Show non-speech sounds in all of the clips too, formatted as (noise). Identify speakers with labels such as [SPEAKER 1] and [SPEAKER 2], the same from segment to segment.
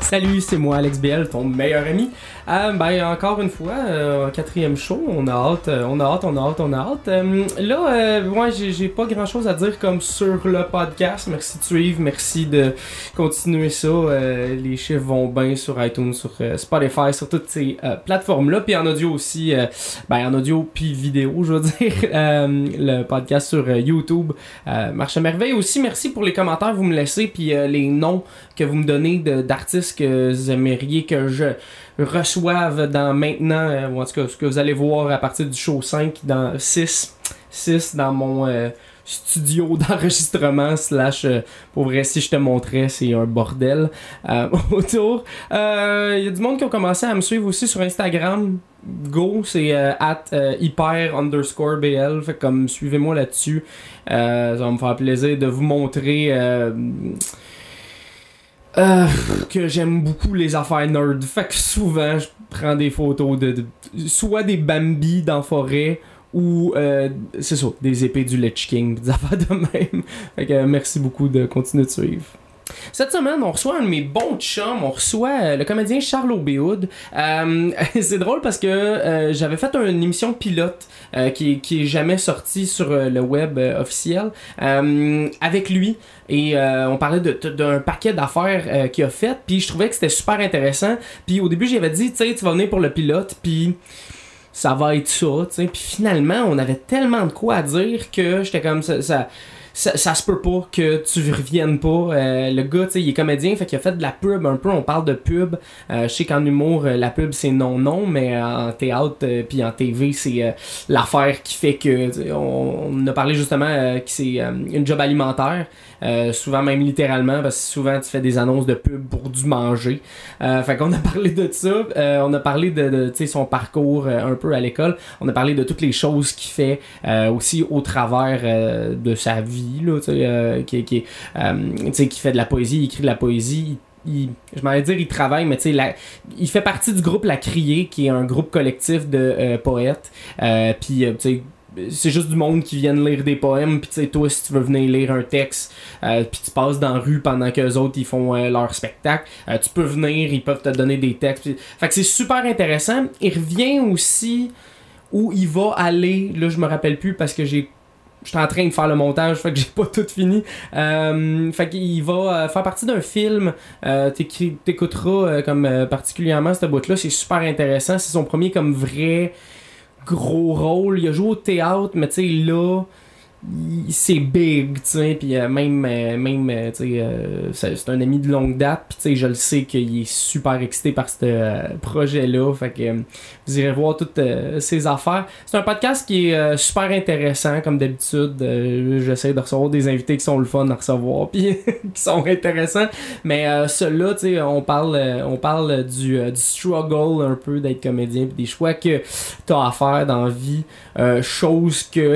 [SPEAKER 1] Salut, c'est moi Alex BL, ton meilleur ami. Euh, ben encore une fois, euh, quatrième show, on a hâte, euh, on a hâte, on a hâte, on a hâte. Euh, là, euh, moi j'ai j'ai pas grand chose à dire comme sur le podcast. Merci de suivre, merci de continuer ça. Euh, les chiffres vont bien sur iTunes, sur euh, Spotify, sur toutes ces euh, plateformes-là. Puis en audio aussi, euh, ben en audio puis vidéo, je veux dire, (laughs) euh, le podcast sur euh, YouTube. Euh, Marche à merveille aussi, merci pour les commentaires que vous me laissez, puis euh, les noms que vous me donnez de- d'artistes que vous aimeriez que je reçoive dans maintenant, euh, ou en tout cas ce que vous allez voir à partir du show 5, dans 6, 6 dans mon euh, studio (laughs) d'enregistrement, slash, euh, pour vrai, si je te montrais, c'est un bordel euh, (laughs) autour. Euh, Il y a du monde qui ont commencé à me suivre aussi sur Instagram. Go, c'est euh, at euh, hyper underscore BL. Fait que comme suivez-moi là-dessus. Euh, ça va me faire plaisir de vous montrer euh, euh, que j'aime beaucoup les affaires nerd. Fait que souvent, je prends des photos de, de- soit des Bambi dans la forêt ou euh, c'est ça, des épées du Lich King, des (laughs) affaires de même. Fait que euh, merci beaucoup de continuer de suivre. Cette semaine, on reçoit un de mes bons chums, on reçoit euh, le comédien Charles Aubéhoud. Euh, (laughs) c'est drôle parce que euh, j'avais fait une émission pilote euh, qui, qui est jamais sortie sur euh, le web euh, officiel euh, avec lui et euh, on parlait de- de- d'un paquet d'affaires euh, qu'il a fait puis je trouvais que c'était super intéressant puis au début j'avais dit tu sais tu vas venir pour le pilote puis ça va être ça tu sais puis finalement on avait tellement de quoi à dire que j'étais comme ça, ça ça, ça se peut pas que tu reviennes pas. Euh, le gars, tu sais, il est comédien, fait qu'il a fait de la pub un peu. On parle de pub. Euh, je sais qu'en humour, euh, la pub c'est non non, mais en théâtre euh, puis en TV, c'est euh, l'affaire qui fait que tu sais, on, on a parlé justement euh, que c'est euh, une job alimentaire, euh, souvent même littéralement parce que souvent tu fais des annonces de pub pour du manger. Euh, fait qu'on a (laughs) parlé de ça, euh, on a parlé de, de, tu sais, son parcours euh, un peu à l'école, on a parlé de toutes les choses qu'il fait euh, aussi au travers euh, de sa vie là, tu sais, euh, qui qui euh, tu sais, qui fait de la poésie, il écrit de la poésie. il- il- je m'allais dire il travaille mais tu sais la- il fait partie du groupe La Criée qui est un groupe collectif de euh, poètes euh, puis euh, tu sais c'est juste du monde qui viennent lire des poèmes puis tu sais toi si tu veux venir lire un texte euh, puis tu passes dans la rue pendant que les autres ils font euh, leur spectacle euh, tu peux venir ils peuvent te donner des textes puis- fait que c'est super intéressant il revient aussi où il va aller là je me rappelle plus parce que j'ai j'étais en train de faire le montage fait que j'ai pas tout fini euh, fait qu'il va euh, faire partie d'un film euh, t'écri- t'écouteras euh, comme euh, particulièrement cette boîte là c'est super intéressant c'est son premier comme vrai gros rôle il a joué au théâtre mais tu sais là il- c'est big tu sais puis euh, même euh, même euh, tu sais euh, c'est c'est un ami de longue date puis tu sais je le sais qu'il est super excité par ce projet là fait que euh, vous irez voir toutes euh, ces affaires c'est un podcast qui est euh, super intéressant comme d'habitude Euh, j'essaie de recevoir des invités qui sont le fun à recevoir (laughs) puis qui sont intéressants mais euh, celui-là, tu sais, on parle, euh, on parle du, euh, du struggle un peu d'être comédien, puis des choix que t'as à faire dans la vie, euh, chose que,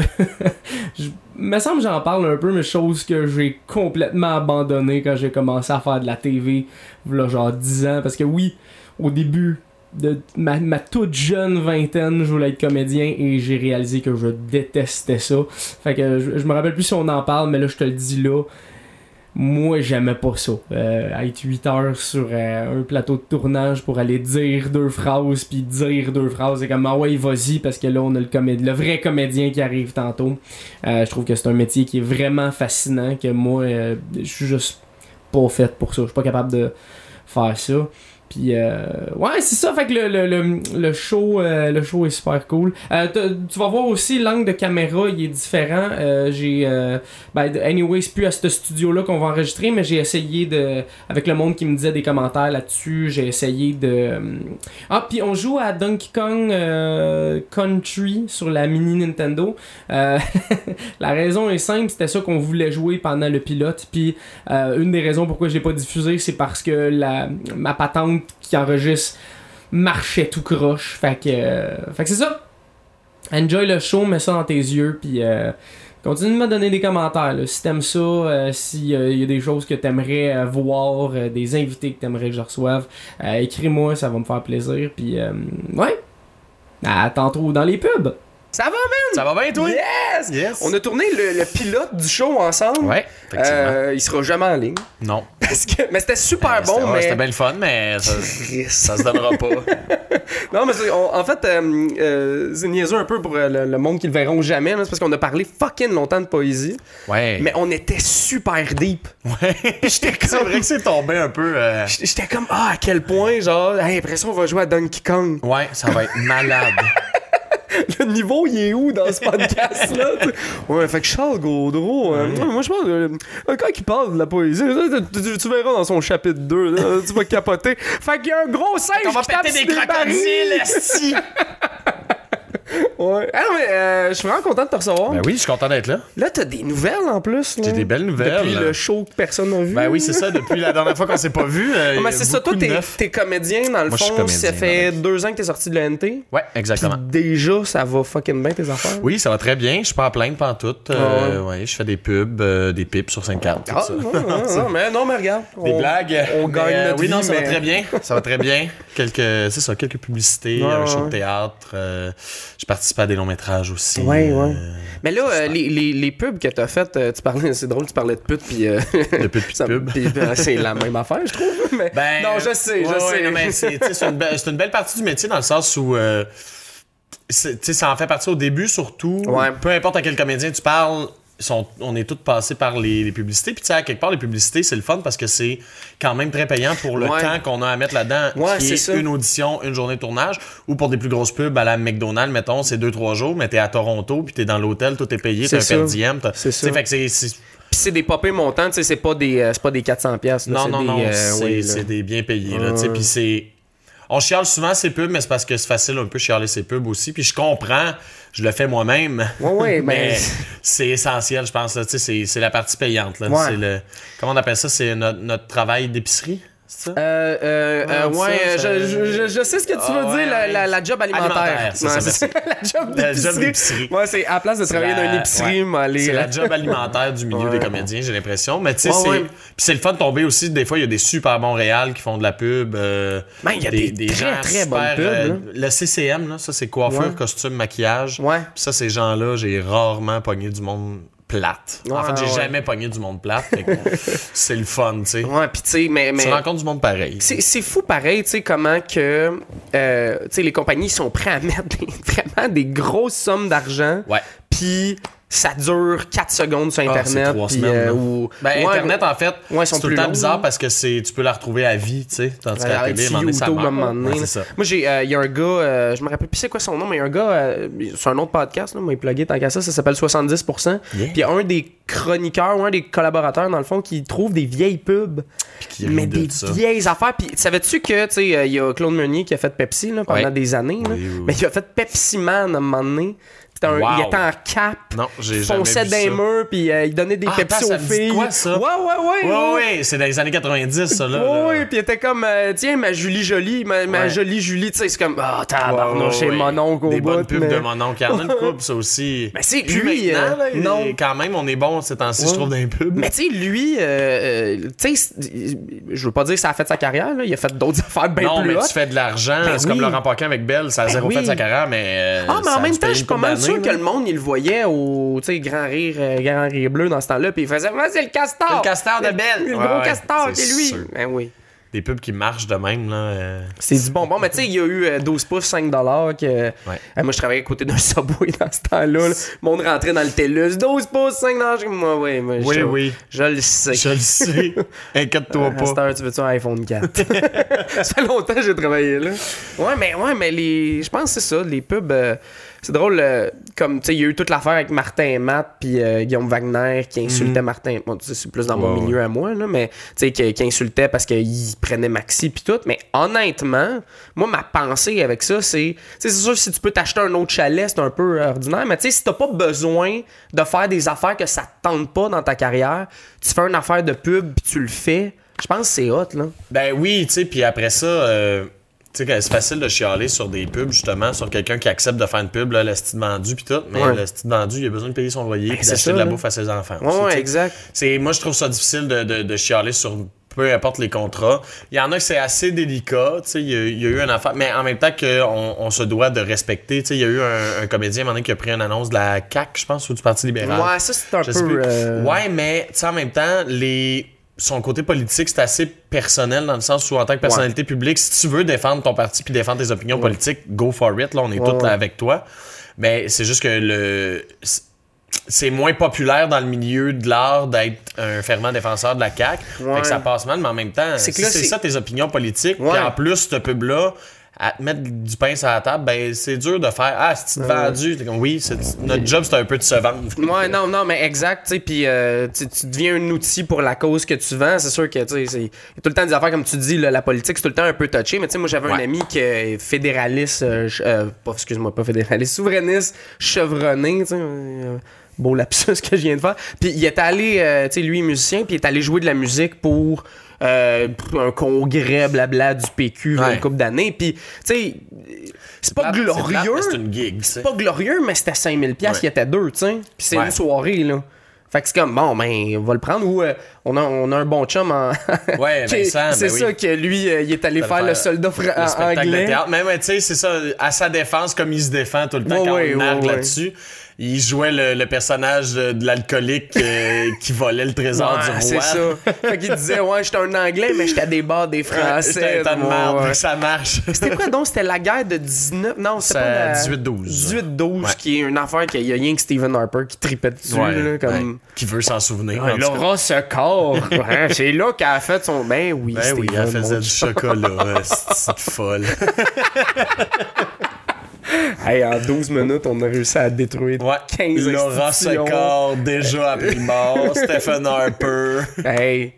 [SPEAKER 1] je, me semble que j'en parle un peu, mais chose que j'ai complètement abandonné quand j'ai commencé à faire de la TV, voilà genre 10 ans, parce que oui, au début de ma, ma toute jeune vingtaine, je voulais être comédien et j'ai réalisé que je détestais ça. Fait que euh, je, je me rappelle plus si on en parle, mais là je te le dis là, moi j'aimais pas ça Euh, être 8 heures sur euh, un plateau de tournage pour aller dire deux phrases puis dire deux phrases et comme ah ouais vas-y parce que là on a le comédien le vrai comédien qui arrive tantôt Euh, je trouve que c'est un métier qui est vraiment fascinant que moi euh, je suis juste pas fait pour ça je suis pas capable de faire ça puis euh, ouais c'est ça fait que le, le, le, le show euh, le show est super cool Euh, t- tu vas voir aussi l'angle de caméra il est différent Euh, j'ai euh, ben, de- anyway, c'est plus à ce studio-là qu'on va enregistrer, mais j'ai essayé de. Avec le monde qui me disait des commentaires là-dessus, j'ai essayé de. Ah, puis on joue à Donkey Kong euh, Country sur la mini Nintendo. Euh, (laughs) la raison est simple, c'était ça qu'on voulait jouer pendant le pilote. Puis euh, une des raisons pourquoi j'ai pas diffusé, c'est parce que la, ma patente qui enregistre marchait tout croche. Fait que, euh, fait que c'est ça. Enjoy le show, mets ça dans tes yeux, puis. euh, Continue de me donner des commentaires. là. Si t'aimes ça, euh, si euh, y a des choses que t'aimerais euh, voir, euh, des invités que t'aimerais que je reçoive, euh, écris-moi, ça va me faire plaisir. Puis, euh, ouais. À tantôt dans les pubs.
[SPEAKER 2] Ça va, man?
[SPEAKER 3] Ça va bien, toi?
[SPEAKER 2] Yes!
[SPEAKER 3] Yes.
[SPEAKER 2] On a tourné le, le pilote du show ensemble.
[SPEAKER 3] Ouais, effectivement.
[SPEAKER 2] Euh, il sera jamais en ligne.
[SPEAKER 3] Non.
[SPEAKER 2] Parce que, mais c'était super
[SPEAKER 3] Euh, c'était-
[SPEAKER 2] bon,
[SPEAKER 3] ouais,
[SPEAKER 2] mais.
[SPEAKER 3] C'était bien le fun, mais ça,
[SPEAKER 2] Chris.
[SPEAKER 3] ça se donnera (laughs) pas.
[SPEAKER 2] Non, mais c'est- on- en fait, euh, euh, c'est niaiseux un peu pour euh, le, le monde qui le verront jamais. là. C'est parce qu'on a parlé fucking longtemps de poésie,
[SPEAKER 3] Ouais.
[SPEAKER 2] mais on était super deep.
[SPEAKER 3] Ouais. J'étais C'est vrai que c'est tombé un peu. euh,
[SPEAKER 2] J- J'étais comme, ah, à quel point, genre, hey, après ça, on va jouer à Donkey Kong.
[SPEAKER 3] Ouais, ça va être malade.
[SPEAKER 2] Le niveau, il est où dans ce
[SPEAKER 3] (laughs)
[SPEAKER 2] podcast-là? tu sais? ouais, fait que Charles Gaudreau, euh, ouais, moi, je pense, euh, un gars qui parle de la poésie, euh, tu, tu- tu verras dans son chapitre 2, là, tu vas capoter. (laughs) Fait qu'il y a un gros singe
[SPEAKER 3] On va
[SPEAKER 2] qui tape
[SPEAKER 3] péter
[SPEAKER 2] sur
[SPEAKER 3] des
[SPEAKER 2] des (laughs)
[SPEAKER 3] crocodiles,
[SPEAKER 2] barils.
[SPEAKER 3] esti.
[SPEAKER 2] Ouais. Ah, non, mais euh, je suis vraiment content de te recevoir.
[SPEAKER 3] Ben oui, je suis content d'être là.
[SPEAKER 2] Là, t'as des nouvelles en plus. là.
[SPEAKER 3] J'ai des belles nouvelles.
[SPEAKER 2] Depuis le show que personne n'a vu.
[SPEAKER 3] Ben oui, c'est ça, depuis la dernière fois qu'on s'est pas vu. euh,
[SPEAKER 2] Ah,
[SPEAKER 3] il y a
[SPEAKER 2] mais c'est ça, toi,
[SPEAKER 3] beaucoup de
[SPEAKER 2] t'es,
[SPEAKER 3] neuf.
[SPEAKER 2] t'es comédien, dans le
[SPEAKER 3] Moi, je suis
[SPEAKER 2] fond.
[SPEAKER 3] comédien,
[SPEAKER 2] ça fait deux ans que t'es sorti de l'NT.
[SPEAKER 3] Ouais, exactement.
[SPEAKER 2] Déjà, ça va fucking bien, tes affaires.
[SPEAKER 3] Oui, ça va très bien. Je suis pas en plainte pantoute. Euh, ouais, je fais des pubs, euh, des pipes sur 50. tout
[SPEAKER 2] Ah,
[SPEAKER 3] ça.
[SPEAKER 2] non, non, non, mais non, mais regarde.
[SPEAKER 3] Des
[SPEAKER 2] on-
[SPEAKER 3] blagues.
[SPEAKER 2] on
[SPEAKER 3] mais, euh,
[SPEAKER 2] gagne notre
[SPEAKER 3] Oui, non,
[SPEAKER 2] vie,
[SPEAKER 3] ça
[SPEAKER 2] mais-
[SPEAKER 3] va très bien. Ça va très bien. Quelques, c'est ça, quelques publicités,
[SPEAKER 2] Ouais,
[SPEAKER 3] un show
[SPEAKER 2] ouais.
[SPEAKER 3] de théâtre. euh, je participe à des longs métrages aussi.
[SPEAKER 2] Ouais, ouais.
[SPEAKER 3] euh,
[SPEAKER 2] Mais là, euh, les, les, les pubs que t'as faites, euh, tu parlais, c'est drôle, tu parlais de pute, puis. euh,
[SPEAKER 3] de pubs, puis
[SPEAKER 2] (laughs)
[SPEAKER 3] de
[SPEAKER 2] ça-
[SPEAKER 3] pubs.
[SPEAKER 2] puis, euh, c'est la même affaire, je trouve. mais-
[SPEAKER 3] Ben,
[SPEAKER 2] non, je sais, je
[SPEAKER 3] ouais,
[SPEAKER 2] sais.
[SPEAKER 3] ouais, non, mais c'est tu sais, c'est une, belle- c'est une belle partie du métier dans le sens où. euh, c'est- tu sais, ça en fait partie au début, surtout.
[SPEAKER 2] Ouais.
[SPEAKER 3] Peu importe à quel comédien tu parles, sont- on est tous passés par les, les publicités. Puis, tu sais, à quelque part, les publicités, c'est le fun parce que c'est quand même très payant pour le
[SPEAKER 2] Ouais.
[SPEAKER 3] temps qu'on a à mettre là-dedans.
[SPEAKER 2] Ouais,
[SPEAKER 3] qui
[SPEAKER 2] c'est
[SPEAKER 3] est
[SPEAKER 2] ça.
[SPEAKER 3] une audition, une journée de tournage. Ou pour des plus grosses pubs à la McDonald's, mettons, c'est deux, trois jours, mais t'es à Toronto, puis t'es dans l'hôtel, tout est payé,
[SPEAKER 2] C'est
[SPEAKER 3] t'as un
[SPEAKER 2] ça.
[SPEAKER 3] per diem. t'as-
[SPEAKER 2] C'est
[SPEAKER 3] tu sais,
[SPEAKER 2] ça.
[SPEAKER 3] fait que c'est- c'est-
[SPEAKER 2] Puis c'est des popés montants, tu sais, c'est pas des, euh, c'est pas des 400$. piastres, là,
[SPEAKER 3] non,
[SPEAKER 2] c'est
[SPEAKER 3] non,
[SPEAKER 2] des,
[SPEAKER 3] non,
[SPEAKER 2] euh,
[SPEAKER 3] c'est
[SPEAKER 2] oui, là.
[SPEAKER 3] c'est des bien payés.
[SPEAKER 2] Ouais.
[SPEAKER 3] là, tu sais, Puis c'est. On chiale souvent ces pubs, mais c'est parce que c'est facile un peu chialer ces pubs aussi. Puis je comprends, je le
[SPEAKER 2] (laughs)
[SPEAKER 3] fais moi-même.
[SPEAKER 2] Ouais, ouais, mais-
[SPEAKER 3] mais c'est essentiel, je pense. là, tu sais, C'est c'est la partie payante. là.
[SPEAKER 2] Ouais.
[SPEAKER 3] C'est le, comment on appelle ça C'est notre, notre travail d'épicerie C'est ça
[SPEAKER 2] Euh, euh, euh,
[SPEAKER 3] Ouais,
[SPEAKER 2] ouais,
[SPEAKER 3] ça,
[SPEAKER 2] euh,
[SPEAKER 3] ça-
[SPEAKER 2] je, je- je sais ce que tu
[SPEAKER 3] Ah,
[SPEAKER 2] veux
[SPEAKER 3] ouais,
[SPEAKER 2] dire, la,
[SPEAKER 3] ouais.
[SPEAKER 2] la- la job alimentaire.
[SPEAKER 3] Alimentaire, ça, ça
[SPEAKER 2] Ouais,
[SPEAKER 3] va
[SPEAKER 2] c'est ça, (laughs) la job
[SPEAKER 3] La job
[SPEAKER 2] d'épicerie.
[SPEAKER 3] d'épicerie.
[SPEAKER 2] Moi, c'est à la place de travailler
[SPEAKER 3] la-
[SPEAKER 2] dans une épicerie,
[SPEAKER 3] ouais.
[SPEAKER 2] m'aller. euh,
[SPEAKER 3] C'est la job alimentaire du milieu
[SPEAKER 2] Ouais.
[SPEAKER 3] des comédiens, j'ai l'impression. Mais tu sais,
[SPEAKER 2] Ouais,
[SPEAKER 3] c'est.
[SPEAKER 2] ouais.
[SPEAKER 3] Puis c'est le fun de tomber aussi. Des fois, il y a des super bons réals qui font de la pub. euh,
[SPEAKER 2] Man, Ben, il y a des très, très bonnes pubs,
[SPEAKER 3] le CCM, là, ça, c'est coiffure,
[SPEAKER 2] Ouais.
[SPEAKER 3] costume, maquillage.
[SPEAKER 2] Ouais.
[SPEAKER 3] Puis ça, ces gens-là, j'ai rarement pogné du monde plate. en
[SPEAKER 2] Ouais,
[SPEAKER 3] fait, j'ai
[SPEAKER 2] ouais.
[SPEAKER 3] jamais pogné du monde plate. fait
[SPEAKER 2] (laughs)
[SPEAKER 3] que c'est le fun, tu sais.
[SPEAKER 2] Ouais, pis tu sais, mais. mais...
[SPEAKER 3] Tu rencontres du monde pareil.
[SPEAKER 2] C'est c'est fou pareil, tu sais, comment que euh, tu sais, les compagnies sont prêtes à mettre des- (laughs) vraiment des grosses sommes d'argent.
[SPEAKER 3] Ouais.
[SPEAKER 2] Puis ça dure 4 secondes sur
[SPEAKER 3] Ah, c'est
[SPEAKER 2] Internet.
[SPEAKER 3] trois
[SPEAKER 2] puis,
[SPEAKER 3] semaines,
[SPEAKER 2] euh,
[SPEAKER 3] là.
[SPEAKER 2] ou-
[SPEAKER 3] Ben,
[SPEAKER 2] Ouais,
[SPEAKER 3] Internet, en fait,
[SPEAKER 2] Ouais, ils sont
[SPEAKER 3] c'est tout
[SPEAKER 2] plus
[SPEAKER 3] le temps
[SPEAKER 2] longs,
[SPEAKER 3] bizarre
[SPEAKER 2] là.
[SPEAKER 3] parce que c'est, tu peux la retrouver à vie, tu sais. Tandis qu'à la
[SPEAKER 2] Arrête,
[SPEAKER 3] télé, à un
[SPEAKER 2] si
[SPEAKER 3] moment donné, ça
[SPEAKER 2] YouTube,
[SPEAKER 3] meurt.
[SPEAKER 2] à un moment donné, là.
[SPEAKER 3] Ouais, c'est ça.
[SPEAKER 2] Moi, j'ai, euh, il y a un gars, euh, je me rappelle plus c'est quoi son nom, mais il y a un gars, euh, c'est un autre podcast, là, moi, il plugué tant qu'à ça, ça s'appelle 70%.
[SPEAKER 3] Yeah.
[SPEAKER 2] Puis il y a un des chroniqueurs ou un des collaborateurs, dans le fond, qui trouve des vieilles pubs,
[SPEAKER 3] qui rit
[SPEAKER 2] mais
[SPEAKER 3] de
[SPEAKER 2] des
[SPEAKER 3] ça.
[SPEAKER 2] vieilles affaires. Puis savais-tu que, tu sais, euh, il y a Claude Meunier qui a fait Pepsi là, pendant
[SPEAKER 3] Ouais.
[SPEAKER 2] des années, là.
[SPEAKER 3] Oui, oui, oui.
[SPEAKER 2] mais il a fait Pepsi Man à un moment donné. C'était un-
[SPEAKER 3] Wow.
[SPEAKER 2] Il était en cap.
[SPEAKER 3] Non, j'ai
[SPEAKER 2] il
[SPEAKER 3] jamais
[SPEAKER 2] fonçait
[SPEAKER 3] vu
[SPEAKER 2] dans les
[SPEAKER 3] ça.
[SPEAKER 2] murs, puis euh, il donnait des
[SPEAKER 3] Ah,
[SPEAKER 2] Pepsi
[SPEAKER 3] attends, ça
[SPEAKER 2] aux
[SPEAKER 3] me dit
[SPEAKER 2] filles.
[SPEAKER 3] quoi, ça?
[SPEAKER 2] Ouais, ouais, ouais.
[SPEAKER 3] Ouais, ouais, c'est dans les années 90, ça, là.
[SPEAKER 2] Ouais,
[SPEAKER 3] là.
[SPEAKER 2] ouais, puis il était comme, euh, tiens, ma Julie Jolie, ma, ma
[SPEAKER 3] Ouais.
[SPEAKER 2] Jolie Julie, tu sais, c'est comme, ah,
[SPEAKER 3] Ouais,
[SPEAKER 2] tabarnouche,
[SPEAKER 3] ouais,
[SPEAKER 2] c'est
[SPEAKER 3] ouais.
[SPEAKER 2] mon oncle au
[SPEAKER 3] Des
[SPEAKER 2] bout.
[SPEAKER 3] bonnes pubs
[SPEAKER 2] mais-
[SPEAKER 3] de mon oncle. Il y en a une couple, ça aussi.
[SPEAKER 2] (laughs) Mais c'est
[SPEAKER 3] Plus
[SPEAKER 2] lui,
[SPEAKER 3] maintenant,
[SPEAKER 2] euh,
[SPEAKER 3] là, il-
[SPEAKER 2] non.
[SPEAKER 3] Quand même, on est bon ces temps-ci,
[SPEAKER 2] Ouais.
[SPEAKER 3] je trouve, dans les pubs.
[SPEAKER 2] Mais tu sais, lui, euh, euh, tu sais, c'est- je veux pas dire que ça a fait sa carrière, là, il a fait d'autres (laughs) affaires bien
[SPEAKER 3] non,
[SPEAKER 2] Ben, plus
[SPEAKER 3] mais
[SPEAKER 2] hautes.
[SPEAKER 3] tu fais de l'argent.
[SPEAKER 2] Ben
[SPEAKER 3] c'est
[SPEAKER 2] oui.
[SPEAKER 3] comme Laurent Paquin avec Belle, ça a
[SPEAKER 2] Ben
[SPEAKER 3] zéro
[SPEAKER 2] oui.
[SPEAKER 3] fait de sa carrière, mais. euh,
[SPEAKER 2] Ah, mais
[SPEAKER 3] ça
[SPEAKER 2] en
[SPEAKER 3] a
[SPEAKER 2] même
[SPEAKER 3] fait
[SPEAKER 2] temps,
[SPEAKER 3] une
[SPEAKER 2] je suis pas
[SPEAKER 3] couple
[SPEAKER 2] mal sûr
[SPEAKER 3] d'années,
[SPEAKER 2] que
[SPEAKER 3] là.
[SPEAKER 2] le monde, il le voyait au, tu sais, Grand Rire, euh, Grand Rire Bleu dans ce temps-là, puis il faisait, ah, c'est le castor!
[SPEAKER 3] C'est le castor de
[SPEAKER 2] C'est-
[SPEAKER 3] Belle.
[SPEAKER 2] c'est Le
[SPEAKER 3] Ouais,
[SPEAKER 2] gros
[SPEAKER 3] ouais,
[SPEAKER 2] castor,
[SPEAKER 3] c'est
[SPEAKER 2] c'est lui!
[SPEAKER 3] sûr.
[SPEAKER 2] Ben oui.
[SPEAKER 3] Des pubs qui marchent de même, là. euh,
[SPEAKER 2] C'est du bonbon. Mais tu sais, il y a eu euh, 12 pouces, 5 dollars. Que... Euh, moi, je travaillais à côté d'un Subway dans ce temps-là. là. Le monde rentrait dans le TELUS. 12 pouces, 5 dollars. Moi, ouais, moi,
[SPEAKER 3] Oui,
[SPEAKER 2] je,
[SPEAKER 3] oui. Euh,
[SPEAKER 2] Je le sais.
[SPEAKER 3] Je
[SPEAKER 2] (laughs)
[SPEAKER 3] le sais. Inquiète-toi
[SPEAKER 2] À cette
[SPEAKER 3] pas.
[SPEAKER 2] heure, tu veux-tu un iPhone 4? ça fait longtemps que j'ai travaillé là. Ouais, mais, ouais, mais les... je pense que c'est ça. Les pubs, euh, c'est drôle. euh, comme, tu sais, il y a eu toute l'affaire avec Martin et Matt, puis euh, Guillaume Wagner qui insultait Martin. Bon, tu sais, c'est plus dans mon
[SPEAKER 3] Ouais,
[SPEAKER 2] milieu à moi, là, mais tu sais, qui, qui insultait parce qu'il prenait Maxi, puis tout. Mais honnêtement, moi, ma pensée avec ça, c'est. Tu sais, c'est sûr, si tu peux t'acheter un autre chalet, c'est un peu ordinaire, mais tu sais, si t'as pas besoin de faire des affaires que ça te tente pas dans ta carrière, tu fais une affaire de pub, puis tu le fais. Je pense que c'est hot, là.
[SPEAKER 3] Ben oui, tu sais, puis après ça, euh, tu sais, que c'est facile de chialer sur des pubs, justement, sur quelqu'un qui accepte de faire une pub, là, le style vendu, puis tout. Mais
[SPEAKER 2] Ouais. Ben,
[SPEAKER 3] le style vendu, il a besoin de payer son loyer, puis
[SPEAKER 2] c'est
[SPEAKER 3] d'acheter
[SPEAKER 2] ça,
[SPEAKER 3] de la
[SPEAKER 2] là.
[SPEAKER 3] bouffe à ses enfants.
[SPEAKER 2] Ouais,
[SPEAKER 3] aussi, tu
[SPEAKER 2] ouais,
[SPEAKER 3] sais.
[SPEAKER 2] exact.
[SPEAKER 3] C'est, moi, je trouve ça difficile de, de, de chialer sur peu importe les contrats. Il y en a que c'est assez délicat. tu sais, Il y, a- il y a eu une affaire. Mais en même temps qu'on on se doit de respecter. tu sais, Il y a eu un, un comédien à un moment donné, qui a pris une annonce de la CAC, je pense, ou du Parti libéral.
[SPEAKER 2] Ouais, ça, c'est un
[SPEAKER 3] Je sais
[SPEAKER 2] peu.
[SPEAKER 3] plus.
[SPEAKER 2] euh,
[SPEAKER 3] Ouais, mais tu sais, en même temps, les. son côté politique, c'est assez personnel dans le sens où, en tant que personnalité publique, si tu veux défendre ton parti puis défendre tes opinions politiques, go for it. Là, on
[SPEAKER 2] Ouais,
[SPEAKER 3] est tous là
[SPEAKER 2] ouais.
[SPEAKER 3] avec toi. Mais c'est juste que le. C'est moins populaire dans le milieu de l'art d'être un fervent défenseur de la CAQ.
[SPEAKER 2] Ouais.
[SPEAKER 3] Fait que ça passe mal, mais en même temps,
[SPEAKER 2] C'est que
[SPEAKER 3] si
[SPEAKER 2] là,
[SPEAKER 3] c'est
[SPEAKER 2] c'est-
[SPEAKER 3] ça tes opinions politiques,
[SPEAKER 2] Ouais.
[SPEAKER 3] puis en plus, ce pub-là, à te mettre du pain sur la table, ben c'est dur de faire Ah, c'est vendu. T'es comme, Oui, c'est- notre job, c'est un peu de se vendre.
[SPEAKER 2] Ouais, non, non, mais exact, tu sais, puis euh, tu, tu deviens un outil pour la cause que tu vends, c'est sûr que, tu sais, c'est- il y a tout le temps des affaires, comme tu dis, là, la politique, c'est tout le temps un peu touché, mais tu sais, moi, j'avais un
[SPEAKER 3] Ouais.
[SPEAKER 2] ami qui est fédéraliste, euh, ch- euh, pas- excuse-moi, pas fédéraliste, souverainiste, chevronné, tu sais, euh, beau lapsus (laughs) que je viens de faire, puis il est allé, euh, tu sais, lui, musicien, puis il est allé jouer de la musique pour... euh, un congrès blabla du PQ il y a
[SPEAKER 3] Ouais.
[SPEAKER 2] une couple d'années puis tu sais c'est pas
[SPEAKER 3] plate, Ah, c'est plate, mais
[SPEAKER 2] glorieux
[SPEAKER 3] C'est une gig, tu sais.
[SPEAKER 2] c'est pas glorieux, mais c'était 5000 pièces, il y était deux, tu sais. Puis c'est
[SPEAKER 3] Ouais.
[SPEAKER 2] une soirée là. Fait que c'est comme bon, ben on va le prendre ou euh, on, a, on a un bon chum en
[SPEAKER 3] (laughs) Ouais,
[SPEAKER 2] qui-
[SPEAKER 3] Vincent, ben
[SPEAKER 2] c'est
[SPEAKER 3] oui.
[SPEAKER 2] ça que lui euh, il est allé
[SPEAKER 3] Ça
[SPEAKER 2] faire,
[SPEAKER 3] va
[SPEAKER 2] le soldat fra-
[SPEAKER 3] le
[SPEAKER 2] en
[SPEAKER 3] spectacle
[SPEAKER 2] anglais.
[SPEAKER 3] de théâtre. Mais, mais, tu sais, c'est ça, à sa défense, comme il se défend tout le temps
[SPEAKER 2] Ouais,
[SPEAKER 3] quand
[SPEAKER 2] ouais,
[SPEAKER 3] on
[SPEAKER 2] ouais,
[SPEAKER 3] nargue
[SPEAKER 2] ouais.
[SPEAKER 3] là-dessus, il jouait le, le personnage de, de
[SPEAKER 2] (laughs)
[SPEAKER 3] l'alcoolique euh, qui volait le trésor
[SPEAKER 2] Ouais,
[SPEAKER 3] du roi.
[SPEAKER 2] c'est ça. Fait qu'il disait ouais, j'étais un anglais mais j'étais à des bars des
[SPEAKER 3] Ouais,
[SPEAKER 2] français.
[SPEAKER 3] C'était un tas de
[SPEAKER 2] Ouais,
[SPEAKER 3] merde,
[SPEAKER 2] Ah, ouais.
[SPEAKER 3] ça
[SPEAKER 2] (laughs)
[SPEAKER 3] marche.
[SPEAKER 2] C'était quoi donc C'était la guerre de 19 Non, c'était
[SPEAKER 3] C'est
[SPEAKER 2] pas la
[SPEAKER 3] 18-12.
[SPEAKER 2] 18-12
[SPEAKER 3] Ouais.
[SPEAKER 2] qui est une affaire qu'il y a rien que Stephen Harper qui tripait dessus
[SPEAKER 3] Ouais,
[SPEAKER 2] là, comme
[SPEAKER 3] ouais. Qui veut s'en souvenir. en
[SPEAKER 2] Ah,
[SPEAKER 3] tout cas.
[SPEAKER 2] Laura ce corps. hein, (laughs) c'est là qu'elle a fait son. Ben oui,
[SPEAKER 3] Ben
[SPEAKER 2] Steven,
[SPEAKER 3] oui, elle
[SPEAKER 2] mon
[SPEAKER 3] faisait
[SPEAKER 2] Dieu. (laughs)
[SPEAKER 3] du chocolat. euh, C'est folle.
[SPEAKER 2] Hey, en 12 minutes, on a réussi à détruire
[SPEAKER 3] Ouais.
[SPEAKER 2] 15
[SPEAKER 3] Laura
[SPEAKER 2] institutions.
[SPEAKER 3] Secor, déjà après mort.
[SPEAKER 2] (laughs)
[SPEAKER 3] Stephen Harper.
[SPEAKER 2] Hey.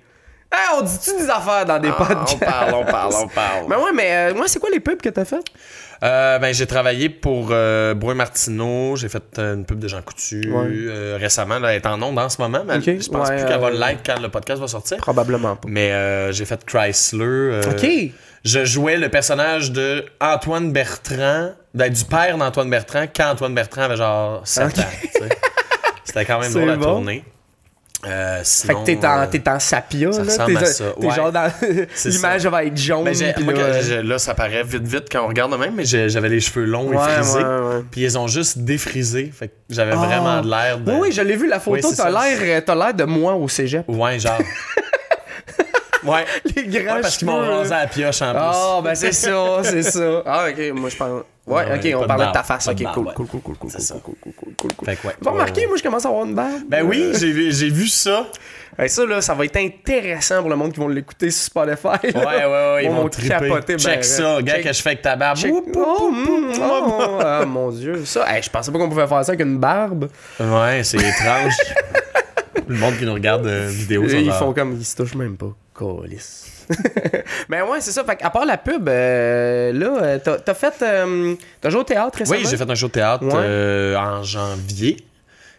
[SPEAKER 2] Ah, on dit-tu des affaires dans des podcasts?
[SPEAKER 3] Ah,
[SPEAKER 2] (laughs)
[SPEAKER 3] on parle, on parle, on parle.
[SPEAKER 2] Mais ouais, mais euh, moi, c'est quoi les pubs que t'as fait?
[SPEAKER 3] Euh, ben, j'ai travaillé pour euh, Bruin Martineau, j'ai fait euh, une pub de Jean Coutu
[SPEAKER 2] Ouais.
[SPEAKER 3] euh, récemment, là, elle est en ondes en ce moment, mais
[SPEAKER 2] Ok,
[SPEAKER 3] je pense
[SPEAKER 2] ouais,
[SPEAKER 3] plus qu'elle va
[SPEAKER 2] euh,
[SPEAKER 3] l'être quand le podcast va sortir.
[SPEAKER 2] Probablement pas.
[SPEAKER 3] Mais euh, j'ai fait Chrysler. euh,
[SPEAKER 2] Ok.
[SPEAKER 3] Je jouais le personnage de Antoine Bertrand, ben, du père d'Antoine Bertrand, quand Antoine Bertrand avait genre 7
[SPEAKER 2] Ok.
[SPEAKER 3] ans. tu
[SPEAKER 2] (laughs)
[SPEAKER 3] sais. C'était quand même
[SPEAKER 2] C'est
[SPEAKER 3] drôle à
[SPEAKER 2] bon.
[SPEAKER 3] tourner. Euh,
[SPEAKER 2] Fait
[SPEAKER 3] sinon,
[SPEAKER 2] que t'es en,
[SPEAKER 3] euh,
[SPEAKER 2] t'es en sapia,
[SPEAKER 3] ça
[SPEAKER 2] là.
[SPEAKER 3] ressemble
[SPEAKER 2] T'es,
[SPEAKER 3] à ça,
[SPEAKER 2] t'es
[SPEAKER 3] ouais.
[SPEAKER 2] genre dans.
[SPEAKER 3] (laughs)
[SPEAKER 2] (laughs)
[SPEAKER 3] C'est
[SPEAKER 2] L'image va être jaune.
[SPEAKER 3] Ben, j'ai-
[SPEAKER 2] puis
[SPEAKER 3] moi,
[SPEAKER 2] là, euh,
[SPEAKER 3] quand
[SPEAKER 2] ouais.
[SPEAKER 3] j'ai- là, ça paraît vite, vite quand on regarde de même, mais j'ai- j'avais les cheveux longs
[SPEAKER 2] Ouais,
[SPEAKER 3] et frisés.
[SPEAKER 2] ouais, ouais.
[SPEAKER 3] Puis ils ont juste défrisé. Fait que j'avais
[SPEAKER 2] Ah.
[SPEAKER 3] vraiment de l'air de.
[SPEAKER 2] Oui, oui, je l'ai vu, la
[SPEAKER 3] Oui,
[SPEAKER 2] photo.
[SPEAKER 3] Ben, c'est
[SPEAKER 2] t'as,
[SPEAKER 3] ça.
[SPEAKER 2] l'air, euh, t'as l'air de moi au cégep. (laughs)
[SPEAKER 3] Ouais, genre. ouais.
[SPEAKER 2] Les grands
[SPEAKER 3] Ouais, parce qu'ils m'ont
[SPEAKER 2] cheveux, là.
[SPEAKER 3] rasé à la pioche en plus.
[SPEAKER 2] Ah, ben c'est ça, c'est
[SPEAKER 3] (laughs)
[SPEAKER 2] ça. Ah, ok, moi je parle. Ouais,
[SPEAKER 3] Ouais, ouais,
[SPEAKER 2] ok,
[SPEAKER 3] pas
[SPEAKER 2] on
[SPEAKER 3] de
[SPEAKER 2] parlait de
[SPEAKER 3] barbe,
[SPEAKER 2] ta face.
[SPEAKER 3] pas
[SPEAKER 2] Ok,
[SPEAKER 3] de barbe,
[SPEAKER 2] cool,
[SPEAKER 3] ouais.
[SPEAKER 2] cool, cool, cool, cool,
[SPEAKER 3] C'est ça.
[SPEAKER 2] cool, cool, cool, cool, cool, cool.
[SPEAKER 3] Fait que ouais.
[SPEAKER 2] Vous remarquez, moi je commence à avoir une barbe.
[SPEAKER 3] Ben oui,
[SPEAKER 2] Euh,
[SPEAKER 3] j'ai vu, j'ai
[SPEAKER 2] (laughs)
[SPEAKER 3] vu ça.
[SPEAKER 2] hey, ça là, ça va être intéressant pour le monde qui vont l'écouter sur Spotify.
[SPEAKER 3] Ouais,
[SPEAKER 2] là.
[SPEAKER 3] ouais, ouais, ils
[SPEAKER 2] Ils
[SPEAKER 3] m'ont
[SPEAKER 2] vont
[SPEAKER 3] trippé.
[SPEAKER 2] capoter, ben,
[SPEAKER 3] Check ça,
[SPEAKER 2] check-
[SPEAKER 3] gars, que je fais avec ta barbe.
[SPEAKER 2] (laughs) Check-
[SPEAKER 3] Oup.
[SPEAKER 2] Oh, mm, oh, ah, mon dieu, ça, hey, je pensais pas qu'on pouvait faire ça avec une barbe.
[SPEAKER 3] Ouais, c'est étrange. (laughs) Le monde qui nous regarde euh, vidéo,
[SPEAKER 2] Et
[SPEAKER 3] ça
[SPEAKER 2] ils
[SPEAKER 3] genre-
[SPEAKER 2] font comme, ils se touchent même pas. Calice. (laughs) Mais ouais, c'est ça. Fait à part la pub, euh, là, euh, t'as, t'as fait. euh, t'as joué au théâtre récemment?
[SPEAKER 3] Oui, j'ai fait un show de théâtre
[SPEAKER 2] Ouais.
[SPEAKER 3] euh, en janvier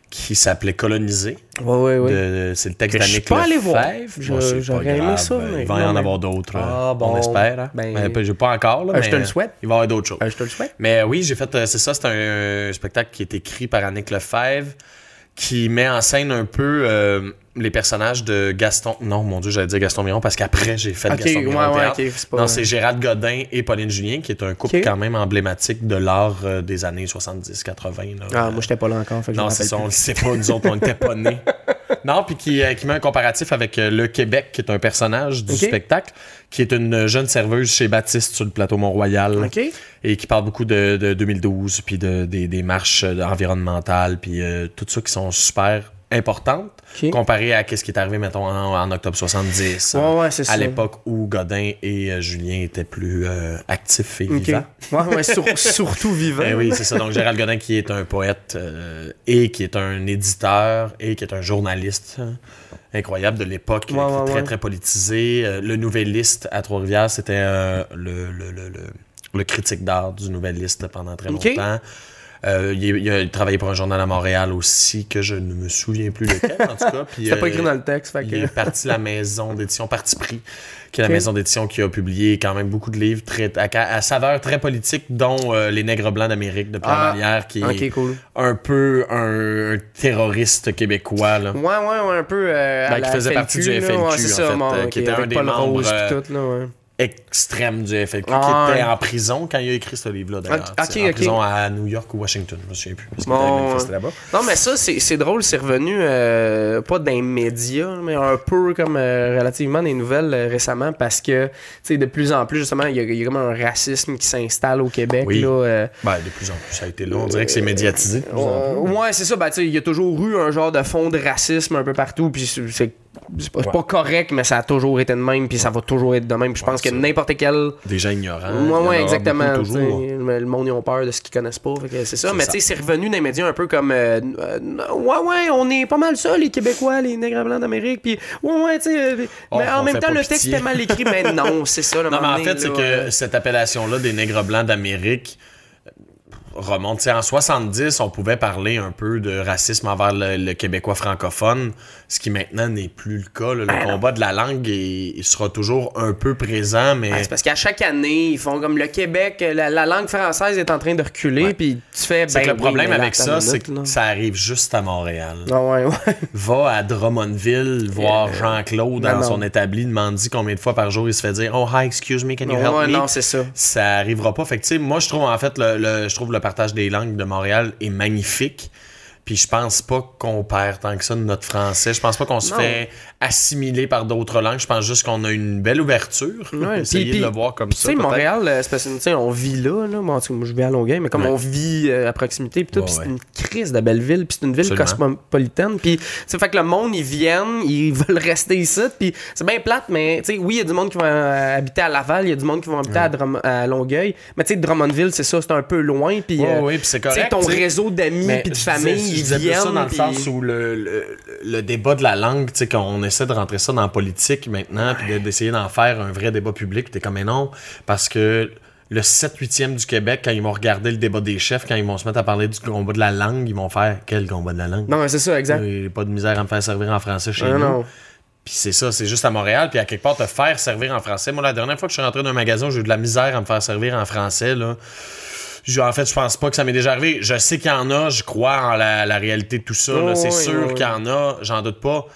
[SPEAKER 3] qui s'appelait Colonisé.
[SPEAKER 2] Ouais, ouais, ouais.
[SPEAKER 3] de- c'est le texte
[SPEAKER 2] Que je suis
[SPEAKER 3] d'Annick
[SPEAKER 2] pas allé
[SPEAKER 3] Lefebvre.
[SPEAKER 2] voir.
[SPEAKER 3] Bon,
[SPEAKER 2] Je-
[SPEAKER 3] c'est pas
[SPEAKER 2] j'aurais aimé
[SPEAKER 3] grave.
[SPEAKER 2] ça, mais-
[SPEAKER 3] Il va y
[SPEAKER 2] non,
[SPEAKER 3] en
[SPEAKER 2] mais-
[SPEAKER 3] avoir d'autres.
[SPEAKER 2] Ah,
[SPEAKER 3] euh,
[SPEAKER 2] bon.
[SPEAKER 3] On espère. hein.
[SPEAKER 2] Ben-
[SPEAKER 3] Mais pas- j'ai pas encore. là,
[SPEAKER 2] Euh, je te
[SPEAKER 3] mais
[SPEAKER 2] le souhaite.
[SPEAKER 3] Il va y avoir d'autres choses.
[SPEAKER 2] Euh, je te le souhaite.
[SPEAKER 3] Mais oui, j'ai fait. euh, c'est ça, c'est un, un spectacle qui est écrit par Annick Lefebvre qui met en scène un peu euh, les personnages de Gaston. Non, mon Dieu, j'allais dire Gaston Miron parce qu'après, j'ai fait
[SPEAKER 2] Ok,
[SPEAKER 3] Gaston
[SPEAKER 2] ouais,
[SPEAKER 3] Miron. au
[SPEAKER 2] ouais,
[SPEAKER 3] théâtre.
[SPEAKER 2] ok, c'est pas-
[SPEAKER 3] Non, c'est Gérald Godin et Pauline Julien qui est un couple
[SPEAKER 2] Ok.
[SPEAKER 3] quand même emblématique de l'art euh, des années 70-80. là.
[SPEAKER 2] Ah, moi, j'étais pas là encore. Fait que je
[SPEAKER 3] Non,
[SPEAKER 2] me
[SPEAKER 3] c'est
[SPEAKER 2] rappelle
[SPEAKER 3] ça, on
[SPEAKER 2] plus.
[SPEAKER 3] le sait pas, nous autres, on était pas nés.
[SPEAKER 2] (laughs)
[SPEAKER 3] Non, puis qui, euh, qui met un comparatif avec euh, Le Québec, qui est un personnage du
[SPEAKER 2] Ok.
[SPEAKER 3] spectacle, qui est une jeune serveuse chez Baptiste sur le plateau Mont-Royal,
[SPEAKER 2] OK.
[SPEAKER 3] et qui parle beaucoup de, de 2012, puis de, des, des marches euh, environnementales, puis euh, tout ça qui sont super importantes,
[SPEAKER 2] Ok.
[SPEAKER 3] comparé à ce qui est arrivé, mettons, en, en octobre 70,
[SPEAKER 2] Ouais,
[SPEAKER 3] hein,
[SPEAKER 2] ouais, c'est ça.
[SPEAKER 3] à l'époque où Godin et euh, Julien étaient plus euh, actifs et
[SPEAKER 2] OK.
[SPEAKER 3] vivants.
[SPEAKER 2] Ouais, ouais, sur- surtout vivant.
[SPEAKER 3] Eh oui, c'est ça. Donc, Gérald Godin, qui est un poète euh, et qui est un éditeur et qui est un journaliste euh, incroyable de l'époque, euh,
[SPEAKER 2] Ouais,
[SPEAKER 3] qui est
[SPEAKER 2] ouais,
[SPEAKER 3] très,
[SPEAKER 2] ouais.
[SPEAKER 3] très politisé. Euh, le Nouvelliste à Trois-Rivières, c'était euh, le, le- le- le- le critique d'art du Nouvelliste pendant très
[SPEAKER 2] Ok.
[SPEAKER 3] longtemps. Euh, il, il a travaillé pour un journal à Montréal aussi, que je ne me souviens plus lequel, en tout
[SPEAKER 2] (laughs)
[SPEAKER 3] cas. Puis,
[SPEAKER 2] C'était pas
[SPEAKER 3] euh,
[SPEAKER 2] écrit dans le texte. Fait que...
[SPEAKER 3] il est parti de la maison d'édition Parti Pris, qui est
[SPEAKER 2] Ok.
[SPEAKER 3] la maison d'édition qui a publié quand même beaucoup de livres très, à, à saveur très politique, dont euh, Les Nègres Blancs d'Amérique de Pierre
[SPEAKER 2] Ah,
[SPEAKER 3] Vallière, qui est
[SPEAKER 2] OK, cool.
[SPEAKER 3] un peu un, un terroriste québécois. Là.
[SPEAKER 2] Ouais, ouais, ouais, un peu. euh, à
[SPEAKER 3] Ben,
[SPEAKER 2] la
[SPEAKER 3] qui faisait partie du
[SPEAKER 2] là,
[SPEAKER 3] FLQ,
[SPEAKER 2] ouais, c'est
[SPEAKER 3] en
[SPEAKER 2] ça,
[SPEAKER 3] fait,
[SPEAKER 2] bon,
[SPEAKER 3] euh,
[SPEAKER 2] ok,
[SPEAKER 3] qui était un
[SPEAKER 2] avec
[SPEAKER 3] des
[SPEAKER 2] Paul
[SPEAKER 3] membres,
[SPEAKER 2] Rose,
[SPEAKER 3] euh,
[SPEAKER 2] puis tout, là, ouais.
[SPEAKER 3] extrême du FLQ
[SPEAKER 2] Ah,
[SPEAKER 3] qui était
[SPEAKER 2] ouais.
[SPEAKER 3] en prison quand il a écrit ce livre-là, d'ailleurs.
[SPEAKER 2] Ok,
[SPEAKER 3] C'est
[SPEAKER 2] ok,
[SPEAKER 3] en
[SPEAKER 2] ok.
[SPEAKER 3] prison à New York ou Washington, je me souviens plus, parce qu'il
[SPEAKER 2] Bon,
[SPEAKER 3] était manifesté là-bas.
[SPEAKER 2] Non, mais ça, c'est c'est drôle, c'est revenu, euh, pas dans les médias, mais un peu comme euh, relativement des nouvelles euh, récemment, parce que, tu sais, de plus en plus, justement, il y, a- il y a comme un racisme qui s'installe au Québec,
[SPEAKER 3] Oui.
[SPEAKER 2] là. euh,
[SPEAKER 3] Ben, de plus en plus, ça a été là. On dirait que c'est médiatisé. de plus en
[SPEAKER 2] euh, ouais, c'est ça, ben, tu sais, il y a toujours eu un genre de fond de racisme un peu partout, puis c'est- c'est c'est pas, c'est pas correct, mais ça a toujours été de même, puis ça va toujours être de même, puis je pense que
[SPEAKER 3] c'est-
[SPEAKER 2] n'importe quel...
[SPEAKER 3] plus. Des gens ignorants. il y en
[SPEAKER 2] Moi,
[SPEAKER 3] aura
[SPEAKER 2] ouais, exactement.
[SPEAKER 3] beaucoup
[SPEAKER 2] tu sais,
[SPEAKER 3] toujours.
[SPEAKER 2] Le le monde, ils ont peur de ce qu'ils connaissent pas. fait que C'est ça.
[SPEAKER 3] C'est
[SPEAKER 2] Mais
[SPEAKER 3] ça.
[SPEAKER 2] tu sais, c'est revenu dans les médias un peu comme. euh, euh, ouais, ouais, on est pas mal ça, les Québécois, les Nègres blancs d'Amérique. Puis, ouais, ouais, tu sais. euh,
[SPEAKER 3] Oh,
[SPEAKER 2] mais en
[SPEAKER 3] on
[SPEAKER 2] même
[SPEAKER 3] fait
[SPEAKER 2] temps,
[SPEAKER 3] pas
[SPEAKER 2] le
[SPEAKER 3] pitié.
[SPEAKER 2] texte est mal écrit. Mais non, c'est ça. le
[SPEAKER 3] (laughs) Non, mais
[SPEAKER 2] moment
[SPEAKER 3] en
[SPEAKER 2] donné,
[SPEAKER 3] fait, c'est
[SPEAKER 2] là,
[SPEAKER 3] que
[SPEAKER 2] euh,
[SPEAKER 3] cette appellation-là des nègres blancs d'Amérique remonte. Tu sais, en 70, on pouvait parler un peu de racisme envers le, le Québécois francophone, ce qui maintenant n'est plus le cas. là. Le
[SPEAKER 2] Ben
[SPEAKER 3] combat de la langue est- il sera toujours un peu présent, mais
[SPEAKER 2] ah, c'est parce qu'à chaque année, ils font comme le Québec, la, la langue française est en train de reculer, puis tu fais.
[SPEAKER 3] c'est
[SPEAKER 2] ben
[SPEAKER 3] que le
[SPEAKER 2] oui,
[SPEAKER 3] problème
[SPEAKER 2] mais là,
[SPEAKER 3] avec
[SPEAKER 2] attends
[SPEAKER 3] ça,
[SPEAKER 2] une
[SPEAKER 3] c'est
[SPEAKER 2] minute,
[SPEAKER 3] que
[SPEAKER 2] là.
[SPEAKER 3] ça arrive juste à Montréal.
[SPEAKER 2] Ah, ouais, (laughs) ouais.
[SPEAKER 3] Va à Drummondville voir
[SPEAKER 2] Euh,
[SPEAKER 3] Jean-Claude
[SPEAKER 2] non,
[SPEAKER 3] dans
[SPEAKER 2] non.
[SPEAKER 3] son établi, demande combien de fois par jour il se fait dire Oh hi, excuse me, can you help
[SPEAKER 2] Ouais,
[SPEAKER 3] me?
[SPEAKER 2] non, c'est ça.
[SPEAKER 3] ça arrivera pas. Fait que, tu sais, moi, je trouve, en fait, le, le- je trouve le partage des langues de Montréal est magnifique. Puis je pense pas qu'on perd tant que ça de notre français. Je pense pas qu'on se
[SPEAKER 2] Non.
[SPEAKER 3] fait assimiler par d'autres langues. Je pense juste qu'on a une belle ouverture.
[SPEAKER 2] Ouais,
[SPEAKER 3] Essayez
[SPEAKER 2] puis-
[SPEAKER 3] de
[SPEAKER 2] puis-
[SPEAKER 3] le voir comme
[SPEAKER 2] Puis,
[SPEAKER 3] ça.
[SPEAKER 2] Tu sais,
[SPEAKER 3] peut-être.
[SPEAKER 2] Montréal, euh, c'est parce que tu sais, on vit là, là. Moi, en tout cas, moi, je vis à Longueuil, mais comme
[SPEAKER 3] Ouais.
[SPEAKER 2] on vit euh, à proximité, puis tout,
[SPEAKER 3] Ouais,
[SPEAKER 2] puis c'est
[SPEAKER 3] ouais.
[SPEAKER 2] une crise de belle ville, puis c'est une ville
[SPEAKER 3] Absolument.
[SPEAKER 2] cosmopolitaine, puis tu sais, fait que le monde, ils viennent, ils (laughs) veulent rester ici, puis c'est bien plate, mais tu sais, oui, il y a du monde qui va euh, habiter à Laval, il y a du monde qui va habiter à, Drum- à Longueuil, mais tu sais, Drummondville, c'est ça, c'est un peu loin, puis
[SPEAKER 3] Ouais,
[SPEAKER 2] euh,
[SPEAKER 3] ouais, puis c'est
[SPEAKER 2] tu sais,
[SPEAKER 3] correct.
[SPEAKER 2] ton
[SPEAKER 3] tu sais.
[SPEAKER 2] réseau d'amis
[SPEAKER 3] Mais
[SPEAKER 2] puis de
[SPEAKER 3] je disais-
[SPEAKER 2] famille,
[SPEAKER 3] je
[SPEAKER 2] ils
[SPEAKER 3] disais plus ça
[SPEAKER 2] viennent.
[SPEAKER 3] dans le
[SPEAKER 2] puis-
[SPEAKER 3] sens où le, le- le débat de la langue, tu sais, qu'on essaie de rentrer ça dans la politique maintenant, puis de- d'essayer d'en faire un vrai débat public, puis t'es comme, mais non, parce que le 7-8e du Québec, quand ils vont regarder le débat des chefs, quand ils vont se mettre à parler du combat de la langue, ils vont faire quel combat de la langue?
[SPEAKER 2] Non, c'est ça, exact.
[SPEAKER 3] Il y a pas de misère à me faire servir en français chez
[SPEAKER 2] Non,
[SPEAKER 3] nous.
[SPEAKER 2] non.
[SPEAKER 3] Puis c'est ça, c'est juste à Montréal, puis à quelque part, te faire servir en français. Moi, la dernière fois que je suis rentré dans un magasin, j'ai eu de la misère à me faire servir en français, là. Je- en fait, je pense pas que ça m'est déjà arrivé. Je sais qu'il y en a, je crois en la, la réalité de tout ça, là.
[SPEAKER 2] Ouais,
[SPEAKER 3] C'est
[SPEAKER 2] ouais,
[SPEAKER 3] sûr
[SPEAKER 2] ouais, ouais.
[SPEAKER 3] qu'il y en a, j'en doute pas.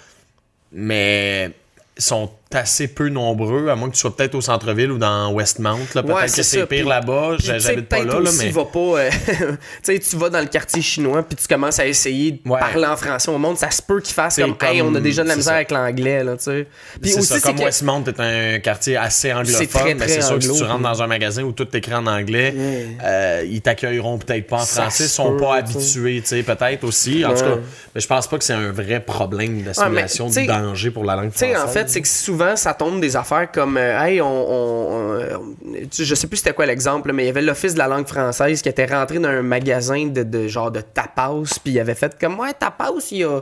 [SPEAKER 3] Mais ils sont assez peu nombreux, à moins que tu sois peut-être au centre-ville ou dans Westmount, là. Peut-être
[SPEAKER 2] Ouais,
[SPEAKER 3] que
[SPEAKER 2] c'est
[SPEAKER 3] c'est
[SPEAKER 2] ça,
[SPEAKER 3] pire
[SPEAKER 2] puis-
[SPEAKER 3] là-bas.
[SPEAKER 2] Puis, tu sais,
[SPEAKER 3] J'habite pas
[SPEAKER 2] peut-être
[SPEAKER 3] là, là,
[SPEAKER 2] aussi,
[SPEAKER 3] mais.
[SPEAKER 2] va pas, euh, (laughs) tu sais, tu vas dans le quartier chinois, puis tu commences à essayer de
[SPEAKER 3] Ouais.
[SPEAKER 2] parler en français au monde. Ça se peut qu'ils fassent
[SPEAKER 3] C'est
[SPEAKER 2] comme, Hey, on a
[SPEAKER 3] comme-
[SPEAKER 2] déjà de la
[SPEAKER 3] c'est
[SPEAKER 2] misère
[SPEAKER 3] ça.
[SPEAKER 2] avec l'anglais, là, tu sais. Puis
[SPEAKER 3] C'est
[SPEAKER 2] aussi,
[SPEAKER 3] ça,
[SPEAKER 2] c'est
[SPEAKER 3] comme
[SPEAKER 2] que-
[SPEAKER 3] Westmount est un quartier assez anglophone,
[SPEAKER 2] C'est très,
[SPEAKER 3] mais
[SPEAKER 2] très
[SPEAKER 3] c'est sûr que si
[SPEAKER 2] anglo,
[SPEAKER 3] tu rentres
[SPEAKER 2] puis-
[SPEAKER 3] dans un magasin où tout est écrit en anglais,
[SPEAKER 2] Ouais.
[SPEAKER 3] euh, ils t'accueilleront peut-être pas en
[SPEAKER 2] Ça
[SPEAKER 3] français, ils
[SPEAKER 2] se
[SPEAKER 3] sont
[SPEAKER 2] peut,
[SPEAKER 3] pas
[SPEAKER 2] tu sais.
[SPEAKER 3] habitués, tu sais, peut-être aussi. En tout
[SPEAKER 2] Ouais.
[SPEAKER 3] cas, mais je pense pas que c'est un vrai problème d'assimilation,
[SPEAKER 2] Ouais, mais,
[SPEAKER 3] de
[SPEAKER 2] tu sais,
[SPEAKER 3] danger pour la langue
[SPEAKER 2] Tu
[SPEAKER 3] française.
[SPEAKER 2] sais, en fait, c'est que souvent, ça tombe des affaires comme, euh, hey, on, on- on- tu- je sais plus c'était quoi l'exemple, mais il y avait l'Office de la langue française qui était rentré dans un magasin de, de genre de tapas, puis il avait fait comme, ouais, tapas, il y a,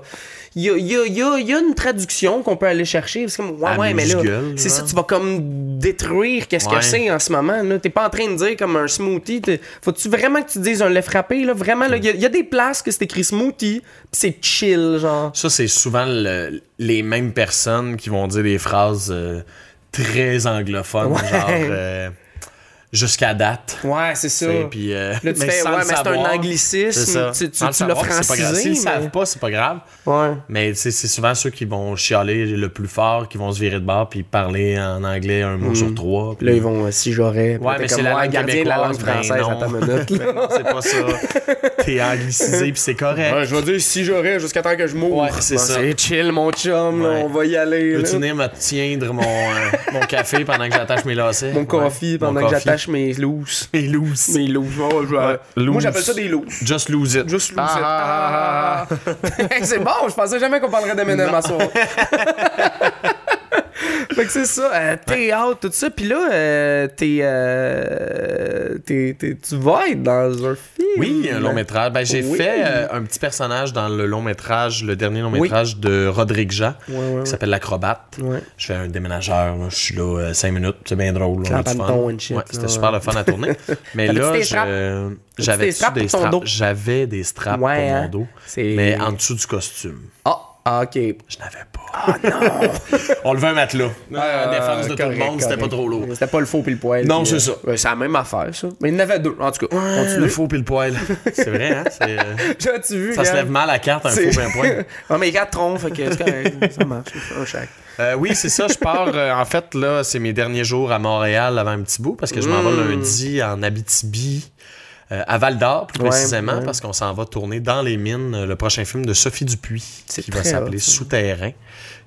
[SPEAKER 2] il y, a, il y a- il y a- il y a une traduction qu'on peut aller chercher. C'est comme, ouais,
[SPEAKER 3] À
[SPEAKER 2] ouais, mais là,
[SPEAKER 3] Amuse-Gueule,
[SPEAKER 2] c'est
[SPEAKER 3] genre.
[SPEAKER 2] ça, tu vas comme détruire qu'est-ce que
[SPEAKER 3] Ouais.
[SPEAKER 2] c'est en ce moment. Là. T'es pas en train de dire comme un smoothie. t'es- Faut-tu vraiment que tu dises un lait frappé? Là? Vraiment, là, il y, a- il y a des places que c'est écrit smoothie, puis c'est chill, genre.
[SPEAKER 3] Ça, c'est souvent le- les mêmes personnes qui vont dire des phrases euh, très anglophones,
[SPEAKER 2] Ouais.
[SPEAKER 3] genre euh, jusqu'à date.
[SPEAKER 2] Ouais, c'est
[SPEAKER 3] tu
[SPEAKER 2] ça.
[SPEAKER 3] sais, Puis, euh,
[SPEAKER 2] Là, tu
[SPEAKER 3] mais
[SPEAKER 2] fais,
[SPEAKER 3] sans
[SPEAKER 2] ouais,
[SPEAKER 3] le
[SPEAKER 2] mais c'est
[SPEAKER 3] savoir,
[SPEAKER 2] un anglicisme.
[SPEAKER 3] c'est ça.
[SPEAKER 2] Tu, tu,
[SPEAKER 3] Sans le
[SPEAKER 2] tu l'as
[SPEAKER 3] savoir, c'est pas grave.
[SPEAKER 2] francisé.
[SPEAKER 3] S'ils
[SPEAKER 2] mais-
[SPEAKER 3] savent pas, c'est pas grave.
[SPEAKER 2] Ouais.
[SPEAKER 3] Mais tu sais, c'est souvent ceux qui vont chialer le plus fort, qui vont se virer de bord puis parler en anglais un mot sur trois.
[SPEAKER 2] Puis Hmm. là, ils vont, euh, si j'aurais. puis
[SPEAKER 3] Ouais,
[SPEAKER 2] t'es
[SPEAKER 3] mais
[SPEAKER 2] comme,
[SPEAKER 3] c'est la langue
[SPEAKER 2] gardien de la langue
[SPEAKER 3] québécoise,
[SPEAKER 2] française,
[SPEAKER 3] ben
[SPEAKER 2] attends
[SPEAKER 3] non.
[SPEAKER 2] une minute. là.
[SPEAKER 3] c'est pas ça.
[SPEAKER 2] (laughs)
[SPEAKER 3] T'es anglicisé puis c'est correct.
[SPEAKER 2] Ouais, je vais dire si j'aurais jusqu'à temps que je mourre.
[SPEAKER 3] Ouais, c'est ça.
[SPEAKER 2] C'est chill, mon chum, là,
[SPEAKER 3] Ouais.
[SPEAKER 2] on va y aller.
[SPEAKER 3] Peux-tu
[SPEAKER 2] là.
[SPEAKER 3] venir me tiendre mon, euh, mon café pendant que j'attache mes lacets?
[SPEAKER 2] Mon
[SPEAKER 3] Ouais.
[SPEAKER 2] coffee pendant
[SPEAKER 3] Mon
[SPEAKER 2] que
[SPEAKER 3] coffee.
[SPEAKER 2] j'attache mes looses.
[SPEAKER 3] Mes loose.
[SPEAKER 2] Mes looses. Ouais, ouais, je vais-
[SPEAKER 3] loose.
[SPEAKER 2] Moi, j'appelle ça des looses.
[SPEAKER 3] Just lose it.
[SPEAKER 2] Juste looses.
[SPEAKER 3] Ah.
[SPEAKER 2] (laughs) c'est bon, je pensais jamais qu'on parlerait d'Eminem à
[SPEAKER 3] (laughs)
[SPEAKER 2] soir. Fait que c'est ça, euh, théâtre, tout ça. Puis là, euh, t'es, euh, t'es- t'es- tu vas être dans un film.
[SPEAKER 3] Oui, un long métrage. Ben, j'ai
[SPEAKER 2] Oui.
[SPEAKER 3] fait euh, un petit personnage dans le long métrage, le dernier long métrage de Rodrigue Jean,
[SPEAKER 2] Ouais, ouais,
[SPEAKER 3] qui s'appelle L'acrobate.
[SPEAKER 2] ouais.
[SPEAKER 3] Je fais un déménageur, là. je suis là 5 minutes, c'est bien drôle. on a
[SPEAKER 2] Clap
[SPEAKER 3] du
[SPEAKER 2] and
[SPEAKER 3] fun.
[SPEAKER 2] toe and shit,
[SPEAKER 3] Ouais,
[SPEAKER 2] là,
[SPEAKER 3] c'était
[SPEAKER 2] ouais.
[SPEAKER 3] super le fun
[SPEAKER 2] (laughs)
[SPEAKER 3] à tourner. Mais
[SPEAKER 2] T'avais-tu
[SPEAKER 3] là,
[SPEAKER 2] des
[SPEAKER 3] je- euh,
[SPEAKER 2] straps?
[SPEAKER 3] j'avais
[SPEAKER 2] des straps
[SPEAKER 3] des
[SPEAKER 2] pour ton
[SPEAKER 3] straps.
[SPEAKER 2] dos?
[SPEAKER 3] J'avais des straps
[SPEAKER 2] Ouais,
[SPEAKER 3] pour
[SPEAKER 2] hein.
[SPEAKER 3] mon dos,
[SPEAKER 2] C'est-
[SPEAKER 3] mais en dessous du costume.
[SPEAKER 2] Ah, Ah, ok.
[SPEAKER 3] Je n'avais pas. Ah non! (laughs) On levait un matelas.
[SPEAKER 2] Ah,
[SPEAKER 3] en défense de tout le
[SPEAKER 2] correct,
[SPEAKER 3] monde, c'était pas
[SPEAKER 2] correct.
[SPEAKER 3] trop lourd.
[SPEAKER 2] C'était pas le faux puis le poil.
[SPEAKER 3] Non,
[SPEAKER 2] puis,
[SPEAKER 3] c'est
[SPEAKER 2] euh, ouais, c'est la même affaire, ça. Mais il y en avait deux, en tout cas.
[SPEAKER 3] le faux pis le poil. C'est vrai, hein? C'est,
[SPEAKER 2] (laughs)
[SPEAKER 3] euh,
[SPEAKER 2] As-tu vu?
[SPEAKER 3] Ça se
[SPEAKER 2] Yann?
[SPEAKER 3] lève mal à carte, un faux
[SPEAKER 2] C'est-
[SPEAKER 3] pis un poil.
[SPEAKER 2] Ah, mais il y a quatre troncs, fait que c'est
[SPEAKER 3] (laughs)
[SPEAKER 2] correct. ça marche. Un chaque.
[SPEAKER 3] Euh, oui, c'est ça.
[SPEAKER 2] (laughs)
[SPEAKER 3] Je pars. euh, en fait, là, c'est mes derniers jours à Montréal avant un petit bout parce que je m'en
[SPEAKER 2] Mm.
[SPEAKER 3] vais lundi en Abitibi, euh, à Val d'Or plus
[SPEAKER 2] Ouais,
[SPEAKER 3] précisément,
[SPEAKER 2] ouais.
[SPEAKER 3] parce qu'on s'en va tourner dans les mines euh, le prochain film de Sophie Dupuis
[SPEAKER 2] C'est
[SPEAKER 3] qui va
[SPEAKER 2] très
[SPEAKER 3] s'appeler
[SPEAKER 2] hot, ça.
[SPEAKER 3] Souterrain.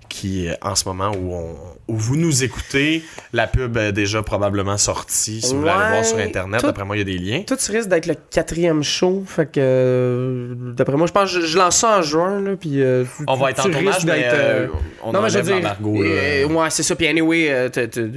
[SPEAKER 3] Qui, euh, en ce moment où, on- où vous nous écoutez, la pub est déjà probablement sortie. Si vous voulez aller voir sur
[SPEAKER 2] Ouais,
[SPEAKER 3] Internet,
[SPEAKER 2] tout-
[SPEAKER 3] après moi, il y a des liens.
[SPEAKER 2] Toi, tu risques d'être le quatrième show. Fait que, euh, d'après moi, je pense que je, je lance ça en juin. Là, puis, euh, tu-
[SPEAKER 3] On va être
[SPEAKER 2] tu
[SPEAKER 3] en tournage,
[SPEAKER 2] risques
[SPEAKER 3] mais
[SPEAKER 2] d'être, euh,
[SPEAKER 3] euh, on
[SPEAKER 2] non, mais je
[SPEAKER 3] enlève
[SPEAKER 2] veux dire.
[SPEAKER 3] l'embargo, là.
[SPEAKER 2] euh, ouais, c'est ça. Puis, anyway, euh, t'as- t'as- t'as-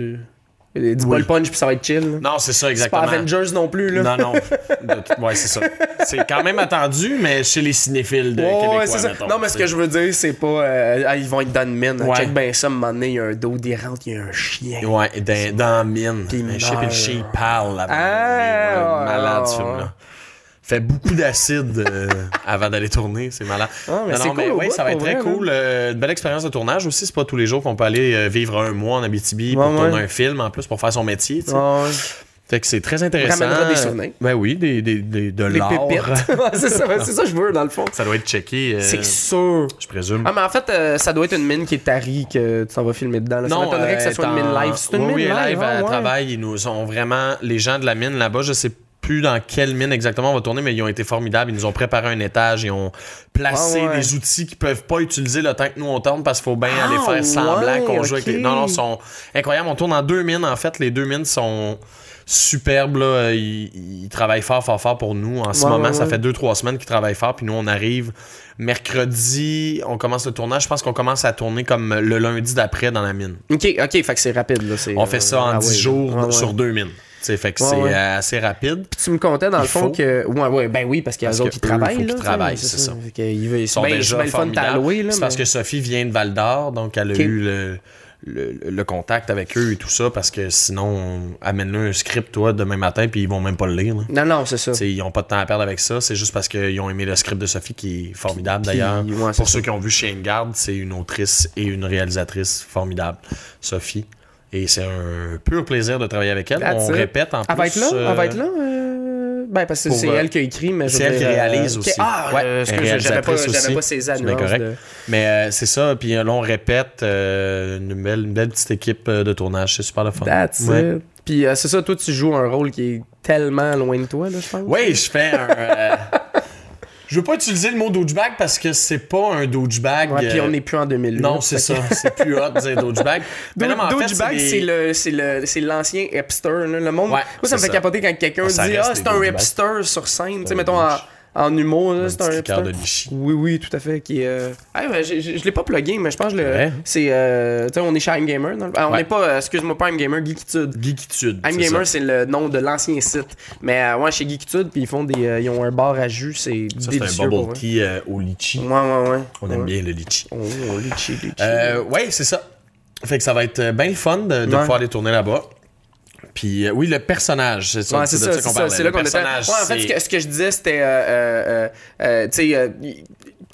[SPEAKER 2] euh, dis pas le punch, puis ça va être chill. là.
[SPEAKER 3] Non, c'est ça,
[SPEAKER 2] c'est pas
[SPEAKER 3] exactement.
[SPEAKER 2] Avengers non plus. Là.
[SPEAKER 3] Non, non. De- ouais, c'est ça. C'est quand même attendu, mais chez les cinéphiles de
[SPEAKER 2] Ouais,
[SPEAKER 3] Québécois,
[SPEAKER 2] ouais, c'est ça.
[SPEAKER 3] mettons.
[SPEAKER 2] non, mais ce que je veux dire, c'est pas. euh, ah, ils vont être dans une mine.
[SPEAKER 3] Ouais.
[SPEAKER 2] Check ben ça, un moment donné, il y a un dos d'érante, il y a un chien.
[SPEAKER 3] Ouais, et dans, dans la mine.
[SPEAKER 2] Puis
[SPEAKER 3] Un
[SPEAKER 2] il
[SPEAKER 3] chip et le
[SPEAKER 2] meurt.
[SPEAKER 3] chien, il parle. là-bas.
[SPEAKER 2] Ah,
[SPEAKER 3] Ouais, malade, ce
[SPEAKER 2] ouais, ouais.
[SPEAKER 3] film-là. Fait beaucoup d'acide euh, avant d'aller tourner, c'est malade.
[SPEAKER 2] Ah, mais
[SPEAKER 3] non,
[SPEAKER 2] c'est
[SPEAKER 3] non, mais
[SPEAKER 2] cool,
[SPEAKER 3] ouais,
[SPEAKER 2] ouais,
[SPEAKER 3] ça va être
[SPEAKER 2] pour
[SPEAKER 3] très
[SPEAKER 2] vrai, là.
[SPEAKER 3] cool. Euh, une belle expérience de tournage aussi. C'est pas tous les jours qu'on peut aller euh, vivre un mois en Abitibi
[SPEAKER 2] Ouais,
[SPEAKER 3] pour tourner
[SPEAKER 2] ouais.
[SPEAKER 3] un film, en plus, pour faire son métier. tu sais.
[SPEAKER 2] Ouais.
[SPEAKER 3] Fait que c'est très intéressant.
[SPEAKER 2] Ramènera des souvenirs.
[SPEAKER 3] Ben oui, des, des, des- de
[SPEAKER 2] Les
[SPEAKER 3] l'art.
[SPEAKER 2] pépites. (laughs) Ouais, c'est ça, ouais, c'est ça que je veux, dans le fond.
[SPEAKER 3] Ça doit être checké, euh,
[SPEAKER 2] C'est sûr.
[SPEAKER 3] je présume.
[SPEAKER 2] Ah, mais en fait, euh, ça doit être une mine qui est tarie que tu t'en vas filmer dedans. là. ça m'étonnerait que
[SPEAKER 3] euh,
[SPEAKER 2] ça soit une
[SPEAKER 3] elle est
[SPEAKER 2] mine
[SPEAKER 3] en-
[SPEAKER 2] live. C'est une
[SPEAKER 3] oui,
[SPEAKER 2] mine
[SPEAKER 3] oui, elle est
[SPEAKER 2] live.
[SPEAKER 3] live,
[SPEAKER 2] ah,
[SPEAKER 3] elle
[SPEAKER 2] ouais.
[SPEAKER 3] travaille. Ils nous ont vraiment. Les gens de la mine là-bas, je sais plus dans quelle mine exactement on va tourner, mais ils ont été formidables. Ils nous ont préparé un étage. Ils ont placé
[SPEAKER 2] Ah ouais.
[SPEAKER 3] des outils qu'ils peuvent pas utiliser le temps que nous on tourne parce qu'il faut bien
[SPEAKER 2] Ah
[SPEAKER 3] aller faire semblant
[SPEAKER 2] ouais,
[SPEAKER 3] qu'on joue avec
[SPEAKER 2] ok.
[SPEAKER 3] les. Non, non, ils sont incroyables. On tourne en deux mines en fait. Les deux mines sont superbes. là. Ils, ils travaillent fort, fort, fort pour nous. En ce
[SPEAKER 2] Ouais,
[SPEAKER 3] moment,
[SPEAKER 2] ouais,
[SPEAKER 3] ça
[SPEAKER 2] ouais.
[SPEAKER 3] fait deux, trois semaines qu'ils travaillent fort. Puis nous, on arrive mercredi. On commence le tournage. Je pense qu'on commence à tourner comme le lundi d'après dans la mine.
[SPEAKER 2] Ok, ok, fait que c'est rapide. Là, c'est,
[SPEAKER 3] On fait ça
[SPEAKER 2] euh,
[SPEAKER 3] en
[SPEAKER 2] ah
[SPEAKER 3] 10
[SPEAKER 2] ouais,
[SPEAKER 3] jours
[SPEAKER 2] ouais, ouais.
[SPEAKER 3] sur 2000. T'sais, fait que
[SPEAKER 2] Ouais,
[SPEAKER 3] c'est
[SPEAKER 2] ouais.
[SPEAKER 3] euh, assez rapide.
[SPEAKER 2] Puis tu me contais, dans le
[SPEAKER 3] Il
[SPEAKER 2] fond,
[SPEAKER 3] faut.
[SPEAKER 2] que. Ouais, ouais, ben oui, parce qu'il y a
[SPEAKER 3] Parce
[SPEAKER 2] eux autres
[SPEAKER 3] que
[SPEAKER 2] qui
[SPEAKER 3] eux,
[SPEAKER 2] travaillent.
[SPEAKER 3] faut
[SPEAKER 2] là,
[SPEAKER 3] qu'ils
[SPEAKER 2] tu sais,
[SPEAKER 3] travaillent,
[SPEAKER 2] c'est
[SPEAKER 3] c'est
[SPEAKER 2] ça.
[SPEAKER 3] ça.
[SPEAKER 2] Fait que ils veulent-
[SPEAKER 3] Ils sont
[SPEAKER 2] ben,
[SPEAKER 3] déjà
[SPEAKER 2] c'est bien le fun de
[SPEAKER 3] formidables.
[SPEAKER 2] t'allouer, là,
[SPEAKER 3] C'est parce
[SPEAKER 2] mais-
[SPEAKER 3] que Sophie vient de Val d'Or, donc elle a
[SPEAKER 2] Ok.
[SPEAKER 3] eu le, le- le contact avec eux et tout ça, parce que sinon, on- amène-le un script, toi, demain matin, puis ils vont même pas le lire. là.
[SPEAKER 2] Non, non, c'est ça.
[SPEAKER 3] T'sais, Ils n'ont pas de temps à perdre avec ça, c'est juste parce qu'ils ont aimé le script de Sophie qui est formidable
[SPEAKER 2] Puis-
[SPEAKER 3] d'ailleurs.
[SPEAKER 2] ouais, c'est
[SPEAKER 3] Pour ceux qui ont vu Chien de garde, c'est une autrice et une réalisatrice formidable, Sophie. Et c'est un pur plaisir de travailler avec elle.
[SPEAKER 2] That's
[SPEAKER 3] on
[SPEAKER 2] it.
[SPEAKER 3] répète en
[SPEAKER 2] Elle va
[SPEAKER 3] plus.
[SPEAKER 2] être là?
[SPEAKER 3] euh,
[SPEAKER 2] Elle va être là? euh, Ben, parce que
[SPEAKER 3] pour,
[SPEAKER 2] c'est
[SPEAKER 3] euh,
[SPEAKER 2] elle qui a écrit, mais je
[SPEAKER 3] c'est
[SPEAKER 2] veux
[SPEAKER 3] elle qui
[SPEAKER 2] dire, euh,
[SPEAKER 3] réalise
[SPEAKER 2] ok,
[SPEAKER 3] aussi.
[SPEAKER 2] Ah,
[SPEAKER 3] Ouais,
[SPEAKER 2] euh,
[SPEAKER 3] elle
[SPEAKER 2] excuse, j'avais pas,
[SPEAKER 3] réalisatrice
[SPEAKER 2] j'avais pas
[SPEAKER 3] aussi.
[SPEAKER 2] ces
[SPEAKER 3] C'est bien
[SPEAKER 2] nuances
[SPEAKER 3] correct.
[SPEAKER 2] de-
[SPEAKER 3] Mais euh, c'est ça, puis euh, là on répète euh, une, belle, une belle petite équipe euh, de tournage, c'est super le fun.
[SPEAKER 2] That's
[SPEAKER 3] ouais.
[SPEAKER 2] it. Puis euh, c'est ça, toi, tu joues un rôle qui est tellement loin de toi, là, je pense.
[SPEAKER 3] Oui, je fais un.
[SPEAKER 2] (laughs)
[SPEAKER 3] euh, je veux pas utiliser le mot douchebag parce que c'est pas un douchebag.
[SPEAKER 2] Ouais, puis
[SPEAKER 3] euh,
[SPEAKER 2] on n'est plus en 2008.
[SPEAKER 3] Non, c'est ça, c'est plus hot de
[SPEAKER 2] (laughs)
[SPEAKER 3] dire douchebag. Mais non, mais en fait,
[SPEAKER 2] Douchebag,
[SPEAKER 3] des-
[SPEAKER 2] c'est le- c'est le- c'est l'ancien hipster. là. Le monde.
[SPEAKER 3] Ouais,
[SPEAKER 2] Moi, ça me
[SPEAKER 3] c'est
[SPEAKER 2] fait
[SPEAKER 3] ça.
[SPEAKER 2] capoter quand quelqu'un
[SPEAKER 3] Ça
[SPEAKER 2] dit
[SPEAKER 3] reste
[SPEAKER 2] Ah,
[SPEAKER 3] des
[SPEAKER 2] c'est un
[SPEAKER 3] douchebags.
[SPEAKER 2] hipster sur scène. Tu sais,
[SPEAKER 3] Ouais,
[SPEAKER 2] mettons en,
[SPEAKER 3] douche.
[SPEAKER 2] en humour, là, c'est
[SPEAKER 3] petit
[SPEAKER 2] un
[SPEAKER 3] cliqueur
[SPEAKER 2] hipster.
[SPEAKER 3] de lichi.
[SPEAKER 2] Oui, oui, tout à fait. Qui, est, euh... ah, ouais, je, je- je l'ai pas plugué, mais je pense que le-
[SPEAKER 3] Ouais.
[SPEAKER 2] c'est. euh, Tu sais, on est chez I'm Gamer. dans le- ah, on n'est
[SPEAKER 3] Ouais.
[SPEAKER 2] pas, euh, excuse-moi, pas I'm Gamer, Geekitude.
[SPEAKER 3] Geekitude.
[SPEAKER 2] I'm
[SPEAKER 3] c'est
[SPEAKER 2] Gamer,
[SPEAKER 3] ça.
[SPEAKER 2] c'est le nom de l'ancien site. Mais euh, ouais, chez Geekitude, puis ils font des. euh, ils ont un bar à jus, c'est
[SPEAKER 3] Ça, c'est
[SPEAKER 2] délicieux.
[SPEAKER 3] un
[SPEAKER 2] pour
[SPEAKER 3] bubble
[SPEAKER 2] vrai.
[SPEAKER 3] tea euh, au litchi.
[SPEAKER 2] Ouais, ouais, ouais.
[SPEAKER 3] On aime
[SPEAKER 2] Ouais.
[SPEAKER 3] bien le litchi.
[SPEAKER 2] Oh, oh, litchi, litchi.
[SPEAKER 3] Euh, ouais, c'est ça. Fait que ça va être euh, bien le fun de, de
[SPEAKER 2] Ouais.
[SPEAKER 3] pouvoir aller tourner là-bas. Puis euh, oui, le personnage, c'est ça,
[SPEAKER 2] Ouais,
[SPEAKER 3] c'est
[SPEAKER 2] c'est ça,
[SPEAKER 3] de ça
[SPEAKER 2] c'est
[SPEAKER 3] qu'on
[SPEAKER 2] ça,
[SPEAKER 3] parlait.
[SPEAKER 2] c'est là
[SPEAKER 3] Le
[SPEAKER 2] qu'on était. Ouais,
[SPEAKER 3] personnage,
[SPEAKER 2] en fait,
[SPEAKER 3] c'est-
[SPEAKER 2] ce que, ce que je disais, c'était, euh, euh, euh, tu sais, euh, y-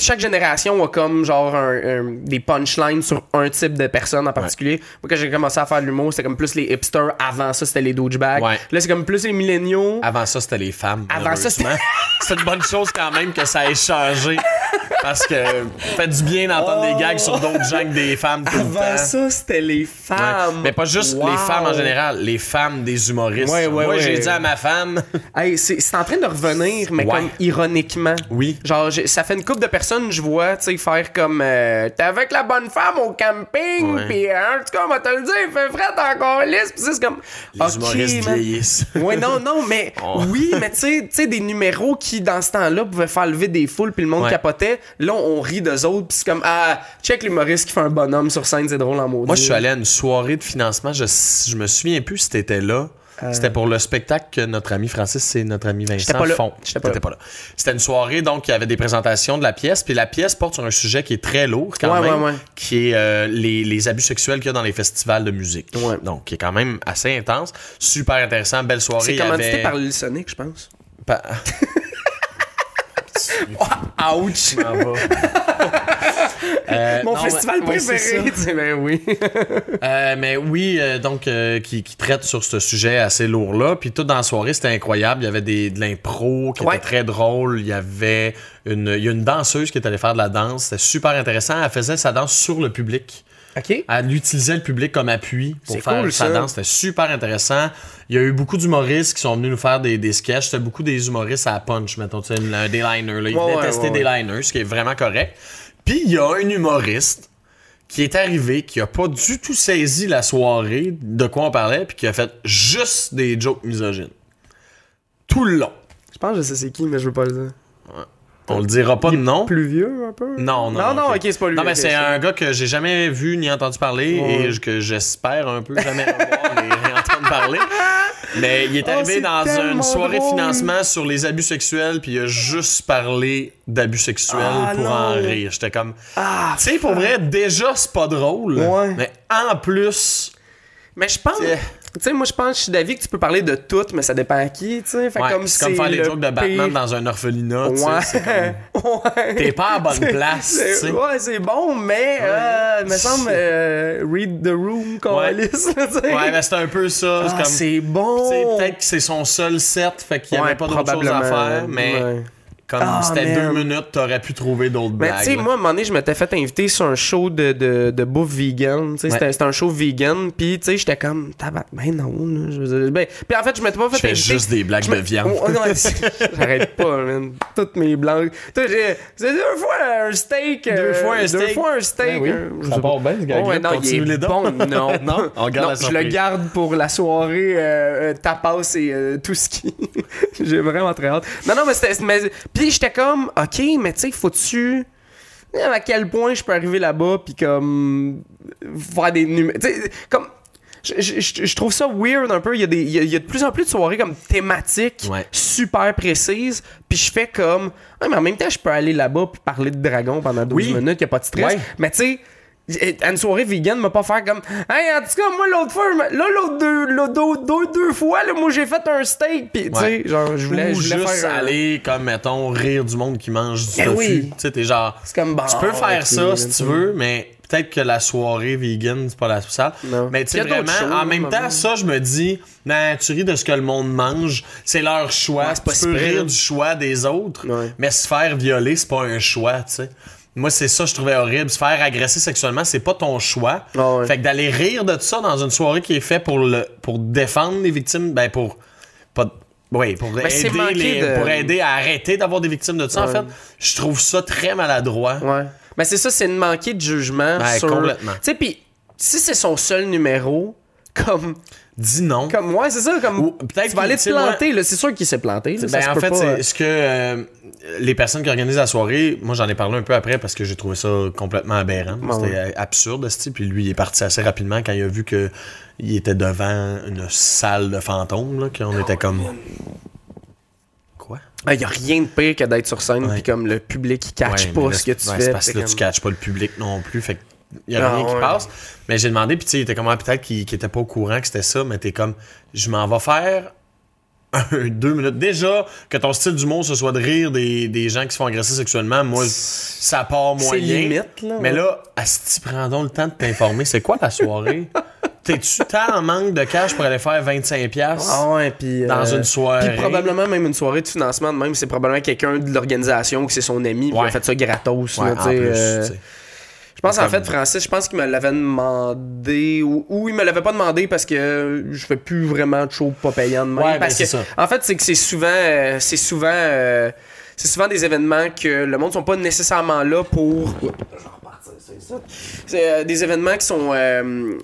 [SPEAKER 2] chaque génération a comme genre un- un- des punchlines sur un type de personne en particulier. Moi, quand j'ai commencé à faire de l'humour, c'était comme plus les hipsters. Avant ça, c'était les douchebags.
[SPEAKER 3] Ouais.
[SPEAKER 2] Là, c'est comme plus les milléniaux.
[SPEAKER 3] Avant ça, c'était les femmes.
[SPEAKER 2] Avant ça, c'était-
[SPEAKER 3] malheureusement.
[SPEAKER 2] (laughs)
[SPEAKER 3] c'est une bonne chose quand même que ça ait changé. Parce que fait du bien d'entendre des gags sur d'autres gens que des femmes tout le temps.
[SPEAKER 2] Oh. Avant ça, c'était les
[SPEAKER 3] Ouais.
[SPEAKER 2] femmes.
[SPEAKER 3] Mais pas juste les
[SPEAKER 2] Wow.
[SPEAKER 3] femmes en général, les femmes des humoristes.
[SPEAKER 2] Ouais, ouais,
[SPEAKER 3] Moi,
[SPEAKER 2] ouais.
[SPEAKER 3] j'ai dit à ma femme,
[SPEAKER 2] Hey, c'est c'est en train de revenir, mais
[SPEAKER 3] Ouais.
[SPEAKER 2] comme ironiquement.
[SPEAKER 3] Oui.
[SPEAKER 2] Genre, j'ai- ça fait une couple de personnes, je vois, tu sais, faire comme euh, T'es avec la bonne femme au camping,
[SPEAKER 3] Ouais.
[SPEAKER 2] pis euh, en tout cas, on va te le dire, il fait frais, t'es encore lisse, pis c'est comme.
[SPEAKER 3] les humoristes vieillissent.
[SPEAKER 2] Ouais, non, non,
[SPEAKER 3] (laughs)
[SPEAKER 2] mais
[SPEAKER 3] Oh.
[SPEAKER 2] oui, mais tu sais- tu sais, des numéros qui, dans ce temps-là, pouvaient faire lever des foules, puis le monde
[SPEAKER 3] Ouais.
[SPEAKER 2] capotait. Là, on rit d'eux autres, pis c'est comme, ah, check l'humoriste qui fait un bonhomme sur scène, c'est drôle en maudit.
[SPEAKER 3] Moi, je suis allé à une soirée de financement. Je, je me souviens plus si t'étais là. C'était pour le spectacle que notre ami Francis et notre ami Vincent
[SPEAKER 2] pas là.
[SPEAKER 3] font.
[SPEAKER 2] Euh. J'étais pas là.
[SPEAKER 3] T'étais pas là. C'était une soirée, donc il y avait des présentations de la pièce. Puis la pièce porte sur un sujet qui est très lourd quand
[SPEAKER 2] Ouais,
[SPEAKER 3] même,
[SPEAKER 2] ouais, ouais.
[SPEAKER 3] qui est euh, les, les abus sexuels qu'il y a dans les festivals de musique.
[SPEAKER 2] Ouais.
[SPEAKER 3] Donc, qui est quand même assez intense. Super intéressant, belle soirée.
[SPEAKER 2] C'est
[SPEAKER 3] Il y avait-
[SPEAKER 2] commandité par le Sonic, je pense.
[SPEAKER 3] Pa- (laughs)
[SPEAKER 2] Ouch! (laughs)
[SPEAKER 3] M'en va. Euh,
[SPEAKER 2] Mon
[SPEAKER 3] non,
[SPEAKER 2] festival
[SPEAKER 3] mais- ouais, c'est
[SPEAKER 2] préféré.
[SPEAKER 3] ça.
[SPEAKER 2] tu sais, ben oui.
[SPEAKER 3] Euh, mais oui, euh, donc, euh, qui, qui traite sur ce sujet assez lourd-là. Puis tout dans la soirée, c'était incroyable. Il y avait des, de l'impro qui
[SPEAKER 2] Ouais.
[SPEAKER 3] était très drôle. Il y avait une, il y a une danseuse qui est allée faire de la danse. C'était super intéressant. Elle faisait sa danse sur le public.
[SPEAKER 2] OK.
[SPEAKER 3] Elle utilisait le public comme appui pour
[SPEAKER 2] C'est
[SPEAKER 3] faire
[SPEAKER 2] cool,
[SPEAKER 3] sa
[SPEAKER 2] ça.
[SPEAKER 3] danse. C'était super intéressant. Il y a eu beaucoup d'humoristes qui sont venus nous faire des, des sketchs. C'était beaucoup des humoristes à la punch, mettons, tu sais, une- un- des liners. là. Ils
[SPEAKER 2] Ouais,
[SPEAKER 3] venaient
[SPEAKER 2] ouais,
[SPEAKER 3] tester
[SPEAKER 2] ouais,
[SPEAKER 3] des liners, ce qui est vraiment correct. Puis il y a un humoriste qui est arrivé, qui a pas du tout saisi la soirée de quoi on parlait, puis qui a fait juste des jokes misogynes. Tout le long.
[SPEAKER 2] Je pense que je sais c'est qui, mais je veux pas le dire.
[SPEAKER 3] On le dira pas de nom.
[SPEAKER 2] Plus vieux, un peu?
[SPEAKER 3] Non, non,
[SPEAKER 2] Non, non,
[SPEAKER 3] ok.
[SPEAKER 2] ok, c'est pas lui.
[SPEAKER 3] Non, mais
[SPEAKER 2] ok,
[SPEAKER 3] c'est
[SPEAKER 2] ça.
[SPEAKER 3] un gars que j'ai jamais vu ni entendu parler
[SPEAKER 2] Ouais.
[SPEAKER 3] et je- que j'espère un peu jamais revoir ni (laughs) entendre parler. Mais il est
[SPEAKER 2] Oh,
[SPEAKER 3] arrivé
[SPEAKER 2] c'est
[SPEAKER 3] dans une
[SPEAKER 2] tellement
[SPEAKER 3] soirée de
[SPEAKER 2] drôle.
[SPEAKER 3] financement sur les abus sexuels, puis il a juste parlé d'abus sexuels
[SPEAKER 2] Ah,
[SPEAKER 3] pour
[SPEAKER 2] non.
[SPEAKER 3] en rire. J'étais comme.
[SPEAKER 2] Ah,
[SPEAKER 3] Tu sais, pour vrai, déjà, c'est pas drôle.
[SPEAKER 2] Ouais.
[SPEAKER 3] Mais en plus.
[SPEAKER 2] Mais je pense.
[SPEAKER 3] C'est-
[SPEAKER 2] Tu sais, moi, je pense, je suis d'avis que tu peux parler de tout, mais ça dépend à qui, tu sais. Fait
[SPEAKER 3] ouais,
[SPEAKER 2] comme
[SPEAKER 3] c'est comme faire
[SPEAKER 2] les
[SPEAKER 3] des jokes de Batman dans un orphelinat. tu sais, c'est comme-
[SPEAKER 2] (laughs) Ouais.
[SPEAKER 3] T'es pas à
[SPEAKER 2] (laughs)
[SPEAKER 3] bonne
[SPEAKER 2] C'est-
[SPEAKER 3] place,
[SPEAKER 2] c'est-
[SPEAKER 3] tu sais.
[SPEAKER 2] Ouais, c'est bon, mais euh, me semble
[SPEAKER 3] C'est-
[SPEAKER 2] euh, read the room qu'on
[SPEAKER 3] Ouais.
[SPEAKER 2] lisse, tu sais.
[SPEAKER 3] Ouais, mais c'est un peu ça.
[SPEAKER 2] Ah,
[SPEAKER 3] c'est comme.
[SPEAKER 2] c'est bon.
[SPEAKER 3] Tu sais, peut-être que c'est son seul set, fait qu'il n'y
[SPEAKER 2] Ouais,
[SPEAKER 3] avait pas d'autre chose à
[SPEAKER 2] probablement,
[SPEAKER 3] faire, mais
[SPEAKER 2] ouais.
[SPEAKER 3] comme
[SPEAKER 2] Ah,
[SPEAKER 3] c'était
[SPEAKER 2] man.
[SPEAKER 3] deux minutes, t'aurais pu trouver d'autres
[SPEAKER 2] Mais
[SPEAKER 3] blagues.
[SPEAKER 2] Ben, tu sais,
[SPEAKER 3] là.
[SPEAKER 2] moi, à un moment donné, je m'étais fait inviter sur un show de, de, de bouffe vegan. Tu sais,
[SPEAKER 3] Ouais.
[SPEAKER 2] C'était c'était un show vegan. Puis, tu sais, j'étais comme, tabac, ben non. là, je veux dire, ben- Puis, en fait, je m'étais pas fait
[SPEAKER 3] je fais
[SPEAKER 2] inviter.
[SPEAKER 3] juste des blagues
[SPEAKER 2] Je
[SPEAKER 3] de
[SPEAKER 2] me-
[SPEAKER 3] viande.
[SPEAKER 2] (laughs) Oh, non, c'est- J'arrête pas, man. Toutes mes blagues. Tu sais, j'ai- C'est deux fois un steak. euh,
[SPEAKER 3] fois un steak.
[SPEAKER 2] Deux fois un steak.
[SPEAKER 3] Ben oui.
[SPEAKER 2] euh, je
[SPEAKER 3] Ça
[SPEAKER 2] sais
[SPEAKER 3] part
[SPEAKER 2] pas.
[SPEAKER 3] bien, ce gag-là.
[SPEAKER 2] Ouais, non, il est
[SPEAKER 3] Continue-les donc.
[SPEAKER 2] bon, non.
[SPEAKER 3] (laughs) Non, on garde la
[SPEAKER 2] je le
[SPEAKER 3] surprise.
[SPEAKER 2] garde pour la soirée euh, euh, tapas et euh, tout ce qui. (laughs) J'ai vraiment très hâte. Non, non, mais c'était. mais- Puis j'étais comme, OK, mais tu sais, faut-tu. À quel point je peux arriver là-bas, puis comme. Faire des numéros. Tu sais, comme. Je, je- je- je trouve ça weird un peu. Il y, a des, il, y a, il y a de plus en plus de soirées comme thématiques,
[SPEAKER 3] Ouais.
[SPEAKER 2] super précises. Puis je fais comme. Ah, mais en même temps, je peux aller là-bas puis parler de dragon pendant 12
[SPEAKER 3] Oui.
[SPEAKER 2] minutes, il a pas de stress.
[SPEAKER 3] Ouais.
[SPEAKER 2] Mais tu sais, j- à une soirée vegan, m'a pas faire comme. Hey, en tout cas, moi, l'autre fois, je me- là, l'autre deux, l'autre deux, deux, deux fois, là, moi, j'ai fait un steak. Puis tu sais,
[SPEAKER 3] Ouais.
[SPEAKER 2] genre, je voulais,
[SPEAKER 3] Ou
[SPEAKER 2] je voulais
[SPEAKER 3] juste
[SPEAKER 2] faire. un-
[SPEAKER 3] aller, comme, mettons, rire du monde qui mange du
[SPEAKER 2] Ben
[SPEAKER 3] tofu.
[SPEAKER 2] oui.
[SPEAKER 3] Tu sais, t'es genre...
[SPEAKER 2] C'est comme bon,
[SPEAKER 3] Tu peux faire
[SPEAKER 2] Bah, ah, ok,
[SPEAKER 3] ça si
[SPEAKER 2] là,
[SPEAKER 3] tu veux, mais peut-être que la soirée vegan, c'est pas la salle.
[SPEAKER 2] Non.
[SPEAKER 3] Mais tu sais,
[SPEAKER 2] Il y a d'autres
[SPEAKER 3] vraiment,
[SPEAKER 2] shows,
[SPEAKER 3] en même
[SPEAKER 2] là,
[SPEAKER 3] temps,
[SPEAKER 2] maman.
[SPEAKER 3] ça, je me dis, ben, tu ris de ce que le monde mange, c'est leur choix.
[SPEAKER 2] Ouais, c'est pas
[SPEAKER 3] tu
[SPEAKER 2] si
[SPEAKER 3] peux
[SPEAKER 2] pire.
[SPEAKER 3] rire du choix des autres,
[SPEAKER 2] Ouais.
[SPEAKER 3] mais se faire violer, c'est pas un choix, tu sais. Moi, c'est ça que je trouvais horrible. Se faire agresser sexuellement, c'est pas ton choix.
[SPEAKER 2] Ah ouais.
[SPEAKER 3] Fait que d'aller rire de ça dans une soirée qui est faite pour, le, pour défendre les victimes, ben pour. Pas, oui, pour,
[SPEAKER 2] Ben, c'est
[SPEAKER 3] aider
[SPEAKER 2] manqué
[SPEAKER 3] les-
[SPEAKER 2] de-
[SPEAKER 3] pour aider à arrêter d'avoir des victimes de ça, en
[SPEAKER 2] Ouais.
[SPEAKER 3] fait, je trouve ça très maladroit.
[SPEAKER 2] Ouais. Mais c'est ça, c'est de manquer de jugement
[SPEAKER 3] Ouais,
[SPEAKER 2] sur.
[SPEAKER 3] complètement.
[SPEAKER 2] Tu sais, puis si c'est son seul numéro, comme.
[SPEAKER 3] Dis non.
[SPEAKER 2] Comme, ouais, c'est ça, comme.
[SPEAKER 3] Ou peut-être
[SPEAKER 2] tu vas
[SPEAKER 3] qu'il-
[SPEAKER 2] aller
[SPEAKER 3] tu
[SPEAKER 2] te
[SPEAKER 3] sais, moi-
[SPEAKER 2] planter, là. C'est sûr qu'il s'est planté. là, ça
[SPEAKER 3] Ben,
[SPEAKER 2] se
[SPEAKER 3] en
[SPEAKER 2] peut
[SPEAKER 3] fait,
[SPEAKER 2] pas, euh,
[SPEAKER 3] c'est ce que euh, les personnes qui organisent la soirée, moi j'en ai parlé un peu après parce que j'ai trouvé ça complètement aberrant.
[SPEAKER 2] Ouais,
[SPEAKER 3] C'était euh, absurde, ce type. Puis lui, il est parti assez rapidement quand il a vu que il était devant une salle de fantômes, là,
[SPEAKER 2] Ben
[SPEAKER 3] qu'on était comme. Quoi?
[SPEAKER 2] Il n'y a rien de pire que d'être sur scène
[SPEAKER 3] Ouais.
[SPEAKER 2] puis comme le public il catch
[SPEAKER 3] Ouais, mais
[SPEAKER 2] pas
[SPEAKER 3] là,
[SPEAKER 2] ce que tu
[SPEAKER 3] ouais,
[SPEAKER 2] fais.
[SPEAKER 3] C'est parce
[SPEAKER 2] puis
[SPEAKER 3] que là,
[SPEAKER 2] comme-
[SPEAKER 3] tu catches pas le public non plus. Fait qu'il y a
[SPEAKER 2] Ah,
[SPEAKER 3] rien qui
[SPEAKER 2] ouais.
[SPEAKER 3] passe. Mais j'ai demandé, puis tu sais, il était comme, ah, peut-être qu'il qu'il était pas au courant que c'était ça, mais t'es comme, je m'en vais faire un, deux minutes. Déjà, que ton style d'humour, ce soit de rire des, des gens qui se font agresser sexuellement, moi, ça part moyen.
[SPEAKER 2] limite, là,
[SPEAKER 3] Mais
[SPEAKER 2] ouais.
[SPEAKER 3] là, asti, prends donc le temps de t'informer. C'est quoi
[SPEAKER 2] (laughs)
[SPEAKER 3] la soirée? T'es-tu tant en manque de cash pour aller faire 25$? piastres?
[SPEAKER 2] Ah ouais, puis, euh,
[SPEAKER 3] Dans une soirée.
[SPEAKER 2] Puis probablement même une soirée de financement de même, c'est probablement quelqu'un de l'organisation ou que c'est son ami qui
[SPEAKER 3] Ouais.
[SPEAKER 2] a fait ça gratos.
[SPEAKER 3] Ouais,
[SPEAKER 2] là,
[SPEAKER 3] en
[SPEAKER 2] tu sais,
[SPEAKER 3] plus,
[SPEAKER 2] euh,
[SPEAKER 3] tu sais.
[SPEAKER 2] je pense en
[SPEAKER 3] Comme-
[SPEAKER 2] fait, Francis, je pense qu'il me l'avait demandé ou, ou il me l'avait pas demandé parce que je fais plus vraiment de show pas payant de même.
[SPEAKER 3] Ouais, ben,
[SPEAKER 2] parce
[SPEAKER 3] c'est
[SPEAKER 2] que,
[SPEAKER 3] ça.
[SPEAKER 2] En fait, c'est que c'est souvent, euh, c'est souvent, euh, c'est souvent des événements que le monde sont pas nécessairement là pour. C'est euh, des événements qui sont euh,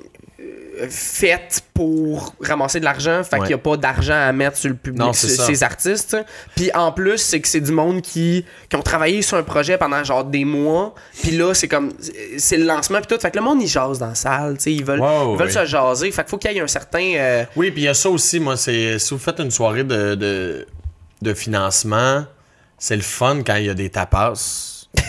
[SPEAKER 2] euh, faits pour ramasser de l'argent, fait
[SPEAKER 3] Ouais.
[SPEAKER 2] qu'il n'y a pas d'argent à mettre sur le public,
[SPEAKER 3] Non, c'est
[SPEAKER 2] sur
[SPEAKER 3] ça.
[SPEAKER 2] ces artistes. tu sais. Puis en plus, c'est que c'est du monde qui, qui ont travaillé sur un projet pendant genre des mois, puis là, c'est comme, c'est le lancement, puis tout. Fait que le monde, il jase dans la salle, tu sais, ils veulent,
[SPEAKER 3] Wow,
[SPEAKER 2] ils veulent
[SPEAKER 3] oui.
[SPEAKER 2] se jaser, fait qu'il faut qu'il y ait un certain... euh,
[SPEAKER 3] Oui, puis il y a ça aussi, moi, c'est si vous faites une soirée de, de,
[SPEAKER 2] (laughs)
[SPEAKER 3] de financement, c'est le fun quand il y a des tapas. puis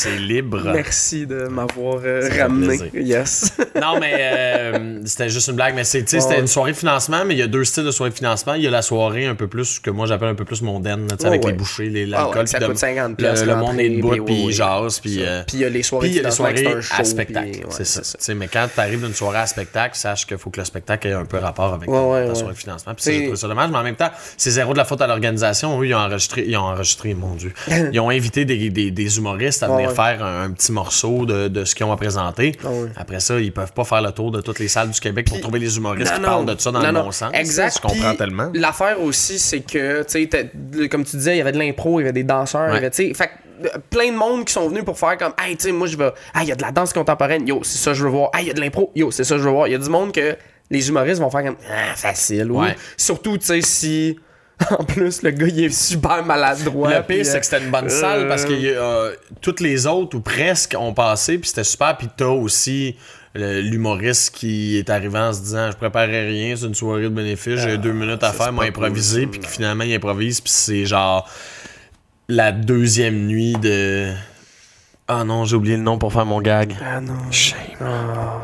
[SPEAKER 3] C'est libre.
[SPEAKER 2] Merci de m'avoir euh,
[SPEAKER 3] Ça fait
[SPEAKER 2] ramené.
[SPEAKER 3] plaisir.
[SPEAKER 2] Yes.
[SPEAKER 3] Non, mais euh, c'était juste une blague. Mais c'est, tu sais, c'était
[SPEAKER 2] Ouais.
[SPEAKER 3] une soirée de financement, mais il y a deux styles de soirée de financement. Il y a la soirée un peu plus, que moi j'appelle un peu plus mondaine, là, tu sais,
[SPEAKER 2] Ouais,
[SPEAKER 3] avec
[SPEAKER 2] ouais.
[SPEAKER 3] les bouchées, les,
[SPEAKER 2] Ah ouais,
[SPEAKER 3] l'alcool.
[SPEAKER 2] que ça
[SPEAKER 3] puis de-
[SPEAKER 2] coûte 50
[SPEAKER 3] le,
[SPEAKER 2] piastres
[SPEAKER 3] le monde est
[SPEAKER 2] l'entrée,
[SPEAKER 3] debout,
[SPEAKER 2] puis
[SPEAKER 3] puis
[SPEAKER 2] oui,
[SPEAKER 3] il jase, puis. euh,
[SPEAKER 2] Puis il y a les soirées
[SPEAKER 3] Puis il y a
[SPEAKER 2] de
[SPEAKER 3] les
[SPEAKER 2] financement, que
[SPEAKER 3] soirées
[SPEAKER 2] c'est un show,
[SPEAKER 3] à
[SPEAKER 2] puis-
[SPEAKER 3] spectacle.
[SPEAKER 2] ouais,
[SPEAKER 3] c'est ça. Tu sais, Mais quand tu arrives d'une soirée à spectacle, sache qu'il faut que le spectacle ait un peu rapport avec
[SPEAKER 2] Ouais,
[SPEAKER 3] ta,
[SPEAKER 2] ouais,
[SPEAKER 3] ta
[SPEAKER 2] ouais.
[SPEAKER 3] soirée de financement. Puis ça,
[SPEAKER 2] C'est-
[SPEAKER 3] j'ai trouvé ça dommage. Mais en même temps, c'est zéro de la faute à l'organisation. Eux, ils ont enregistré, ils ont enregistré,
[SPEAKER 2] (laughs)
[SPEAKER 3] mon Dieu. Ils ont invité des, des- des humoristes à
[SPEAKER 2] Ouais,
[SPEAKER 3] venir
[SPEAKER 2] ouais.
[SPEAKER 3] faire un, un petit morceau de, de ce qu'ils ont à présenter.
[SPEAKER 2] Ah ouais.
[SPEAKER 3] Après ça, ils peuvent pas faire le tour de toutes les salles du Québec pour
[SPEAKER 2] Puis-
[SPEAKER 3] trouver les humoristes
[SPEAKER 2] Non,
[SPEAKER 3] qui
[SPEAKER 2] non.
[SPEAKER 3] parlent de ça dans
[SPEAKER 2] Non,
[SPEAKER 3] le
[SPEAKER 2] non.
[SPEAKER 3] bon sens.
[SPEAKER 2] Exact.
[SPEAKER 3] Je comprends
[SPEAKER 2] Puis
[SPEAKER 3] tellement.
[SPEAKER 2] L'affaire aussi, c'est que, tu sais, t'as- le- comme tu disais, il y avait de l'impro, il y avait des danseurs, il y
[SPEAKER 3] Ouais.
[SPEAKER 2] avait, tu sais, fait que, euh, plein de monde qui sont venus pour faire comme hey tu sais moi je veux ah il y a de la danse contemporaine yo c'est ça que je veux voir ah il y a de l'impro yo c'est ça que je veux voir il y a du monde que les humoristes vont faire comme ah facile oui
[SPEAKER 3] Ouais.
[SPEAKER 2] surtout tu sais si (laughs) en plus le gars il est super maladroit
[SPEAKER 3] le pire,
[SPEAKER 2] puis,
[SPEAKER 3] c'est
[SPEAKER 2] euh,
[SPEAKER 3] que c'était une bonne salle
[SPEAKER 2] euh,
[SPEAKER 3] parce que euh, toutes les autres ou presque ont passé, puis c'était super. Puis t'as aussi le- l'humoriste qui est arrivé en se disant Je préparais rien, c'est une soirée de bénéfice,
[SPEAKER 2] Ah,
[SPEAKER 3] j'ai deux minutes à faire, moi improviser, puis que finalement il improvise, puis c'est genre la deuxième nuit de. Ah non, j'ai oublié le nom pour faire mon gag.
[SPEAKER 2] ah non
[SPEAKER 3] Shame.
[SPEAKER 2] Ah,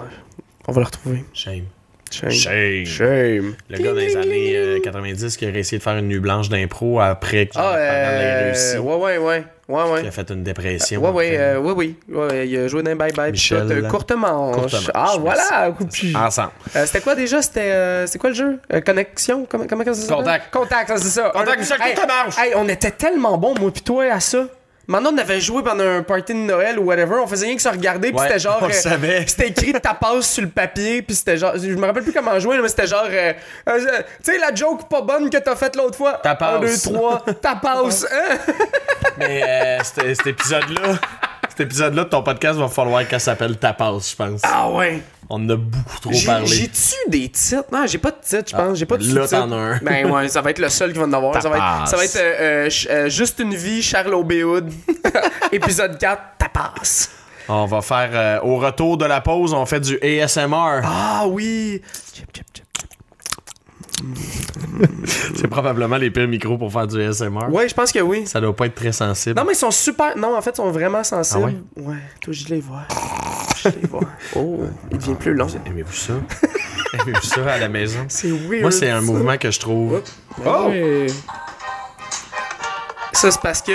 [SPEAKER 2] on va le retrouver
[SPEAKER 3] Shame.
[SPEAKER 2] shame
[SPEAKER 3] Shame.
[SPEAKER 2] shame
[SPEAKER 3] Le gars dans les années euh, 90 qui aurait essayé de faire une nuit blanche d'impro après que
[SPEAKER 2] ah
[SPEAKER 3] Jean-Luc Pagano l'ait
[SPEAKER 2] euh,
[SPEAKER 3] réussi,
[SPEAKER 2] ouais ouais ouais ouais ouais
[SPEAKER 3] qui a fait une dépression.
[SPEAKER 2] Ouais, ouais,
[SPEAKER 3] après.
[SPEAKER 2] euh, ouais, oui, ouais, ouais, il a joué dans Bye Bye.
[SPEAKER 3] Michel.
[SPEAKER 2] courtement.
[SPEAKER 3] Courtemanche,
[SPEAKER 2] Ah,
[SPEAKER 3] merci.
[SPEAKER 2] voilà. puis-
[SPEAKER 3] Ensemble.
[SPEAKER 2] Euh, c'était quoi déjà C'était. euh, c'est quoi le jeu Euh, Connexion Comment, comment ça s'appelle
[SPEAKER 3] Contact.
[SPEAKER 2] Contact, ça, c'est ça.
[SPEAKER 3] Contact,
[SPEAKER 2] On-
[SPEAKER 3] Michel
[SPEAKER 2] hey,
[SPEAKER 3] Courtemanche.
[SPEAKER 2] hey, on était tellement bons, moi, pis toi, à ça. Maintenant, on avait joué pendant un party de Noël ou whatever. On faisait rien que se regarder, puis
[SPEAKER 3] Ouais,
[SPEAKER 2] c'était genre.
[SPEAKER 3] on le savait.
[SPEAKER 2] puis (laughs) c'était écrit ta passe sur le papier, puis c'était genre. Je me rappelle plus comment jouer, mais c'était genre. euh, euh, euh, tu sais, la joke pas bonne que t'as faite l'autre fois.
[SPEAKER 3] Ta
[SPEAKER 2] Un,
[SPEAKER 3] passe.
[SPEAKER 2] deux, trois.
[SPEAKER 3] (laughs)
[SPEAKER 2] Ta passe. hein?
[SPEAKER 3] Mais euh, cet cet épisode-là, cet épisode-là de ton podcast va falloir qu'elle s'appelle Tapas, je pense.
[SPEAKER 2] Ah ouais.
[SPEAKER 3] On en a beaucoup trop
[SPEAKER 2] J'ai-
[SPEAKER 3] parlé.
[SPEAKER 2] J'ai-tu des titres? Non, j'ai pas de titre, je pense. J'ai pas de
[SPEAKER 3] là,
[SPEAKER 2] sous-titre.
[SPEAKER 3] t'en as un.
[SPEAKER 2] Ben ouais, ça va être le seul qui va en avoir. Ça va être,
[SPEAKER 3] Tapas.
[SPEAKER 2] ça va être euh, euh, ch- euh, Juste une vie, Charles
[SPEAKER 3] (laughs)
[SPEAKER 2] Obéhoud. Épisode 4, tapas.
[SPEAKER 3] On va faire euh, au retour de la pause, on fait du ASMR.
[SPEAKER 2] Ah oui! Chip, chip, chip.
[SPEAKER 3] C'est probablement les pires micros pour faire du ASMR.
[SPEAKER 2] Ouais, je pense que oui.
[SPEAKER 3] Ça doit pas être très sensible.
[SPEAKER 2] Non, mais ils sont super. Non, en fait, ils sont vraiment sensibles.
[SPEAKER 3] Ah
[SPEAKER 2] ouais? toi, je les vois. Je les
[SPEAKER 3] (laughs)
[SPEAKER 2] vois. Oh, il devient plus long.
[SPEAKER 3] Aimez-vous ça? Aimez-vous ça à la maison?
[SPEAKER 2] C'est weird.
[SPEAKER 3] Moi, c'est un mouvement que je trouve.
[SPEAKER 1] Ah
[SPEAKER 3] Oh!
[SPEAKER 1] ouais.
[SPEAKER 2] Ça, c'est parce que.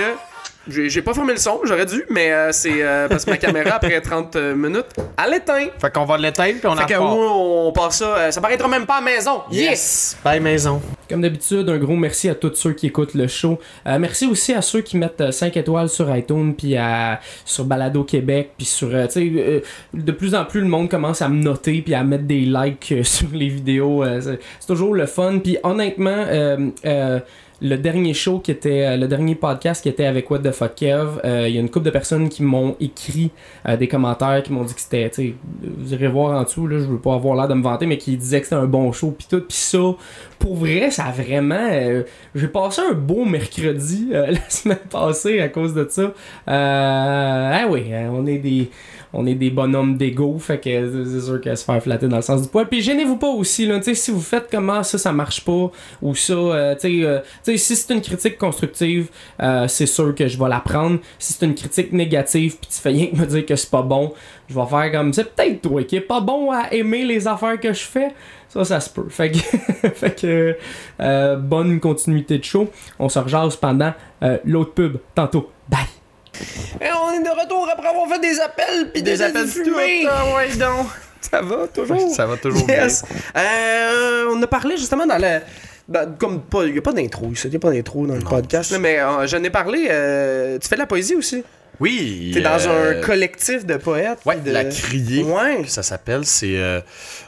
[SPEAKER 2] J'ai j'ai pas fermé le son, j'aurais dû, mais euh, c'est euh, parce que ma caméra, après 30 minutes, elle éteint.
[SPEAKER 3] Fait qu'on va l'éteindre puis on en
[SPEAKER 2] Fait que
[SPEAKER 3] repart.
[SPEAKER 2] oui, on part ça. euh, ça paraîtra même pas à la maison. Yes!
[SPEAKER 3] Yes! Bye maison.
[SPEAKER 1] Comme d'habitude, un gros merci à tous ceux qui écoutent le show. Euh, merci aussi à ceux qui mettent 5 étoiles sur iTunes, puis à, sur Balado Québec, puis sur... euh, tu sais, euh, de plus en plus, le monde commence à me noter, puis à mettre des likes euh, (laughs) sur les vidéos. Euh, c'est c'est toujours le fun. Puis honnêtement, euh, euh, le dernier show qui était... euh, le dernier podcast qui était avec What the Fuck Kev, euh, il y a une couple de personnes qui m'ont écrit euh, des commentaires, qui m'ont dit que c'était... tu sais, Vous irez voir en dessous, là, je veux pas avoir l'air de me vanter, mais qui disaient que c'était un bon show, puis tout. Puis ça pour vrai, ça a vraiment. euh, j'ai passé un beau mercredi euh, (laughs) la semaine passée à cause de ça. Euh, ah oui, hein, on est des. On est des bonhommes d'ego, fait que c'est- c'est sûr qu'elle se faire flatter dans le sens du poil. Puis gênez-vous pas aussi, là, tu sais, si vous faites comment ça, ça marche pas, ou ça, euh, tu sais, euh, tu sais, si c'est une critique constructive, euh, c'est sûr que je vais la prendre. Si c'est une critique négative, puis tu fais rien que me dire que c'est pas bon, je vais faire comme, c'est peut-être toi qui est pas bon à aimer les affaires que je fais. Ça, ça se peut. Fait que, (laughs) fait que euh, bonne continuité de show. On se rejase pendant euh, l'autre pub tantôt. Bye!
[SPEAKER 2] Et on est de retour après avoir fait des appels puis des, appels fumés.
[SPEAKER 3] ouais donc.
[SPEAKER 2] Ça va toujours.
[SPEAKER 3] Ça va toujours
[SPEAKER 2] Yes. Euh, on a parlé justement dans le. dans- comme pas, il y a pas d'intro, il y a pas d'intro dans le podcast. là, mais euh, j'en ai parlé. euh, tu fais de la poésie aussi.
[SPEAKER 3] bien. Oui.
[SPEAKER 2] T'es dans
[SPEAKER 3] euh,
[SPEAKER 2] un collectif de poètes.
[SPEAKER 3] Ouais,
[SPEAKER 2] puis de
[SPEAKER 3] La Criée,
[SPEAKER 2] Ouais.
[SPEAKER 3] que ça s'appelle. C'est euh,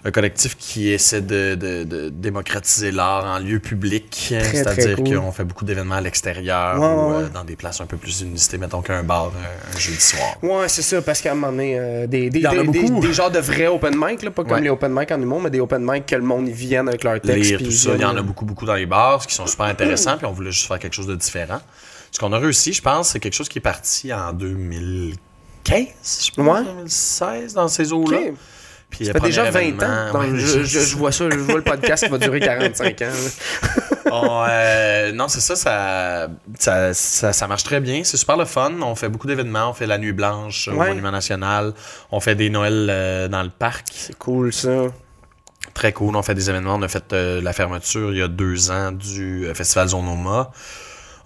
[SPEAKER 3] un collectif qui essaie de, de- de démocratiser l'art en lieu public.
[SPEAKER 2] très
[SPEAKER 3] C'est-à-dire
[SPEAKER 2] cool.
[SPEAKER 3] qu'on fait beaucoup d'événements à l'extérieur
[SPEAKER 2] Ouais,
[SPEAKER 3] ou euh,
[SPEAKER 2] ouais.
[SPEAKER 3] dans des places un peu plus unisées, mettons qu'un bar un, un jeudi soir.
[SPEAKER 2] Ouais, c'est ça, parce qu'à un moment donné, euh, des, des,
[SPEAKER 3] Il y en a
[SPEAKER 2] des, des-
[SPEAKER 3] beaucoup.
[SPEAKER 2] des genres de vrais open mic, là, pas comme
[SPEAKER 3] Ouais.
[SPEAKER 2] les open mic en humour, mais des open mic que le monde ils viennent avec leur texte.
[SPEAKER 3] Lire
[SPEAKER 2] puis
[SPEAKER 3] tout
[SPEAKER 2] ils
[SPEAKER 3] ça. Il y en
[SPEAKER 2] viennent.
[SPEAKER 3] a beaucoup, beaucoup dans les bars, ce qui sont super intéressants, puis on voulait juste faire quelque chose de différent. Ce qu'on a réussi, je pense, c'est quelque chose qui est parti en 2015, je pense,
[SPEAKER 2] Ouais.
[SPEAKER 3] 2016, dans ces eaux-là.
[SPEAKER 2] Ok.
[SPEAKER 3] Puis
[SPEAKER 2] Ça
[SPEAKER 3] le
[SPEAKER 2] fait déjà
[SPEAKER 3] premier
[SPEAKER 2] 20 ans.
[SPEAKER 3] événement,
[SPEAKER 2] Non,
[SPEAKER 3] ouais,
[SPEAKER 2] je, je- je vois ça, je vois le podcast qui va durer 45 ans.
[SPEAKER 3] On, euh, non, c'est ça ça, ça ça- ça marche très bien. C'est super le fun. On fait beaucoup d'événements. On fait la Nuit Blanche
[SPEAKER 2] Ouais.
[SPEAKER 3] au Monument National. On fait des Noëls euh, dans le parc.
[SPEAKER 2] C'est cool ça.
[SPEAKER 3] Très cool. On fait des événements. On a fait euh, la fermeture il y a deux ans du euh, Festival Zonoma.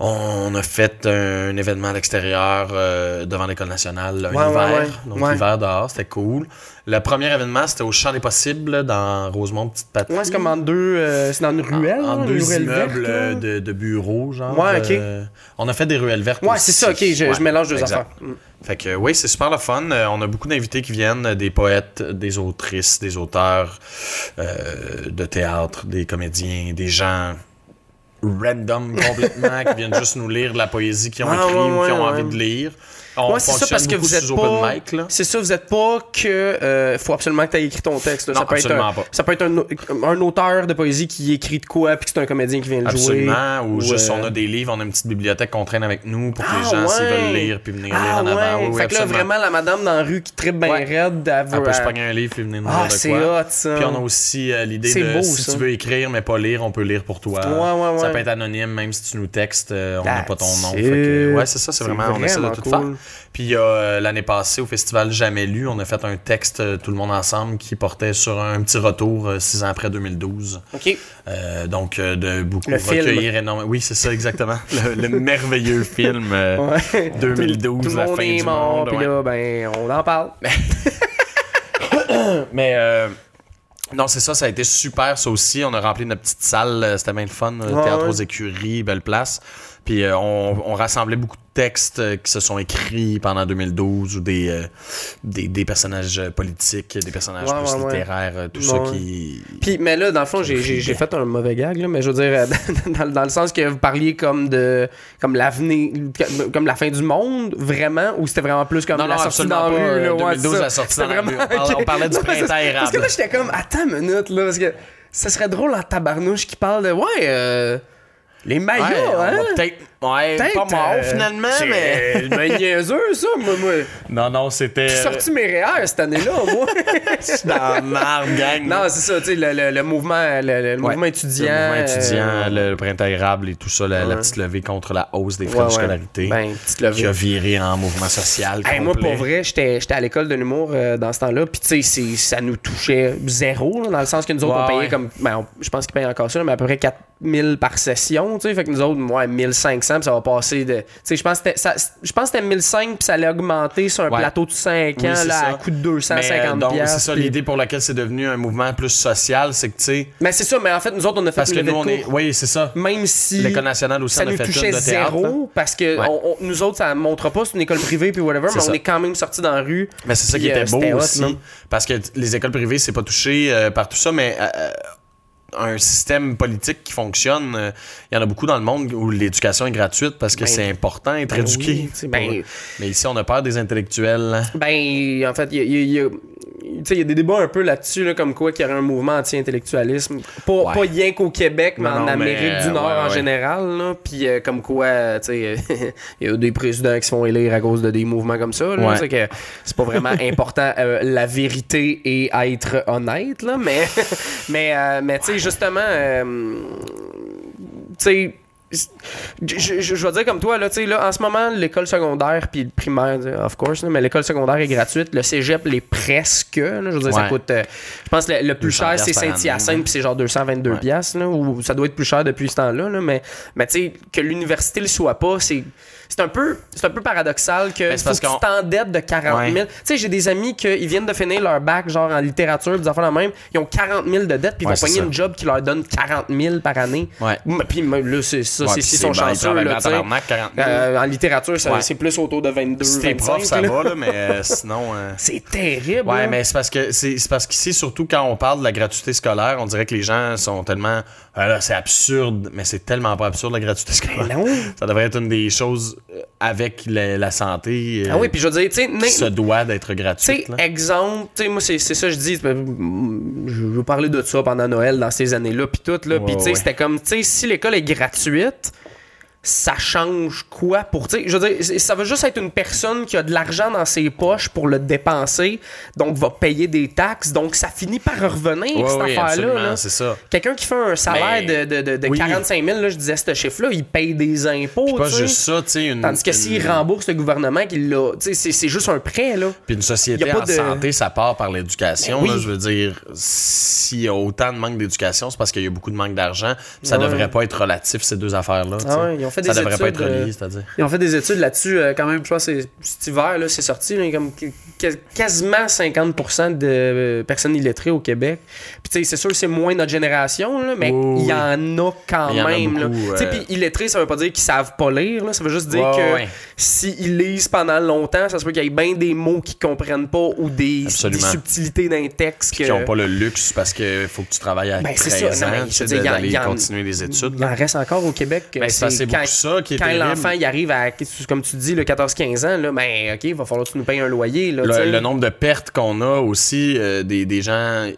[SPEAKER 3] On a fait un, un événement à l'extérieur euh, devant l'École nationale un
[SPEAKER 2] Ouais, ouais,
[SPEAKER 3] hiver.
[SPEAKER 2] ouais.
[SPEAKER 3] Donc
[SPEAKER 2] Ouais.
[SPEAKER 3] l'hiver dehors, c'était cool. Le premier événement, c'était au Champ des Possibles dans Rosemont, Petite Patrie.
[SPEAKER 2] Ouais, c'est comme en deux. euh, c'est dans une ruelle.
[SPEAKER 3] En, en
[SPEAKER 2] là, une
[SPEAKER 3] deux
[SPEAKER 2] ruelle verte,
[SPEAKER 3] immeubles
[SPEAKER 2] là.
[SPEAKER 3] euh, de, de bureaux, genre.
[SPEAKER 2] Ouais, ok.
[SPEAKER 3] Euh, on a fait des ruelles vertes.
[SPEAKER 2] Ouais,
[SPEAKER 3] aussi.
[SPEAKER 2] c'est ça, ok, je,
[SPEAKER 3] Ouais,
[SPEAKER 2] je mélange deux
[SPEAKER 3] exact.
[SPEAKER 2] affaires. Mm.
[SPEAKER 3] Fait que euh, oui, c'est super le fun. Euh, on a beaucoup d'invités qui viennent, euh, des poètes, des autrices, des auteurs euh, de théâtre, des comédiens, des gens random complètement qui viennent juste nous lire de la poésie qu'ils ont
[SPEAKER 2] Ah,
[SPEAKER 3] écrit
[SPEAKER 2] ouais,
[SPEAKER 3] ou qu'ils ont
[SPEAKER 2] ouais,
[SPEAKER 3] envie
[SPEAKER 2] ouais.
[SPEAKER 3] de lire. On
[SPEAKER 2] Ouais, c'est ça
[SPEAKER 3] fonctionne
[SPEAKER 2] parce que
[SPEAKER 3] beaucoup
[SPEAKER 2] vous êtes
[SPEAKER 3] sous open
[SPEAKER 2] pas.
[SPEAKER 3] mic, là.
[SPEAKER 2] C'est ça, vous êtes pas que. euh, faut absolument que tu aies écrit ton texte. là.
[SPEAKER 3] Non,
[SPEAKER 2] ça peut être
[SPEAKER 3] absolument
[SPEAKER 2] un,
[SPEAKER 3] pas.
[SPEAKER 2] Ça peut être un, un auteur de poésie qui écrit de quoi, puis que c'est un comédien qui vient le jouer.
[SPEAKER 3] Absolument, ou,
[SPEAKER 2] ou,
[SPEAKER 3] juste
[SPEAKER 2] euh,
[SPEAKER 3] on a des livres, on a une petite bibliothèque qu'on traîne avec nous pour que les
[SPEAKER 2] Ah,
[SPEAKER 3] gens s'ils
[SPEAKER 2] ouais.
[SPEAKER 3] veulent lire puis venir
[SPEAKER 2] Ah
[SPEAKER 3] lire en
[SPEAKER 2] ouais.
[SPEAKER 3] avant. Oui, oui,
[SPEAKER 2] fait que là,
[SPEAKER 3] absolument.
[SPEAKER 2] vraiment, la madame dans la rue qui tripe bien
[SPEAKER 3] Ouais.
[SPEAKER 2] raide, elle veut-
[SPEAKER 3] Elle peut se
[SPEAKER 2] elle-
[SPEAKER 3] pogner un livre puis venir nous
[SPEAKER 2] Ah,
[SPEAKER 3] lire de
[SPEAKER 2] c'est
[SPEAKER 3] quoi.
[SPEAKER 2] hot, ça.
[SPEAKER 3] Puis on a aussi euh, l'idée
[SPEAKER 2] C'est
[SPEAKER 3] de
[SPEAKER 2] beau,
[SPEAKER 3] si
[SPEAKER 2] ça.
[SPEAKER 3] tu veux écrire mais pas lire, on peut lire pour toi.
[SPEAKER 2] Ouais, ouais,
[SPEAKER 3] euh, Ça
[SPEAKER 2] ouais.
[SPEAKER 3] peut être anonyme, même si tu nous textes, euh, on n'a pas ton nom.
[SPEAKER 2] That's
[SPEAKER 3] Fait que,
[SPEAKER 2] it.
[SPEAKER 3] ouais, c'est ça, c'est
[SPEAKER 2] C'est
[SPEAKER 3] vraiment, on essaie de
[SPEAKER 2] vraiment
[SPEAKER 3] tout
[SPEAKER 2] cool.
[SPEAKER 3] faire. Puis il y a, euh, l'année passée, au festival Jamais Lu, on a fait un texte, euh, tout le monde ensemble, qui portait sur un petit retour euh, six ans après 2012.
[SPEAKER 2] Ok.
[SPEAKER 3] Euh, donc, euh, de beaucoup
[SPEAKER 2] Le film.
[SPEAKER 3] recueillir énormément. Oui, c'est
[SPEAKER 2] (laughs)
[SPEAKER 3] ça, exactement. le, le merveilleux film euh,
[SPEAKER 2] Ouais.
[SPEAKER 3] 2012,
[SPEAKER 2] Tout le
[SPEAKER 3] la
[SPEAKER 2] monde
[SPEAKER 3] fin
[SPEAKER 2] est
[SPEAKER 3] du
[SPEAKER 2] mort,
[SPEAKER 3] monde,
[SPEAKER 2] puis
[SPEAKER 3] ouais.
[SPEAKER 2] là, ben, on en parle.
[SPEAKER 3] Mais euh, non, c'est ça, ça a été super, ça aussi. On a rempli notre petite salle, euh, c'était bien le fun. euh,
[SPEAKER 2] Ouais,
[SPEAKER 3] Théâtre
[SPEAKER 2] ouais.
[SPEAKER 3] aux écuries, belle place. Puis euh, on, on rassemblait beaucoup de textes euh, qui se sont écrits pendant 2012 ou des, euh, des, des personnages euh, politiques, des personnages
[SPEAKER 2] Ouais,
[SPEAKER 3] plus
[SPEAKER 2] ouais, ouais.
[SPEAKER 3] littéraires, euh, tout
[SPEAKER 2] Ouais.
[SPEAKER 3] ça qui.
[SPEAKER 2] Puis, mais là, dans le fond, j'ai- j'ai j'ai fait un mauvais gag, là, mais je veux dire, euh, (laughs) dans, dans- dans le sens que vous parliez comme de comme l'avenir, comme- comme la fin du monde, vraiment, ou c'était vraiment plus comme
[SPEAKER 3] Non,
[SPEAKER 2] la
[SPEAKER 3] non,
[SPEAKER 2] sortie
[SPEAKER 3] absolument
[SPEAKER 2] dans la
[SPEAKER 3] pas,
[SPEAKER 2] rue.
[SPEAKER 3] euh,
[SPEAKER 2] là, ouais,
[SPEAKER 3] 2012,
[SPEAKER 2] c'est ça.
[SPEAKER 3] la sortie
[SPEAKER 2] C'était
[SPEAKER 3] dans la rue. On
[SPEAKER 2] (laughs)
[SPEAKER 3] parlait-
[SPEAKER 2] ok.
[SPEAKER 3] on parlait du
[SPEAKER 2] Non, mais c'est-
[SPEAKER 3] printemps érable.
[SPEAKER 2] Parce que là, j'étais comme, attends une minute, là, parce que ça serait drôle en tabarnouche qui parle de, ouais, euh, les maillots,
[SPEAKER 3] Ouais, on va
[SPEAKER 2] hein?
[SPEAKER 3] peut-être. Ouais, pas
[SPEAKER 2] Peut-être,
[SPEAKER 3] mort
[SPEAKER 2] euh,
[SPEAKER 3] finalement,
[SPEAKER 2] c'est-
[SPEAKER 3] mais.
[SPEAKER 2] (laughs)
[SPEAKER 3] (laughs)
[SPEAKER 2] mais niaiseux, ça, moi, moi.
[SPEAKER 3] Non, non, c'était.
[SPEAKER 2] J'ai sorti mes REER cette année-là, moi.
[SPEAKER 3] C'est (laughs) dans la marde,
[SPEAKER 2] (laughs)
[SPEAKER 3] gang.
[SPEAKER 2] non, c'est ça, tu sais, le, le- le mouvement, le, le mouvement étudiant.
[SPEAKER 3] Le mouvement étudiant,
[SPEAKER 2] euh,
[SPEAKER 3] le printemps érable et tout ça, la, la
[SPEAKER 2] Ouais.
[SPEAKER 3] petite levée contre la hausse des frais de scolarité.
[SPEAKER 2] Ben, petite
[SPEAKER 3] qui a
[SPEAKER 2] levée.
[SPEAKER 3] viré en mouvement social.
[SPEAKER 2] Hey, moi,
[SPEAKER 3] complet.
[SPEAKER 2] pour vrai, j'étais j'étais à l'école de l'humour euh, dans ce temps-là. Puis, tu sais, c'est- ça nous touchait zéro, là, dans le sens que nous autres,
[SPEAKER 3] Ouais,
[SPEAKER 2] on payait
[SPEAKER 3] ouais.
[SPEAKER 2] comme. ben, on- je pense qu'ils payent encore ça, là, mais à peu près 4000 par session. Tu sais, fait que nous autres, moi, 1500, puis ça va passer de. Tu sais, je pense que c'était ça- je pense que c'était 1500, puis ça allait augmenter sur un
[SPEAKER 3] Ouais.
[SPEAKER 2] plateau de 5
[SPEAKER 3] Oui,
[SPEAKER 2] ans,
[SPEAKER 3] c'est
[SPEAKER 2] là,
[SPEAKER 3] ça.
[SPEAKER 2] à coût de
[SPEAKER 3] Mais,
[SPEAKER 2] 250
[SPEAKER 3] euh, donc, c'est ça
[SPEAKER 2] puis-
[SPEAKER 3] l'idée pour laquelle c'est devenu un mouvement plus social, c'est que, tu sais,
[SPEAKER 2] Mais c'est ça, mais en fait, nous autres, on a fait
[SPEAKER 3] parce que
[SPEAKER 2] une
[SPEAKER 3] nous, on
[SPEAKER 2] levée de
[SPEAKER 3] est.
[SPEAKER 2] cours,
[SPEAKER 3] Oui, c'est ça.
[SPEAKER 2] Même si.
[SPEAKER 3] L'école nationale aussi,
[SPEAKER 2] ça
[SPEAKER 3] on a
[SPEAKER 2] nous
[SPEAKER 3] fait
[SPEAKER 2] touchait
[SPEAKER 3] une de théâtre. là.
[SPEAKER 2] zéro parce que
[SPEAKER 3] Ouais.
[SPEAKER 2] on- on- nous autres, ça ne montre pas, c'est une école privée, puis whatever,
[SPEAKER 3] C'est
[SPEAKER 2] mais
[SPEAKER 3] ça.
[SPEAKER 2] on est quand même sortis dans la rue.
[SPEAKER 3] Mais c'est ça
[SPEAKER 2] Puis,
[SPEAKER 3] qui
[SPEAKER 2] euh,
[SPEAKER 3] était beau
[SPEAKER 2] c'était hot,
[SPEAKER 3] aussi.
[SPEAKER 2] non?
[SPEAKER 3] parce que t- les écoles privées, c'est pas touché euh, par tout ça, mais euh, euh, un système politique qui fonctionne, euh, il y en a beaucoup dans le monde où l'éducation est gratuite parce que
[SPEAKER 2] Ben,
[SPEAKER 3] c'est important d'être
[SPEAKER 2] ben
[SPEAKER 3] éduqué.
[SPEAKER 2] oui,
[SPEAKER 3] tu sais,
[SPEAKER 2] ben-
[SPEAKER 3] pour- mais ici, on a peur des intellectuels. hein.
[SPEAKER 2] Ben, en fait, il y a- il y a- il y a. tu sais, il y a des débats un peu là-dessus, là, comme quoi qu'il y aurait un mouvement anti-intellectualisme. Pas,
[SPEAKER 3] Ouais.
[SPEAKER 2] pas rien qu'au Québec, mais
[SPEAKER 3] Non,
[SPEAKER 2] en
[SPEAKER 3] non, mais,
[SPEAKER 2] Amérique du
[SPEAKER 3] euh,
[SPEAKER 2] Nord
[SPEAKER 3] ouais,
[SPEAKER 2] en
[SPEAKER 3] ouais.
[SPEAKER 2] général. là. Puis euh, comme quoi, euh, tu sais, (laughs) il y a eu des présidents qui se font élire à cause de des mouvements comme ça. là.
[SPEAKER 3] Ouais.
[SPEAKER 2] C'est que c'est pas
[SPEAKER 3] (laughs)
[SPEAKER 2] vraiment important euh, la vérité et être honnête, là, mais, (laughs) mais, euh, mais tu sais, justement, euh, tu sais, je, je- je- je vais dire comme toi, là, tu sais, là, en ce moment, l'école secondaire puis le primaire, euh, of course, là, mais l'école secondaire est gratuite. Le cégep l'est presque. là, je veux dire, ça
[SPEAKER 3] Ouais.
[SPEAKER 2] coûte. euh, je pense que le, le plus
[SPEAKER 3] 200
[SPEAKER 2] cher, c'est
[SPEAKER 3] piastres par année,
[SPEAKER 2] Saint-Hyacinthe,
[SPEAKER 3] ouais.
[SPEAKER 2] puis c'est genre 222
[SPEAKER 3] Ouais.
[SPEAKER 2] piastres, là, ou ça doit être plus cher depuis ce temps-là, là, mais, mais tu sais, que l'université le soit pas, c'est. C'est un, peu, c'est un peu paradoxal que,
[SPEAKER 3] Ben, c'est parce
[SPEAKER 2] faut que tu
[SPEAKER 3] qu'on-
[SPEAKER 2] t'endettes de 40 000.
[SPEAKER 3] Ouais.
[SPEAKER 2] Tu sais, j'ai des amis qui viennent de finir leur bac, genre en littérature, des enfants la même, ils ont 40 000 de dettes, puis ils
[SPEAKER 3] Ouais,
[SPEAKER 2] vont
[SPEAKER 3] c'est
[SPEAKER 2] pogner
[SPEAKER 3] ça.
[SPEAKER 2] une job qui leur donne 40 000 par année.
[SPEAKER 3] Ouais.
[SPEAKER 2] M- Puis m- là, c'est ça,
[SPEAKER 3] Ouais,
[SPEAKER 2] c'est
[SPEAKER 3] puis
[SPEAKER 2] s'ils sont
[SPEAKER 3] ben, ils
[SPEAKER 2] chanceux.
[SPEAKER 3] travaillent
[SPEAKER 2] Là,
[SPEAKER 3] en
[SPEAKER 2] tu sais.
[SPEAKER 3] tabarnak, 40 000.
[SPEAKER 2] Euh, en littérature, ça-
[SPEAKER 3] Ouais.
[SPEAKER 2] c'est plus autour de 22
[SPEAKER 3] Si t'es
[SPEAKER 2] 25,
[SPEAKER 3] prof, ça
[SPEAKER 2] là.
[SPEAKER 3] va, là, mais euh, sinon.
[SPEAKER 2] (laughs)
[SPEAKER 3] euh,
[SPEAKER 2] C'est terrible.
[SPEAKER 3] Ouais,
[SPEAKER 2] là.
[SPEAKER 3] mais c'est parce que c'est c'est parce qu'ici, surtout quand on parle de la gratuité scolaire, on dirait que les gens sont tellement Ah là, c'est absurde, mais c'est tellement pas absurde la gratuité scolaire.
[SPEAKER 2] Ben non.
[SPEAKER 3] Ça devrait être une des choses euh, avec la, la santé euh,
[SPEAKER 2] Ah oui, puis je veux dire, tu sais,
[SPEAKER 3] qui
[SPEAKER 2] n'im-
[SPEAKER 3] se doit d'être
[SPEAKER 2] Tu sais,
[SPEAKER 3] gratuite. là.
[SPEAKER 2] exemple, tu sais, moi, c'est c'est ça que je dis. ben, Je veux parler de ça pendant Noël, dans ces années-là, puis tout, là. Puis,
[SPEAKER 3] Ouais,
[SPEAKER 2] tu sais,
[SPEAKER 3] ouais.
[SPEAKER 2] c'était comme, tu sais, si l'école est gratuite, ça change quoi pour tu sais je veux dire c'est- ça veut juste être une personne qui a de l'argent dans ses poches pour le dépenser donc va payer des taxes donc ça finit par revenir
[SPEAKER 3] Ouais,
[SPEAKER 2] cette
[SPEAKER 3] oui,
[SPEAKER 2] affaire
[SPEAKER 3] absolument,
[SPEAKER 2] là
[SPEAKER 3] c'est ça.
[SPEAKER 2] quelqu'un qui fait un salaire
[SPEAKER 3] Mais-
[SPEAKER 2] de, de, de, de
[SPEAKER 3] oui.
[SPEAKER 2] 45 000 là, je disais ce chiffre là il paye des impôts
[SPEAKER 3] Pas
[SPEAKER 2] tu sais.
[SPEAKER 3] juste ça, tu sais. une-
[SPEAKER 2] tandis que
[SPEAKER 3] une-
[SPEAKER 2] s'il rembourse le gouvernement qu'il l'a tu sais c'est- c'est juste un prêt là
[SPEAKER 3] Puis une
[SPEAKER 2] Y
[SPEAKER 3] société
[SPEAKER 2] a pas
[SPEAKER 3] en
[SPEAKER 2] de-
[SPEAKER 3] santé, ça part par l'éducation.
[SPEAKER 2] Ben oui.
[SPEAKER 3] là, Je veux dire, s'il y a autant de manque d'éducation, c'est parce qu'il y a beaucoup de manque d'argent. puis Ça
[SPEAKER 2] Ouais. Ah
[SPEAKER 3] devrait pas être relatif, ces deux affaires-là. tu sais.
[SPEAKER 2] ouais, ils ont fait
[SPEAKER 3] ça
[SPEAKER 2] des
[SPEAKER 3] devrait pas
[SPEAKER 2] études,
[SPEAKER 3] être
[SPEAKER 2] euh,
[SPEAKER 3] relié, c'est-à-dire.
[SPEAKER 2] Ils ont fait des études là-dessus, euh, quand même, je pense que c'est- cet hiver, là, c'est sorti, là, comme que- que- quasiment 50% de euh, personnes illettrées au Québec. Puis tu sais, c'est sûr que c'est moins notre génération, là, mais
[SPEAKER 3] Oui,
[SPEAKER 2] il
[SPEAKER 3] oui.
[SPEAKER 2] y en a quand
[SPEAKER 3] Il y en a
[SPEAKER 2] même. là.
[SPEAKER 3] beaucoup,
[SPEAKER 2] Tu sais,
[SPEAKER 3] euh,
[SPEAKER 2] puis illettrés, ça veut pas dire qu'ils savent pas lire, là, ça veut juste dire
[SPEAKER 3] Ouais,
[SPEAKER 2] que
[SPEAKER 3] ouais.
[SPEAKER 2] s'ils lisent pendant longtemps, ça se peut qu'il y ait bien des mots qu'ils comprennent pas ou des, des
[SPEAKER 3] Absolument.
[SPEAKER 2] subtilités d'un texte. Que...
[SPEAKER 3] Qui n'ont pas le luxe parce qu'il faut que tu travailles à
[SPEAKER 2] Ben, c'est
[SPEAKER 3] 13
[SPEAKER 2] ça. Non, mais
[SPEAKER 3] ans
[SPEAKER 2] je
[SPEAKER 3] tu sais,
[SPEAKER 2] veux dire,
[SPEAKER 3] de-
[SPEAKER 2] il y en- il y
[SPEAKER 3] d'aller
[SPEAKER 2] en-
[SPEAKER 3] continuer des études.
[SPEAKER 2] Il en reste encore au Québec.
[SPEAKER 3] Ben, c'est parce que c'est
[SPEAKER 2] quand-
[SPEAKER 3] beaucoup ça qui est
[SPEAKER 2] quand
[SPEAKER 3] terrible.
[SPEAKER 2] l'enfant il arrive à comme tu dis le 14 15 ans là ben OK il va falloir que tu nous payes un loyer là, tu sais.
[SPEAKER 3] Le, le nombre de pertes qu'on a aussi, euh, des, des gens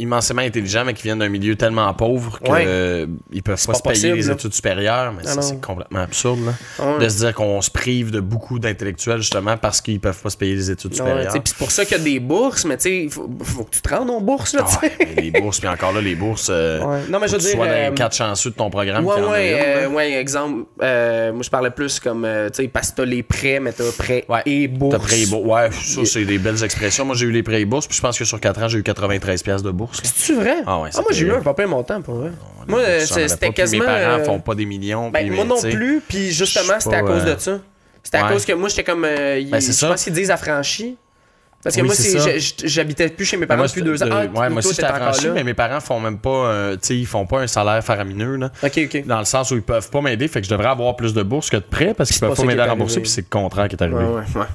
[SPEAKER 3] immensément intelligents, mais qui viennent d'un milieu tellement pauvre qu'ils
[SPEAKER 2] Ouais.
[SPEAKER 3] peuvent
[SPEAKER 2] C'est
[SPEAKER 3] pas,
[SPEAKER 2] pas
[SPEAKER 3] se payer
[SPEAKER 2] possible,
[SPEAKER 3] les
[SPEAKER 2] là.
[SPEAKER 3] études supérieures. Mais
[SPEAKER 2] Ah
[SPEAKER 3] ça,
[SPEAKER 2] non.
[SPEAKER 3] c'est complètement absurde là.
[SPEAKER 2] Ouais.
[SPEAKER 3] de se dire qu'on se prive de beaucoup d'intellectuels justement parce qu'ils peuvent pas se payer les études
[SPEAKER 2] Ouais,
[SPEAKER 3] supérieures.
[SPEAKER 2] tu sais, pis c'est pour ça qu'il y a des bourses, mais tu sais, faut, faut que tu te rendes aux bourses, là,
[SPEAKER 3] Ah
[SPEAKER 2] tu sais.
[SPEAKER 3] ouais, mais les bourses, puis encore là, les bourses. euh,
[SPEAKER 2] Ouais. Non, mais
[SPEAKER 3] faut
[SPEAKER 2] je
[SPEAKER 3] que
[SPEAKER 2] veux
[SPEAKER 3] tu sois
[SPEAKER 2] dire,
[SPEAKER 3] dans
[SPEAKER 2] euh,
[SPEAKER 3] les quatre chanceux de ton programme.
[SPEAKER 2] Ouais,
[SPEAKER 3] qu'il Ah y en a une,
[SPEAKER 2] ouais,
[SPEAKER 3] là.
[SPEAKER 2] euh, ouais, exemple, euh, moi je parlais plus comme, euh, tu sais, parce que t'as les prêts, mais t'as prêts
[SPEAKER 3] Ouais.
[SPEAKER 2] et bourses.
[SPEAKER 3] T'as prêt et bourses. Ouais, ça, c'est des belles expressions. Moi, j'ai eu les prêts et bourses, puis je pense que sur 4 ans, j'ai eu 93 pièces de bourse. là.
[SPEAKER 2] C'est-tu vrai?
[SPEAKER 3] Ah ouais,
[SPEAKER 2] moi j'ai
[SPEAKER 3] c'était-
[SPEAKER 2] eu un papier montant pour vrai. moi,
[SPEAKER 3] Ça,
[SPEAKER 2] euh,
[SPEAKER 3] on en
[SPEAKER 2] c'était
[SPEAKER 3] avait pas, puis
[SPEAKER 2] quasiment.
[SPEAKER 3] Mes parents
[SPEAKER 2] euh,
[SPEAKER 3] font pas des millions.
[SPEAKER 2] Ben,
[SPEAKER 3] puis,
[SPEAKER 2] moi non
[SPEAKER 3] tu sais,
[SPEAKER 2] plus, puis justement,
[SPEAKER 3] je suis
[SPEAKER 2] c'était à
[SPEAKER 3] pas,
[SPEAKER 2] cause
[SPEAKER 3] euh,
[SPEAKER 2] de ça. C'était à
[SPEAKER 3] ouais.
[SPEAKER 2] cause que moi, j'étais comme. euh, il-
[SPEAKER 3] Ben, c'est
[SPEAKER 2] je
[SPEAKER 3] ça.
[SPEAKER 2] pense qu'ils disent affranchi. Parce que
[SPEAKER 3] Oui,
[SPEAKER 2] moi,
[SPEAKER 3] c'est
[SPEAKER 2] c'est-
[SPEAKER 3] ça.
[SPEAKER 2] j'- j'habitais plus chez mes
[SPEAKER 3] Ben,
[SPEAKER 2] parents
[SPEAKER 3] moi,
[SPEAKER 2] depuis
[SPEAKER 3] c'est-
[SPEAKER 2] deux ans.
[SPEAKER 3] de-
[SPEAKER 2] Ah,
[SPEAKER 3] ouais, moi
[SPEAKER 2] toi,
[SPEAKER 3] aussi,
[SPEAKER 2] t'es
[SPEAKER 3] j'étais
[SPEAKER 2] encore
[SPEAKER 3] affranchi,
[SPEAKER 2] là.
[SPEAKER 3] mais mes parents font même pas, euh, tu sais, ils font pas un salaire faramineux, là.
[SPEAKER 2] Ok, ok.
[SPEAKER 3] Dans le sens où ils peuvent pas m'aider, fait que je devrais avoir plus de bourses que de prêts parce qu'ils
[SPEAKER 2] pas
[SPEAKER 3] peuvent
[SPEAKER 2] ça
[SPEAKER 3] pas
[SPEAKER 2] qui
[SPEAKER 3] m'aider
[SPEAKER 2] est
[SPEAKER 3] à rembourser,
[SPEAKER 2] arrivé.
[SPEAKER 3] puis c'est le contraire qui est arrivé.
[SPEAKER 2] Ouais, ouais, ouais.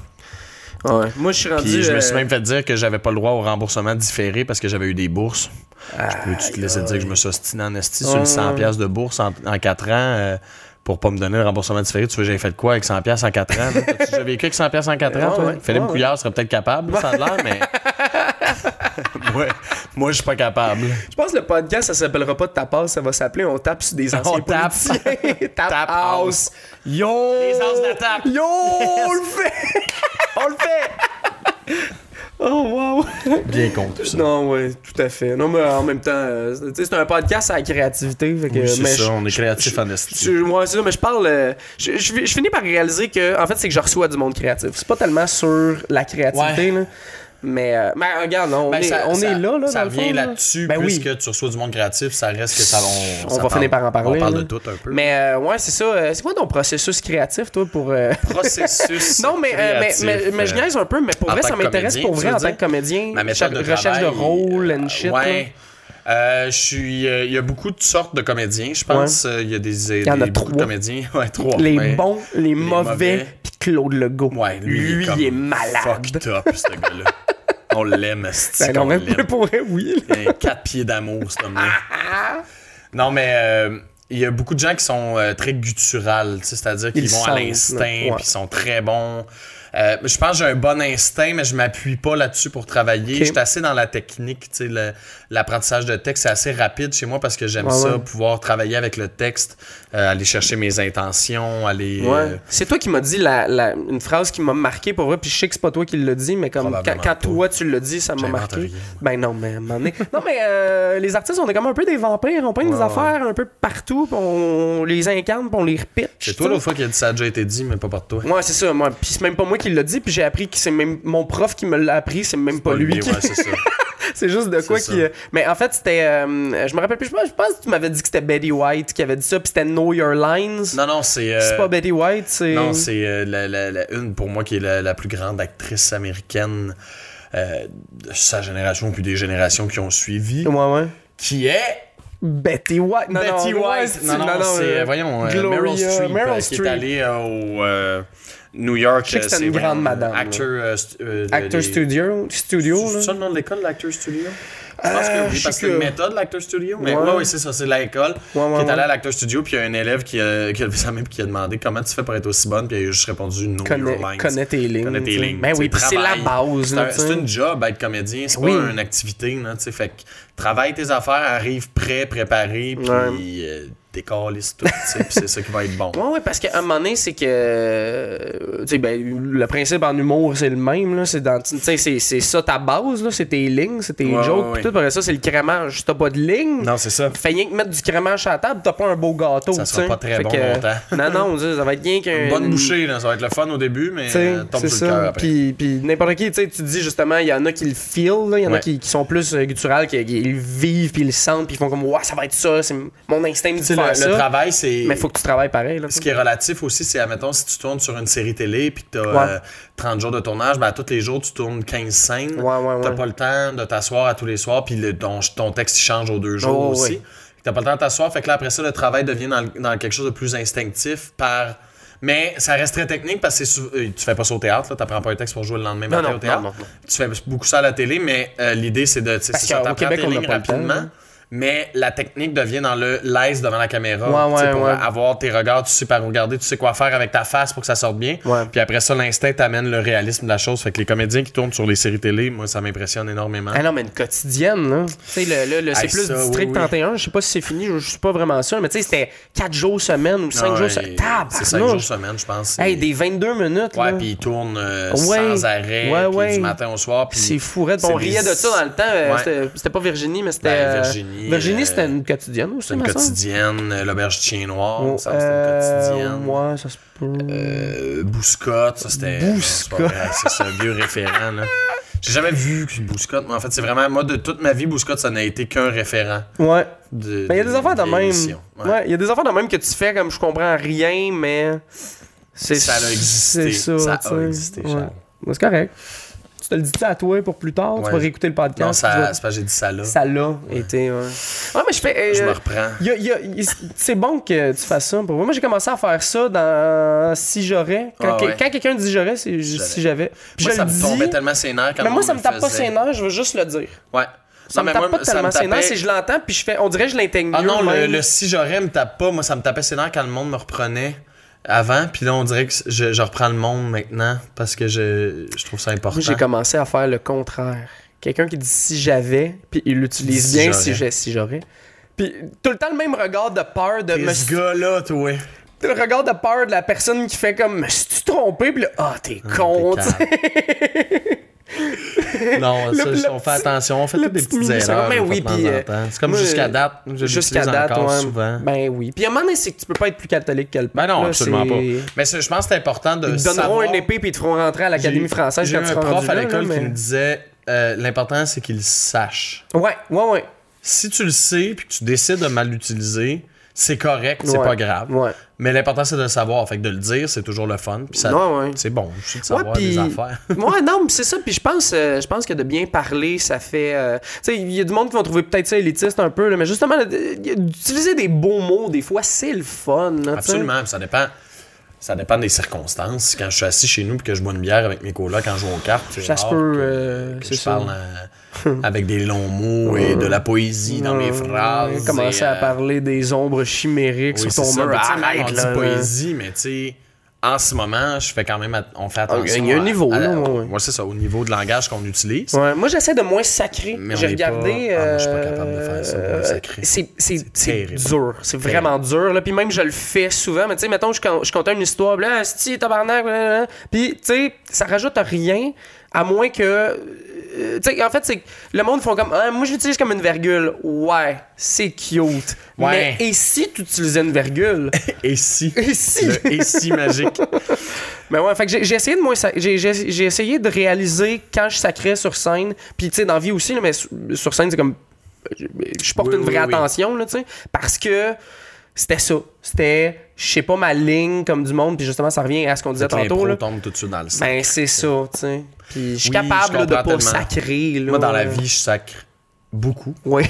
[SPEAKER 2] Ouais. Moi, je suis rendu.
[SPEAKER 3] Puis je me suis
[SPEAKER 2] euh,
[SPEAKER 3] même fait dire que j'avais pas le droit au remboursement différé parce que j'avais eu des bourses. je peux-tu te laisser dire que je me suis ostiné en esti sur
[SPEAKER 2] Ouais.
[SPEAKER 3] une 100 pièces de bourse en, 4 ans euh, pour pas me donner le remboursement différé? Tu veux que j'avais fait de quoi avec 100 pièces en 4
[SPEAKER 2] (laughs)
[SPEAKER 3] ans? T'as-tu déjà vécu avec 100 pièces en 4 ans?
[SPEAKER 2] Ouais,
[SPEAKER 3] toi?
[SPEAKER 2] ouais.
[SPEAKER 3] Philippe
[SPEAKER 2] Ouais, ouais.
[SPEAKER 3] Couillard serait peut-être capable, ça a l'air,
[SPEAKER 2] (laughs)
[SPEAKER 3] mais... moi, moi je suis pas capable.
[SPEAKER 2] Je pense que le podcast, ça s'appellera pas de ta passe, ça va s'appeler On tape sur des anciens
[SPEAKER 3] (laughs) On (laughs) tape.
[SPEAKER 2] politiciens. Tap
[SPEAKER 3] Tap
[SPEAKER 2] house.
[SPEAKER 3] house.
[SPEAKER 2] Yo!
[SPEAKER 3] Les as de la tape.
[SPEAKER 2] Yo! On (laughs) le fait! on le fait!
[SPEAKER 3] (laughs)
[SPEAKER 2] Oh wow!
[SPEAKER 3] Bien con, tout ça.
[SPEAKER 2] Non, ouais, tout à fait. Non, mais en même temps, euh, tu sais, c'est un podcast à la créativité. Fait que,
[SPEAKER 3] Oui, c'est
[SPEAKER 2] euh, mais
[SPEAKER 3] ça,
[SPEAKER 2] je-
[SPEAKER 3] on est créatif en
[SPEAKER 2] je-
[SPEAKER 3] esti.
[SPEAKER 2] ouais, c'est ça, mais je parle. euh, Je, je- je finis par réaliser que, en fait, c'est que je reçois du monde créatif. C'est pas tellement sur la créativité, là. Mais, euh, mais regarde, on,
[SPEAKER 3] Ben,
[SPEAKER 2] est,
[SPEAKER 3] ça-
[SPEAKER 2] on
[SPEAKER 3] ça-
[SPEAKER 2] est là, là,
[SPEAKER 3] Ça
[SPEAKER 2] dans le
[SPEAKER 3] vient
[SPEAKER 2] fond, là.
[SPEAKER 3] là-dessus,
[SPEAKER 2] Ben oui.
[SPEAKER 3] puisque tu reçois du monde créatif, ça reste que ça...
[SPEAKER 2] On
[SPEAKER 3] ça
[SPEAKER 2] va
[SPEAKER 3] parle-
[SPEAKER 2] finir par en parler,
[SPEAKER 3] On parle
[SPEAKER 2] là.
[SPEAKER 3] de tout un peu.
[SPEAKER 2] Mais euh, ouais, c'est ça. euh, c'est quoi ton processus créatif, toi, pour. euh,
[SPEAKER 3] processus.
[SPEAKER 2] Non, mais, euh, mais,
[SPEAKER 3] créatif,
[SPEAKER 2] mais, mais je
[SPEAKER 3] euh,
[SPEAKER 2] niaise un peu, mais pour
[SPEAKER 3] en
[SPEAKER 2] vrai,
[SPEAKER 3] tant
[SPEAKER 2] ça
[SPEAKER 3] que
[SPEAKER 2] m'intéresse
[SPEAKER 3] comédien,
[SPEAKER 2] pour
[SPEAKER 3] tu
[SPEAKER 2] vrai
[SPEAKER 3] veux
[SPEAKER 2] en
[SPEAKER 3] dire?
[SPEAKER 2] tant que comédien.
[SPEAKER 3] ma méthode
[SPEAKER 2] Cha-
[SPEAKER 3] de
[SPEAKER 2] recherche
[SPEAKER 3] travail,
[SPEAKER 2] de rôle
[SPEAKER 3] euh,
[SPEAKER 2] and shit. là.
[SPEAKER 3] Ouais. Euh, je suis. euh, Il y a beaucoup de sortes de comédiens, je pense. Euh, Il y a des.
[SPEAKER 2] y en a
[SPEAKER 3] beaucoup de
[SPEAKER 2] trois.
[SPEAKER 3] comédiens. (laughs) Ouais, trois.
[SPEAKER 2] Les
[SPEAKER 3] mais-
[SPEAKER 2] bons, les, mauvais,
[SPEAKER 3] mauvais.
[SPEAKER 2] puis Claude Legault.
[SPEAKER 3] Ouais, lui, il est, comme
[SPEAKER 2] il est malade.
[SPEAKER 3] Fucked up, ce gars-là. On l'aime, esti,
[SPEAKER 2] Ben non,
[SPEAKER 3] qu'on
[SPEAKER 2] mais (laughs)
[SPEAKER 3] l'aime.
[SPEAKER 2] pour vrai, oui.
[SPEAKER 3] Il a quatre pieds d'amour, ce homme-là.
[SPEAKER 2] (laughs)
[SPEAKER 3] Non, mais euh, il y a beaucoup de gens qui sont euh, très gutturales, tu sais, c'est-à-dire
[SPEAKER 2] Ils
[SPEAKER 3] qu'ils vont
[SPEAKER 2] sentent,
[SPEAKER 3] à
[SPEAKER 2] là.
[SPEAKER 3] l'instinct,
[SPEAKER 2] Ouais.
[SPEAKER 3] puis ils sont très bons. Euh, je pense que j'ai un bon instinct, mais je m'appuie pas là-dessus pour travailler.
[SPEAKER 2] Ok.
[SPEAKER 3] Je suis assez dans la technique, tu sais, le- l'apprentissage de texte, c'est assez rapide chez moi parce que j'aime
[SPEAKER 2] Ouais,
[SPEAKER 3] ça,
[SPEAKER 2] ouais.
[SPEAKER 3] pouvoir travailler avec le texte, euh, aller chercher mes intentions, aller... euh,
[SPEAKER 2] C'est toi qui m'as dit la, la- une phrase qui m'a marqué pour vrai, puis je sais que c'est pas toi qui l'as dit, mais comme quand,
[SPEAKER 3] Probablement
[SPEAKER 2] quand
[SPEAKER 3] pas.
[SPEAKER 2] toi tu l'as dit, ça m'a
[SPEAKER 3] J'invente
[SPEAKER 2] marqué.
[SPEAKER 3] rien.
[SPEAKER 2] Ben non, mais à un moment donné- Non, mais euh, les artistes, on est comme un peu des vampires, on prend des
[SPEAKER 3] Ouais, ouais.
[SPEAKER 2] affaires un peu partout, puis on les incarne, puis on les repitche.
[SPEAKER 3] C'est toi l'autre fois qui a dit ça a déjà été dit, mais pas par toi.
[SPEAKER 2] Moi, c'est ça, moi. Puis c'est même pas moi qui l'a dit, puis j'ai appris que c'est même mon prof qui me l'a appris, c'est même pas, lui. qui-
[SPEAKER 3] ouais,
[SPEAKER 2] (laughs)
[SPEAKER 3] c'est ça.
[SPEAKER 2] c'est juste de quoi
[SPEAKER 3] ça.
[SPEAKER 2] qui. euh, Mais en fait, c'était. euh, je me rappelle plus, je pense, je pense que tu m'avais dit que c'était Betty White qui avait dit ça, puis c'était Know Your Lines.
[SPEAKER 3] Non, non, c'est... euh,
[SPEAKER 2] C'est pas Betty White, c'est.
[SPEAKER 3] Non, c'est euh, la, la- la- une pour moi qui est la, la plus grande actrice américaine euh, de sa génération puis des générations qui ont suivi,
[SPEAKER 2] Ouais, ouais.
[SPEAKER 3] qui est
[SPEAKER 2] Betty White. Non,
[SPEAKER 3] Betty
[SPEAKER 2] non,
[SPEAKER 3] White.
[SPEAKER 2] c'est-
[SPEAKER 3] Non, non, c'est
[SPEAKER 2] euh,
[SPEAKER 3] euh, voyons euh,
[SPEAKER 2] Gloria-
[SPEAKER 3] Meryl Streep
[SPEAKER 2] Meryl
[SPEAKER 3] euh, qui
[SPEAKER 2] Streep.
[SPEAKER 3] est allée euh, au euh, New York.
[SPEAKER 2] Je sais que
[SPEAKER 3] euh,
[SPEAKER 2] c'est une
[SPEAKER 3] voyons,
[SPEAKER 2] grande madame,
[SPEAKER 3] Actor, euh, stu- euh, de-
[SPEAKER 2] Actor
[SPEAKER 3] des-
[SPEAKER 2] Studio. Studio, là.
[SPEAKER 3] C'est ça le nom de l'école, l'Actor Studio? Je pense
[SPEAKER 2] Euh,
[SPEAKER 3] que oui,
[SPEAKER 2] je
[SPEAKER 3] parce
[SPEAKER 2] sais
[SPEAKER 3] que c'est une
[SPEAKER 2] que-
[SPEAKER 3] méthode, l'Actor Studio. Mais
[SPEAKER 2] Ouais.
[SPEAKER 3] ouais, ouais, c'est ça, c'est l'école
[SPEAKER 2] Ouais, ouais,
[SPEAKER 3] qui est allée
[SPEAKER 2] ouais.
[SPEAKER 3] à l'Actor Studio, puis il y a un élève qui a, qui a levé sa main puis qui a demandé comment tu fais pour être aussi bonne, puis il a juste répondu No
[SPEAKER 2] Connais,
[SPEAKER 3] Your Lines.
[SPEAKER 2] connais tes lignes.
[SPEAKER 3] Connais tes
[SPEAKER 2] tu sais.
[SPEAKER 3] lignes,
[SPEAKER 2] Ben
[SPEAKER 3] tu
[SPEAKER 2] oui,
[SPEAKER 3] sais,
[SPEAKER 2] puis c'est la
[SPEAKER 3] travaille.
[SPEAKER 2] base.
[SPEAKER 3] C'est
[SPEAKER 2] là,
[SPEAKER 3] un-
[SPEAKER 2] tu sais.
[SPEAKER 3] C'est une job être comédien, c'est
[SPEAKER 2] Oui.
[SPEAKER 3] pas une activité. Là, tu sais. fait que travaille tes affaires, arrive prêt, préparé, puis
[SPEAKER 2] Ouais.
[SPEAKER 3] euh, décalisse tout, tu sais, puis c'est ça qui va être bon.
[SPEAKER 2] (laughs) Ouais, ouais, parce qu'à un moment donné, c'est que. euh, Tu sais, ben, le principe en humour, c'est le même, là. C'est dans- tu sais, c'est- c'est ça ta base, là. C'est tes lignes, c'est tes
[SPEAKER 3] Ouais,
[SPEAKER 2] jokes,
[SPEAKER 3] ouais,
[SPEAKER 2] pis
[SPEAKER 3] ouais.
[SPEAKER 2] tout. Après ça, c'est le crémage. Si t'as pas de lignes,
[SPEAKER 3] Non, c'est ça.
[SPEAKER 2] fais rien que mettre du crémage à la table, t'as pas un beau gâteau,
[SPEAKER 3] Ça sera
[SPEAKER 2] tu sais.
[SPEAKER 3] pas très
[SPEAKER 2] Fait
[SPEAKER 3] bon
[SPEAKER 2] que-
[SPEAKER 3] longtemps.
[SPEAKER 2] (laughs) Non, non, tu sais, ça va être rien qu'un.
[SPEAKER 3] Une bonne bouchée, là, ça va être le fun au début, mais
[SPEAKER 2] Tu sais,
[SPEAKER 3] euh, tombe
[SPEAKER 2] c'est
[SPEAKER 3] sur le cœur
[SPEAKER 2] ça.
[SPEAKER 3] après.
[SPEAKER 2] Puis, puis n'importe qui, tu sais, tu dis justement, il y en a qui le feel, là, il y en a
[SPEAKER 3] Ouais.
[SPEAKER 2] qui, qui sont plus euh, gutturales, qui, qui le vivent, puis ils le sentent, puis ils font comme, ouais, ça va être ça, c'est m- mon instinct me dit
[SPEAKER 3] Tu
[SPEAKER 2] de
[SPEAKER 3] sais,
[SPEAKER 2] faire
[SPEAKER 3] le,
[SPEAKER 2] ça.
[SPEAKER 3] le travail, c'est.
[SPEAKER 2] Mais faut que tu travailles pareil. Là,
[SPEAKER 3] Ce qui est relatif aussi, c'est, admettons, si tu tournes sur une série télé puis que t'as
[SPEAKER 2] Ouais.
[SPEAKER 3] euh, 30 jours de tournage, ben, à tous les jours, tu tournes 15 scènes.
[SPEAKER 2] Ouais, ouais,
[SPEAKER 3] T'as
[SPEAKER 2] ouais.
[SPEAKER 3] pas le temps de t'asseoir à tous les soirs, puis le- ton, ton texte il change aux deux jours
[SPEAKER 2] Oh,
[SPEAKER 3] aussi.
[SPEAKER 2] ouais.
[SPEAKER 3] T'as pas le temps de t'asseoir, fait que là, après ça, le travail devient dans, le- dans quelque chose de plus instinctif par. Mais ça reste très technique parce que c'est sou- euh, tu fais pas ça au théâtre, là, t'apprends pas un texte pour jouer le lendemain
[SPEAKER 2] Non,
[SPEAKER 3] matin
[SPEAKER 2] non,
[SPEAKER 3] au théâtre.
[SPEAKER 2] non, non, non.
[SPEAKER 3] Tu fais beaucoup ça à la télé, mais euh, l'idée c'est de. tu sais,
[SPEAKER 2] Parce
[SPEAKER 3] c'est ça,
[SPEAKER 2] qu'au
[SPEAKER 3] t'apprends
[SPEAKER 2] Québec,
[SPEAKER 3] tes
[SPEAKER 2] on n'a
[SPEAKER 3] lignes
[SPEAKER 2] pas le temps,
[SPEAKER 3] rapidement,
[SPEAKER 2] hein.
[SPEAKER 3] mais la technique devient dans le l'aise devant la caméra.
[SPEAKER 2] Ouais,
[SPEAKER 3] tu sais,
[SPEAKER 2] ouais,
[SPEAKER 3] pour
[SPEAKER 2] ouais.
[SPEAKER 3] avoir tes regards, tu sais par où regarder, tu sais quoi faire avec ta face pour que ça sorte bien.
[SPEAKER 2] Ouais.
[SPEAKER 3] Puis après ça, l'instinct amène le réalisme de la chose. Fait que les comédiens qui tournent sur les séries télé, moi, ça m'impressionne énormément.
[SPEAKER 2] Ah non, mais une quotidienne, là. Tu sais, le, le- le- c'est
[SPEAKER 3] Hey,
[SPEAKER 2] plus
[SPEAKER 3] ça,
[SPEAKER 2] District
[SPEAKER 3] oui, oui.
[SPEAKER 2] 31, je sais pas si c'est fini, je, je suis pas vraiment sûr, mais tu sais, c'était 4 jours semaine ou 5
[SPEAKER 3] Ouais,
[SPEAKER 2] jours semaine. Tabarnouche!
[SPEAKER 3] Ah, C'est 5 jours semaine, je pense.
[SPEAKER 2] Hey,
[SPEAKER 3] Et-
[SPEAKER 2] des 22 minutes, là.
[SPEAKER 3] Ouais, puis ils tournent euh,
[SPEAKER 2] Ouais.
[SPEAKER 3] sans arrêt,
[SPEAKER 2] Ouais,
[SPEAKER 3] puis
[SPEAKER 2] ouais.
[SPEAKER 3] du matin au soir. puis-
[SPEAKER 2] C'est fou, Red. On
[SPEAKER 3] c'est des-
[SPEAKER 2] riait de ça dans le temps. euh,
[SPEAKER 3] Ouais.
[SPEAKER 2] c'était- C'était pas Virginie, mais c'était.
[SPEAKER 3] Ben,
[SPEAKER 2] euh,
[SPEAKER 3] Virginie,
[SPEAKER 2] Virginie,
[SPEAKER 3] euh,
[SPEAKER 2] c'était une quotidienne aussi,
[SPEAKER 3] C'est une
[SPEAKER 2] ma sœur?
[SPEAKER 3] quotidienne, euh, l'auberge du chien noir,
[SPEAKER 2] Oh,
[SPEAKER 3] ça, c'était une
[SPEAKER 2] euh,
[SPEAKER 3] quotidienne.
[SPEAKER 2] ouais, ça se peut.
[SPEAKER 3] Euh, Bouscotte, ça c'était.
[SPEAKER 2] Bouscotte.
[SPEAKER 3] Non, c'est pas vrai, C'est c'est un vieux référent, là. J'ai jamais vu que Bouscotte, mais en fait, c'est vraiment. Moi, de toute ma vie, Bouscotte, ça n'a été qu'un référent.
[SPEAKER 2] Ouais.
[SPEAKER 3] De,
[SPEAKER 2] Mais Ben, il y a des affaires de même.
[SPEAKER 3] d'émission. Ouais.
[SPEAKER 2] Ouais, il y a des affaires de même que tu fais comme je comprends rien, mais. C'est
[SPEAKER 3] Ça a existé.
[SPEAKER 2] C'est ça,
[SPEAKER 3] Ça a
[SPEAKER 2] tu sais.
[SPEAKER 3] existé,
[SPEAKER 2] Ouais.
[SPEAKER 3] Charles.
[SPEAKER 2] Ouais, C'est correct. Tu te le dis à toi pour plus tard, tu
[SPEAKER 3] Ouais.
[SPEAKER 2] vas réécouter le podcast.
[SPEAKER 3] Non,
[SPEAKER 2] tu
[SPEAKER 3] ça,
[SPEAKER 2] vas-
[SPEAKER 3] c'est pas j'ai dit ça là.
[SPEAKER 2] ça l'a été. Ouais. Ouais, mais je fais. euh,
[SPEAKER 3] Je me reprends.
[SPEAKER 2] y a- y a- y- c'est bon que tu fasses ça. Pour moi, j'ai commencé à faire ça dans Si j'aurais. Quand,
[SPEAKER 3] Ah
[SPEAKER 2] que-
[SPEAKER 3] ouais.
[SPEAKER 2] quand quelqu'un dit j'aurais, c'est
[SPEAKER 3] J'aurais.
[SPEAKER 2] si j'avais. Puis
[SPEAKER 3] Moi,
[SPEAKER 2] je
[SPEAKER 3] ça
[SPEAKER 2] le
[SPEAKER 3] me
[SPEAKER 2] dis,
[SPEAKER 3] tombait tellement ses nerfs quand
[SPEAKER 2] Mais moi,
[SPEAKER 3] on
[SPEAKER 2] ça
[SPEAKER 3] me
[SPEAKER 2] me tape
[SPEAKER 3] le
[SPEAKER 2] pas
[SPEAKER 3] faisait.
[SPEAKER 2] ses nerfs, je veux juste le dire.
[SPEAKER 3] Ouais.
[SPEAKER 2] Ça me
[SPEAKER 3] Non, mais
[SPEAKER 2] tape
[SPEAKER 3] moi,
[SPEAKER 2] pas
[SPEAKER 3] ça me
[SPEAKER 2] tellement ses nerfs,
[SPEAKER 3] tapait-
[SPEAKER 2] c'est que je l'entends, puis je fais, on dirait que je l'intègre
[SPEAKER 3] Ah
[SPEAKER 2] mieux.
[SPEAKER 3] non, le,
[SPEAKER 2] même.
[SPEAKER 3] le si j'aurais me tape pas. Moi, ça me tapait ses nerfs quand le monde me reprenait avant. Puis là, on dirait que je, je reprends le monde maintenant parce que je, je trouve ça important.
[SPEAKER 2] Moi, j'ai commencé à faire le contraire. Quelqu'un qui dit si j'avais, puis il l'utilise
[SPEAKER 3] Si
[SPEAKER 2] bien
[SPEAKER 3] j'aurais.
[SPEAKER 2] si j'ai- si j'aurais. Puis tout le temps le même regard de peur de
[SPEAKER 3] Et
[SPEAKER 2] me
[SPEAKER 3] ce gars-là, toi.
[SPEAKER 2] le regard de peur de la personne qui fait comme me suis-tu trompé puis là ah t'es con. tu sais.
[SPEAKER 3] non, ça,
[SPEAKER 2] Le-
[SPEAKER 3] je-
[SPEAKER 2] le
[SPEAKER 3] on fait
[SPEAKER 2] petit-
[SPEAKER 3] attention. On fait
[SPEAKER 2] le
[SPEAKER 3] toutes des
[SPEAKER 2] petit
[SPEAKER 3] petites
[SPEAKER 2] mini-
[SPEAKER 3] erreurs.
[SPEAKER 2] Mais
[SPEAKER 3] là,
[SPEAKER 2] oui,
[SPEAKER 3] de temps
[SPEAKER 2] puis,
[SPEAKER 3] en
[SPEAKER 2] euh,
[SPEAKER 3] temps. C'est comme
[SPEAKER 2] moi,
[SPEAKER 3] jusqu'à date.
[SPEAKER 2] (laughs)
[SPEAKER 3] Je
[SPEAKER 2] Jusqu'à
[SPEAKER 3] l'utilise
[SPEAKER 2] date
[SPEAKER 3] encore
[SPEAKER 2] ouais.
[SPEAKER 3] souvent.
[SPEAKER 2] Ben oui. Puis à un moment donné c'est que tu peux pas être plus catholique que le
[SPEAKER 3] Ben
[SPEAKER 2] pape,
[SPEAKER 3] non,
[SPEAKER 2] là,
[SPEAKER 3] absolument pas.
[SPEAKER 2] c'est-
[SPEAKER 3] Mais c'est- je pense que c'est important de
[SPEAKER 2] Ils te donneront
[SPEAKER 3] savoir...
[SPEAKER 2] une épée puis ils te feront rentrer à l'académie
[SPEAKER 3] J'ai-
[SPEAKER 2] française
[SPEAKER 3] J'ai
[SPEAKER 2] quand
[SPEAKER 3] eu
[SPEAKER 2] tu
[SPEAKER 3] un
[SPEAKER 2] seras
[SPEAKER 3] prof
[SPEAKER 2] rendu
[SPEAKER 3] à
[SPEAKER 2] là,
[SPEAKER 3] l'école
[SPEAKER 2] là,
[SPEAKER 3] qui
[SPEAKER 2] mais-
[SPEAKER 3] nous disait euh, l'important, c'est qu'il sache.
[SPEAKER 2] Ouais, ouais, ouais.
[SPEAKER 3] Si tu le sais puis que tu décides de mal l'utiliser, c'est correct, c'est
[SPEAKER 2] Ouais.
[SPEAKER 3] pas grave.
[SPEAKER 2] Ouais.
[SPEAKER 3] Mais l'important, c'est de le savoir. Fait que de le dire, c'est toujours le fun. Puis ça,
[SPEAKER 2] Ouais, ouais.
[SPEAKER 3] c'est bon aussi de savoir
[SPEAKER 2] puis- (laughs)
[SPEAKER 3] des affaires.
[SPEAKER 2] ouais, non, mais c'est ça. Puis je pense, euh, je pense que de bien parler, ça fait. euh, tu sais, il y a du monde qui vont trouver peut-être ça élitiste un peu, là, mais justement, là, d- y a- d'utiliser des beaux mots, des fois, c'est le fun. là, tu sais.
[SPEAKER 3] Absolument, puis ça dépend. Ça dépend des circonstances. Quand je suis assis chez nous puis que je bois une bière avec mes colocs quand je joue aux cartes, c'est
[SPEAKER 2] Ça se
[SPEAKER 3] rare
[SPEAKER 2] peut,
[SPEAKER 3] que-
[SPEAKER 2] euh,
[SPEAKER 3] que
[SPEAKER 2] c'est
[SPEAKER 3] je
[SPEAKER 2] ça.
[SPEAKER 3] parle euh, avec des longs mots
[SPEAKER 2] (laughs)
[SPEAKER 3] et de la poésie dans mes
[SPEAKER 2] Ouais,
[SPEAKER 3] phrases.
[SPEAKER 2] Euh, Commencer
[SPEAKER 3] et,
[SPEAKER 2] à
[SPEAKER 3] euh,
[SPEAKER 2] parler des ombres chimériques
[SPEAKER 3] Oui,
[SPEAKER 2] sur
[SPEAKER 3] c'est
[SPEAKER 2] ton
[SPEAKER 3] ça,
[SPEAKER 2] mur.
[SPEAKER 3] mais tu sais, même
[SPEAKER 2] Arrête,
[SPEAKER 3] on dit
[SPEAKER 2] là.
[SPEAKER 3] Ah, poésie, mais tu sais, en ce moment, je fais quand même, att- on fait attention.
[SPEAKER 2] il y a un
[SPEAKER 3] à-
[SPEAKER 2] niveau,
[SPEAKER 3] à-
[SPEAKER 2] là, ouais, ouais.
[SPEAKER 3] ouais, c'est ça, au niveau de langage qu'on utilise.
[SPEAKER 2] Ouais, moi, j'essaie de moins sacrer.
[SPEAKER 3] Mais on
[SPEAKER 2] J'ai
[SPEAKER 3] est pas-
[SPEAKER 2] regardé.
[SPEAKER 3] ah, moi, je suis pas
[SPEAKER 2] euh,
[SPEAKER 3] capable de faire ça, moins sacré.
[SPEAKER 2] C'est, c'est- c'est
[SPEAKER 3] terrible.
[SPEAKER 2] dur. C'est vraiment dur. Là. Puis même, je le fais souvent. Mais tu sais, mettons, je, con- je contais une histoire. Là, Ah, asti, tabarnak. là, là, là. Puis, tu sais, ça rajoute à rien. À moins que. euh, tu sais, en fait, c'est que le monde font comme. Ah, moi, je l'utilise comme une virgule. Ouais, c'est cute.
[SPEAKER 3] Ouais.
[SPEAKER 2] Mais et si tu utilisais une virgule?
[SPEAKER 3] Et si.
[SPEAKER 2] (laughs) et si?
[SPEAKER 3] Le et
[SPEAKER 2] (laughs)
[SPEAKER 3] si magique.
[SPEAKER 2] Mais Ben ouais, fait que j'ai j'ai essayé de moins sa- j'ai j'ai- j'ai essayé de réaliser quand je sacrais sur scène, puis tu sais dans la vie aussi là, mais sur, sur scène c'est comme je je porte
[SPEAKER 3] Oui,
[SPEAKER 2] une vraie
[SPEAKER 3] oui, oui.
[SPEAKER 2] attention là, tu sais parce que c'était ça, c'était je sais pas ma ligne comme du monde puis justement ça revient à ce qu'on disait tantôt
[SPEAKER 3] L'impro
[SPEAKER 2] là.
[SPEAKER 3] tombe tout de suite dans le sang.
[SPEAKER 2] Ben c'est ça, tu sais. Puis je suis
[SPEAKER 3] Oui,
[SPEAKER 2] capable
[SPEAKER 3] je
[SPEAKER 2] là, de pas
[SPEAKER 3] comprends tellement.
[SPEAKER 2] sacrer Ben, là.
[SPEAKER 3] Moi, dans la vie, je sacre (laughs) beaucoup.
[SPEAKER 2] Oui.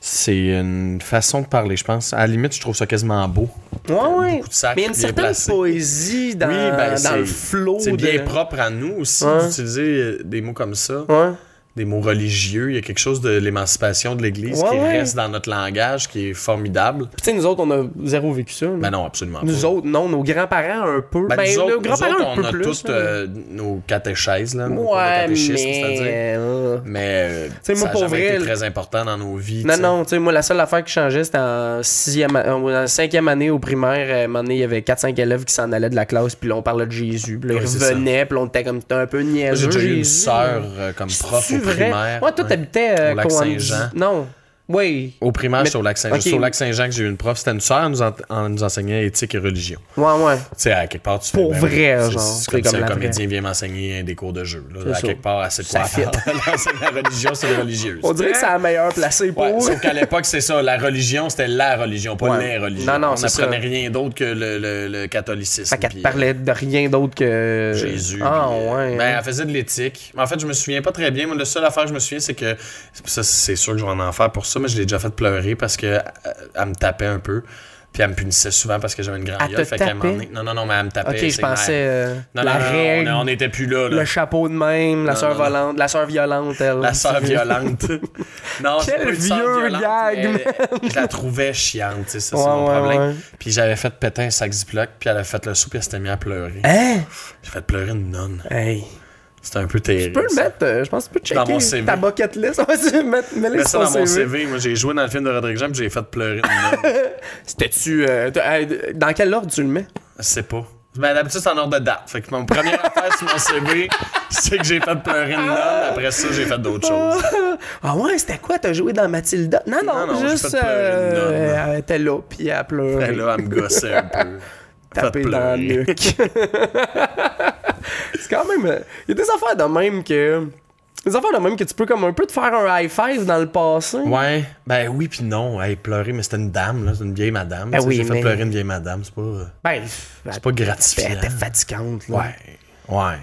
[SPEAKER 3] C'est une façon de parler, je pense. À la limite, je trouve ça quasiment beau.
[SPEAKER 2] ouais ouais.
[SPEAKER 3] Beaucoup de sacre
[SPEAKER 2] Mais il y a une
[SPEAKER 3] bien
[SPEAKER 2] certaine
[SPEAKER 3] placé.
[SPEAKER 2] poésie dans,
[SPEAKER 3] oui, ben,
[SPEAKER 2] dans
[SPEAKER 3] c'est-
[SPEAKER 2] le flow
[SPEAKER 3] C'est bien
[SPEAKER 2] de...
[SPEAKER 3] propre à nous aussi
[SPEAKER 2] Ouais.
[SPEAKER 3] d'utiliser euh, des mots comme ça.
[SPEAKER 2] Ouais.
[SPEAKER 3] des mots religieux. Il y a quelque chose de l'émancipation de l'Église
[SPEAKER 2] Ouais,
[SPEAKER 3] qui
[SPEAKER 2] ouais.
[SPEAKER 3] reste dans notre langage, qui est formidable.
[SPEAKER 2] Puis, tu sais, nous autres, on a zéro vécu ça. là.
[SPEAKER 3] Ben non, absolument
[SPEAKER 2] nous
[SPEAKER 3] pas.
[SPEAKER 2] autres, non. Nos grands-parents, un peu. Ben,
[SPEAKER 3] Ben, nous autres,
[SPEAKER 2] nos
[SPEAKER 3] nous autres,
[SPEAKER 2] grands-parents, un
[SPEAKER 3] on
[SPEAKER 2] peu
[SPEAKER 3] a
[SPEAKER 2] plus.
[SPEAKER 3] tous
[SPEAKER 2] là.
[SPEAKER 3] euh, nos catéchèses, là, nos cours de
[SPEAKER 2] ouais, mais...
[SPEAKER 3] catéchisme, c'est-à-dire.
[SPEAKER 2] euh,
[SPEAKER 3] Mais euh,
[SPEAKER 2] sais, moi,
[SPEAKER 3] ça a
[SPEAKER 2] pour
[SPEAKER 3] jamais
[SPEAKER 2] vrai,
[SPEAKER 3] été
[SPEAKER 2] le-
[SPEAKER 3] très important dans nos vies.
[SPEAKER 2] Non,
[SPEAKER 3] tu sais.
[SPEAKER 2] non, tu sais, moi, la seule affaire qui changeait, c'était en, sixième, euh, ou en cinquième année au primaire. euh, un moment donné, il y avait 4-5 élèves qui s'en allaient de la classe, puis là, on parlait de Jésus, puis là,
[SPEAKER 3] Ouais,
[SPEAKER 2] ils
[SPEAKER 3] c'est ça.
[SPEAKER 2] revenaient, puis là, on était comme, t'es un peu
[SPEAKER 3] Moi, J'ai
[SPEAKER 2] niaiseux.
[SPEAKER 3] déjà eu une
[SPEAKER 2] Jésus.
[SPEAKER 3] sœur euh, comme prof
[SPEAKER 2] C'est-tu
[SPEAKER 3] au
[SPEAKER 2] vrai?
[SPEAKER 3] primaire.
[SPEAKER 2] Ouais, toi,
[SPEAKER 3] Ouais.
[SPEAKER 2] t'habitais euh,
[SPEAKER 3] Au lac
[SPEAKER 2] quoi, en-
[SPEAKER 3] Saint-Jean.
[SPEAKER 2] Non. Oui.
[SPEAKER 3] Au primaire,
[SPEAKER 2] Mais-
[SPEAKER 3] c'est au lac Saint-Jean.
[SPEAKER 2] Ok.
[SPEAKER 3] C'est au lac Saint-Jean que j'ai eu une prof. C'était une sœur, elle nous, en- en- nous enseignait éthique et religion.
[SPEAKER 2] Ouais, ouais.
[SPEAKER 3] Tu sais, à quelque part, tu fais,
[SPEAKER 2] Pour
[SPEAKER 3] ben
[SPEAKER 2] vrai,
[SPEAKER 3] oui, c'est-
[SPEAKER 2] genre,
[SPEAKER 3] C'est
[SPEAKER 2] c'est
[SPEAKER 3] comme,
[SPEAKER 2] comme
[SPEAKER 3] si
[SPEAKER 2] la
[SPEAKER 3] un
[SPEAKER 2] vraie.
[SPEAKER 3] comédien vient m'enseigner des cours de jeu. là.
[SPEAKER 2] C'est
[SPEAKER 3] à
[SPEAKER 2] ça.
[SPEAKER 3] quelque part, elle sait de quoi
[SPEAKER 2] Ça
[SPEAKER 3] elle parle. Elle enseigne (laughs) la religion, c'est une religieuse.
[SPEAKER 2] On dirait que c'est la meilleure placée pour.
[SPEAKER 3] Ouais, sauf qu'à l'époque, c'est ça. La religion, c'était la religion, pas
[SPEAKER 2] Oh. Ouais.
[SPEAKER 3] les religions.
[SPEAKER 2] Non, non,
[SPEAKER 3] On
[SPEAKER 2] c'est ça.
[SPEAKER 3] n'apprenait rien d'autre que le, le- le catholicisme.
[SPEAKER 2] Fait qu'elle te
[SPEAKER 3] puis, euh,
[SPEAKER 2] parlait de rien d'autre que.
[SPEAKER 3] Jésus.
[SPEAKER 2] Ah,
[SPEAKER 3] puis, euh,
[SPEAKER 2] ouais.
[SPEAKER 3] Ben,
[SPEAKER 2] hein.
[SPEAKER 3] elle faisait de l'éthique. En fait, je me souviens pas très bien. Moi, la seule affaire que je me souviens, c'est que. Ça, c'est sûr que je vais en enfer pour ça, mais je l'ai déjà fait pleurer parce que euh, elle me tapait un peu. Puis elle me punissait souvent parce que j'avais une grande
[SPEAKER 2] Elle te
[SPEAKER 3] gueule. Fait qu'elle
[SPEAKER 2] tapait?
[SPEAKER 3] m'en est- Non, non, non, mais elle me tapait.
[SPEAKER 2] ok, je
[SPEAKER 3] Ben, c'est
[SPEAKER 2] pensais.
[SPEAKER 3] clair.
[SPEAKER 2] euh,
[SPEAKER 3] Non, non,
[SPEAKER 2] la
[SPEAKER 3] non, non,
[SPEAKER 2] règle,
[SPEAKER 3] on- on n'était plus là. là.
[SPEAKER 2] le chapeau de même, la
[SPEAKER 3] Non,
[SPEAKER 2] sœur
[SPEAKER 3] non, non.
[SPEAKER 2] volante, la sœur violente, elle. (laughs)
[SPEAKER 3] La sœur violente. non, c'est
[SPEAKER 2] Quel
[SPEAKER 3] pas une sœur
[SPEAKER 2] vieux
[SPEAKER 3] violente,
[SPEAKER 2] gag,
[SPEAKER 3] mais Je la trouvais chiante, tu sais, ça,
[SPEAKER 2] Ouais,
[SPEAKER 3] c'est mon
[SPEAKER 2] ouais,
[SPEAKER 3] problème.
[SPEAKER 2] ouais.
[SPEAKER 3] Puis j'avais fait péter un sac Ziploc, puis elle a fait le sou, puis elle s'était mise à pleurer.
[SPEAKER 2] Hein?
[SPEAKER 3] J'ai fait pleurer une nonne.
[SPEAKER 2] Hey.
[SPEAKER 3] C'était un peu terrible.
[SPEAKER 2] Tu peux le
[SPEAKER 3] ça.
[SPEAKER 2] mettre, euh, je pense que tu peux checker
[SPEAKER 3] Dans mon CV.
[SPEAKER 2] ta bucket list. (laughs) Vas-y, mets- mets-le
[SPEAKER 3] Mets
[SPEAKER 2] sur
[SPEAKER 3] ça dans
[SPEAKER 2] ton
[SPEAKER 3] mon
[SPEAKER 2] CV.
[SPEAKER 3] CV. Moi, j'ai joué dans le film de Rodrigue Jean, puis j'ai fait pleurer une
[SPEAKER 2] (laughs)
[SPEAKER 3] nonne.
[SPEAKER 2] C'était-tu. euh, t- euh, dans quel ordre tu le mets? (laughs)
[SPEAKER 3] Je sais pas. Mais Ben, d'habitude, c'est en ordre de date. Fait que mon premier affaire sur mon (laughs) CV, c'est que j'ai fait pleurer une nonne. Après ça, j'ai fait d'autres choses.
[SPEAKER 2] Ah ouais, c'était quoi? T'as joué dans Mathilda? Non, non,
[SPEAKER 3] Non, non, j'ai
[SPEAKER 2] juste.
[SPEAKER 3] fait pleurer une
[SPEAKER 2] euh,
[SPEAKER 3] nonne, là.
[SPEAKER 2] elle était là, puis elle pleurait.
[SPEAKER 3] Et Ben là, elle me gossait un peu.
[SPEAKER 2] taper
[SPEAKER 3] Fait
[SPEAKER 2] dans la
[SPEAKER 3] pleurer.
[SPEAKER 2] nuque. (laughs) c'est quand même. Il y a des affaires de même que. Des affaires de même que tu peux comme un peu te faire un high five dans le passé.
[SPEAKER 3] Ouais, ben oui puis non, hey, pleurer, mais c'était une dame, là, c'est une vieille madame.
[SPEAKER 2] Ben
[SPEAKER 3] Tu sais,
[SPEAKER 2] oui,
[SPEAKER 3] j'ai
[SPEAKER 2] mais-
[SPEAKER 3] fait pleurer une vieille madame, c'est pas, euh,
[SPEAKER 2] Ben,
[SPEAKER 3] c'est pas
[SPEAKER 2] elle
[SPEAKER 3] gratifiant.
[SPEAKER 2] était fatigante. là.
[SPEAKER 3] Ouais, ouais.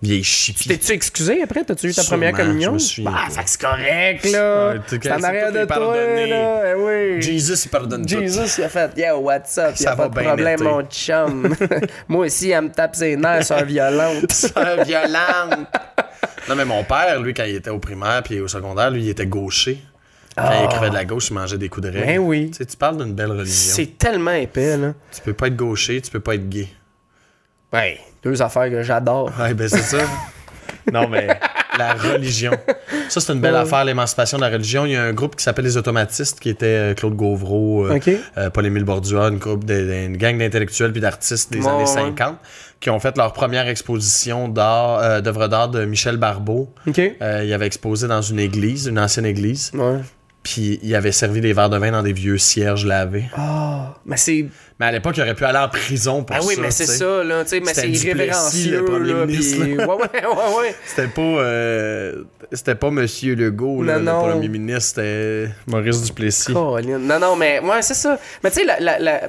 [SPEAKER 3] Vieille chipie.
[SPEAKER 2] T'es-tu excusé après? T'as-tu eu ta
[SPEAKER 3] Sûrement,
[SPEAKER 2] première communion?
[SPEAKER 3] je me suis-
[SPEAKER 2] Bah, fait que c'est correct, là.
[SPEAKER 3] Ouais, t'es-
[SPEAKER 2] c'est en
[SPEAKER 3] c'est
[SPEAKER 2] arrière
[SPEAKER 3] tout
[SPEAKER 2] de
[SPEAKER 3] est
[SPEAKER 2] toi,
[SPEAKER 3] pardonné.
[SPEAKER 2] là. Eh oui.
[SPEAKER 3] Jesus, il pardonne (laughs) tout.
[SPEAKER 2] Jesus, il a fait Yo, what's up? Il
[SPEAKER 3] Ça
[SPEAKER 2] a pas de
[SPEAKER 3] va bien
[SPEAKER 2] problème,
[SPEAKER 3] été.
[SPEAKER 2] mon
[SPEAKER 3] (laughs)
[SPEAKER 2] chum. Moi aussi, elle me tape ses nerfs sur un violon.
[SPEAKER 3] C'est violente. Non, mais mon père, lui, quand il était au primaire puis au secondaire, lui, il était gaucher. Quand il écrivait de la gauche, il mangeait des coups de règle.
[SPEAKER 2] Ah. Ben oui.
[SPEAKER 3] Tu sais, tu parles d'une belle religion.
[SPEAKER 2] C'est tellement épais, là.
[SPEAKER 3] Tu peux pas être gaucher, tu peux pas être gay.
[SPEAKER 2] Ouais. Deux affaires que j'adore.
[SPEAKER 3] Ouais, ben c'est ça. non, mais la religion. Ça, c'est une
[SPEAKER 2] Euh.
[SPEAKER 3] belle affaire, l'émancipation de la religion. Il y a un groupe qui s'appelle Les Automatistes, qui était euh, Claude Gauvreau, euh,
[SPEAKER 2] Ok.
[SPEAKER 3] euh, Paul-Émile Bordua, une, groupe de- de- une gang d'intellectuels puis d'artistes des
[SPEAKER 2] Ouais, ouais.
[SPEAKER 3] années 50, qui ont fait leur première exposition d'art, euh, d'œuvres d'art de Michel Barbeau.
[SPEAKER 2] OK?
[SPEAKER 3] Euh, il avait exposé dans une église, une ancienne église,
[SPEAKER 2] Ouais.
[SPEAKER 3] puis il avait servi des verres de vin dans des vieux cierges lavés.
[SPEAKER 2] Ah, mais c'est.
[SPEAKER 3] Mais à l'époque, il aurait pu aller en prison pour
[SPEAKER 2] Ah oui,
[SPEAKER 3] ça.
[SPEAKER 2] mais c'est
[SPEAKER 3] tu sais.
[SPEAKER 2] ça, là. Tu sais, mais c'est
[SPEAKER 3] C'était Duplessis,
[SPEAKER 2] irrévérencieux,
[SPEAKER 3] le premier
[SPEAKER 2] là.
[SPEAKER 3] ministre,
[SPEAKER 2] puis- Ouais,
[SPEAKER 3] là.
[SPEAKER 2] ouais, ouais,
[SPEAKER 3] (laughs)
[SPEAKER 2] ouais.
[SPEAKER 3] C'était pas, euh, c'était pas Monsieur Legault, là,
[SPEAKER 2] Non, non.
[SPEAKER 3] le premier ministre, c'était Maurice Duplessis.
[SPEAKER 2] Colin. Non, non, mais ouais, c'est ça. Mais tu sais, la, la, la,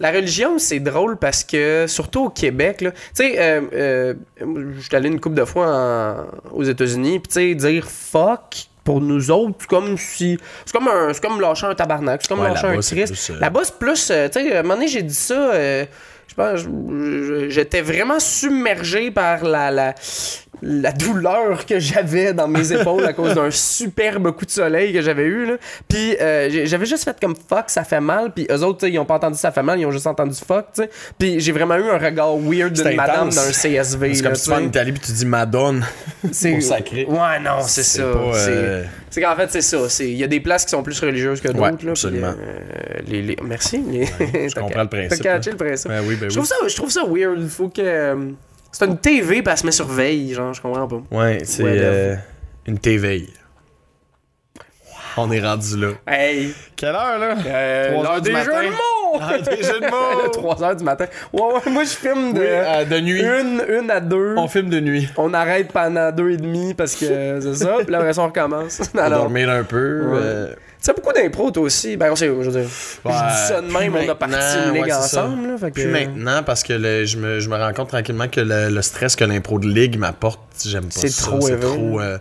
[SPEAKER 2] la religion, c'est drôle parce que, surtout au Québec, là, tu sais, euh, euh, je suis allé une couple de fois en- aux États-Unis, puis tu sais, dire fuck. Pour nous autres, c'est comme si. C'est comme, un- c'est comme lâcher un tabarnak, c'est comme
[SPEAKER 3] Ouais,
[SPEAKER 2] lâcher un
[SPEAKER 3] là-bas, c'est
[SPEAKER 2] Christ.
[SPEAKER 3] plus, euh,
[SPEAKER 2] Là-bas, c'est plus. euh, tu sais, à un moment donné, j'ai dit ça. euh, je pense. je- je- J'étais vraiment submergé par la, la, la douleur que j'avais dans mes épaules à cause
[SPEAKER 3] (laughs)
[SPEAKER 2] d'un superbe coup de soleil que j'avais eu. Là. Puis euh, j'ai- j'avais juste fait comme fuck, ça fait mal. Puis eux autres, tu sais, ils ont pas entendu ça fait mal, ils ont juste entendu fuck. tu sais. Puis j'ai vraiment eu un regard weird d'une
[SPEAKER 3] C'était
[SPEAKER 2] madame
[SPEAKER 3] intense.
[SPEAKER 2] d'un CSV.
[SPEAKER 3] C'est comme
[SPEAKER 2] là,
[SPEAKER 3] si tu vas en
[SPEAKER 2] tu sais.
[SPEAKER 3] Italie puis tu dis Madone.
[SPEAKER 2] C'est-
[SPEAKER 3] pour sacrer.
[SPEAKER 2] Ouais, non, c'est ça.
[SPEAKER 3] pas,
[SPEAKER 2] C'est-
[SPEAKER 3] euh,
[SPEAKER 2] C'est qu'en fait, c'est ça. c'est- Il y a des places qui sont plus religieuses que d'autres.
[SPEAKER 3] Ouais,
[SPEAKER 2] là, puis,
[SPEAKER 3] absolument.
[SPEAKER 2] euh, les- les- Merci. les- (laughs)
[SPEAKER 3] je
[SPEAKER 2] t'as
[SPEAKER 3] comprends
[SPEAKER 2] ca-
[SPEAKER 3] le principe,
[SPEAKER 2] T'as catché
[SPEAKER 3] là.
[SPEAKER 2] le principe.
[SPEAKER 3] Ben oui, ben
[SPEAKER 2] je, trouve
[SPEAKER 3] oui.
[SPEAKER 2] ça, je trouve ça weird. Il faut que. euh, C'est une TV, parce qu'elle me surveille. Genre, je comprends pas.
[SPEAKER 3] Ouais, c'est
[SPEAKER 2] Whatever.
[SPEAKER 3] euh, une téveille. On est rendu là.
[SPEAKER 2] Hey!
[SPEAKER 3] Quelle
[SPEAKER 2] (laughs)
[SPEAKER 3] heure, là?
[SPEAKER 2] Euh,
[SPEAKER 3] Trois
[SPEAKER 2] l'heure
[SPEAKER 3] heures
[SPEAKER 2] des
[SPEAKER 3] du matin.
[SPEAKER 2] jeux de mots!
[SPEAKER 3] L'heure des jeux de mots.
[SPEAKER 2] (laughs) 3 heures du matin. Ouais, ouais, moi je filme de
[SPEAKER 3] Oui, euh, de nuit.
[SPEAKER 2] une, une à deux.
[SPEAKER 3] On
[SPEAKER 2] On,
[SPEAKER 3] filme de nuit.
[SPEAKER 2] arrête pendant deux et demi parce
[SPEAKER 3] (laughs)
[SPEAKER 2] que c'est ça. Puis là, après ça, on recommence.
[SPEAKER 3] Pour
[SPEAKER 2] Alors, tu
[SPEAKER 3] dormir un peu.
[SPEAKER 2] Ouais.
[SPEAKER 3] euh,
[SPEAKER 2] sais, beaucoup d'impro, toi aussi. Ben, on sait, je veux dire.
[SPEAKER 3] Ouais,
[SPEAKER 2] je dis ça de même,
[SPEAKER 3] plus
[SPEAKER 2] on a parti une
[SPEAKER 3] maintenant,
[SPEAKER 2] ligue
[SPEAKER 3] ouais, c'est ça.
[SPEAKER 2] ensemble. Là, fait que,
[SPEAKER 3] Puis maintenant, parce que le- je, me, je me rends compte tranquillement que le, le stress que l'impro de ligue m'apporte, j'aime pas
[SPEAKER 2] C'est
[SPEAKER 3] ça.
[SPEAKER 2] trop
[SPEAKER 3] c'est
[SPEAKER 2] élevé.
[SPEAKER 3] trop, euh,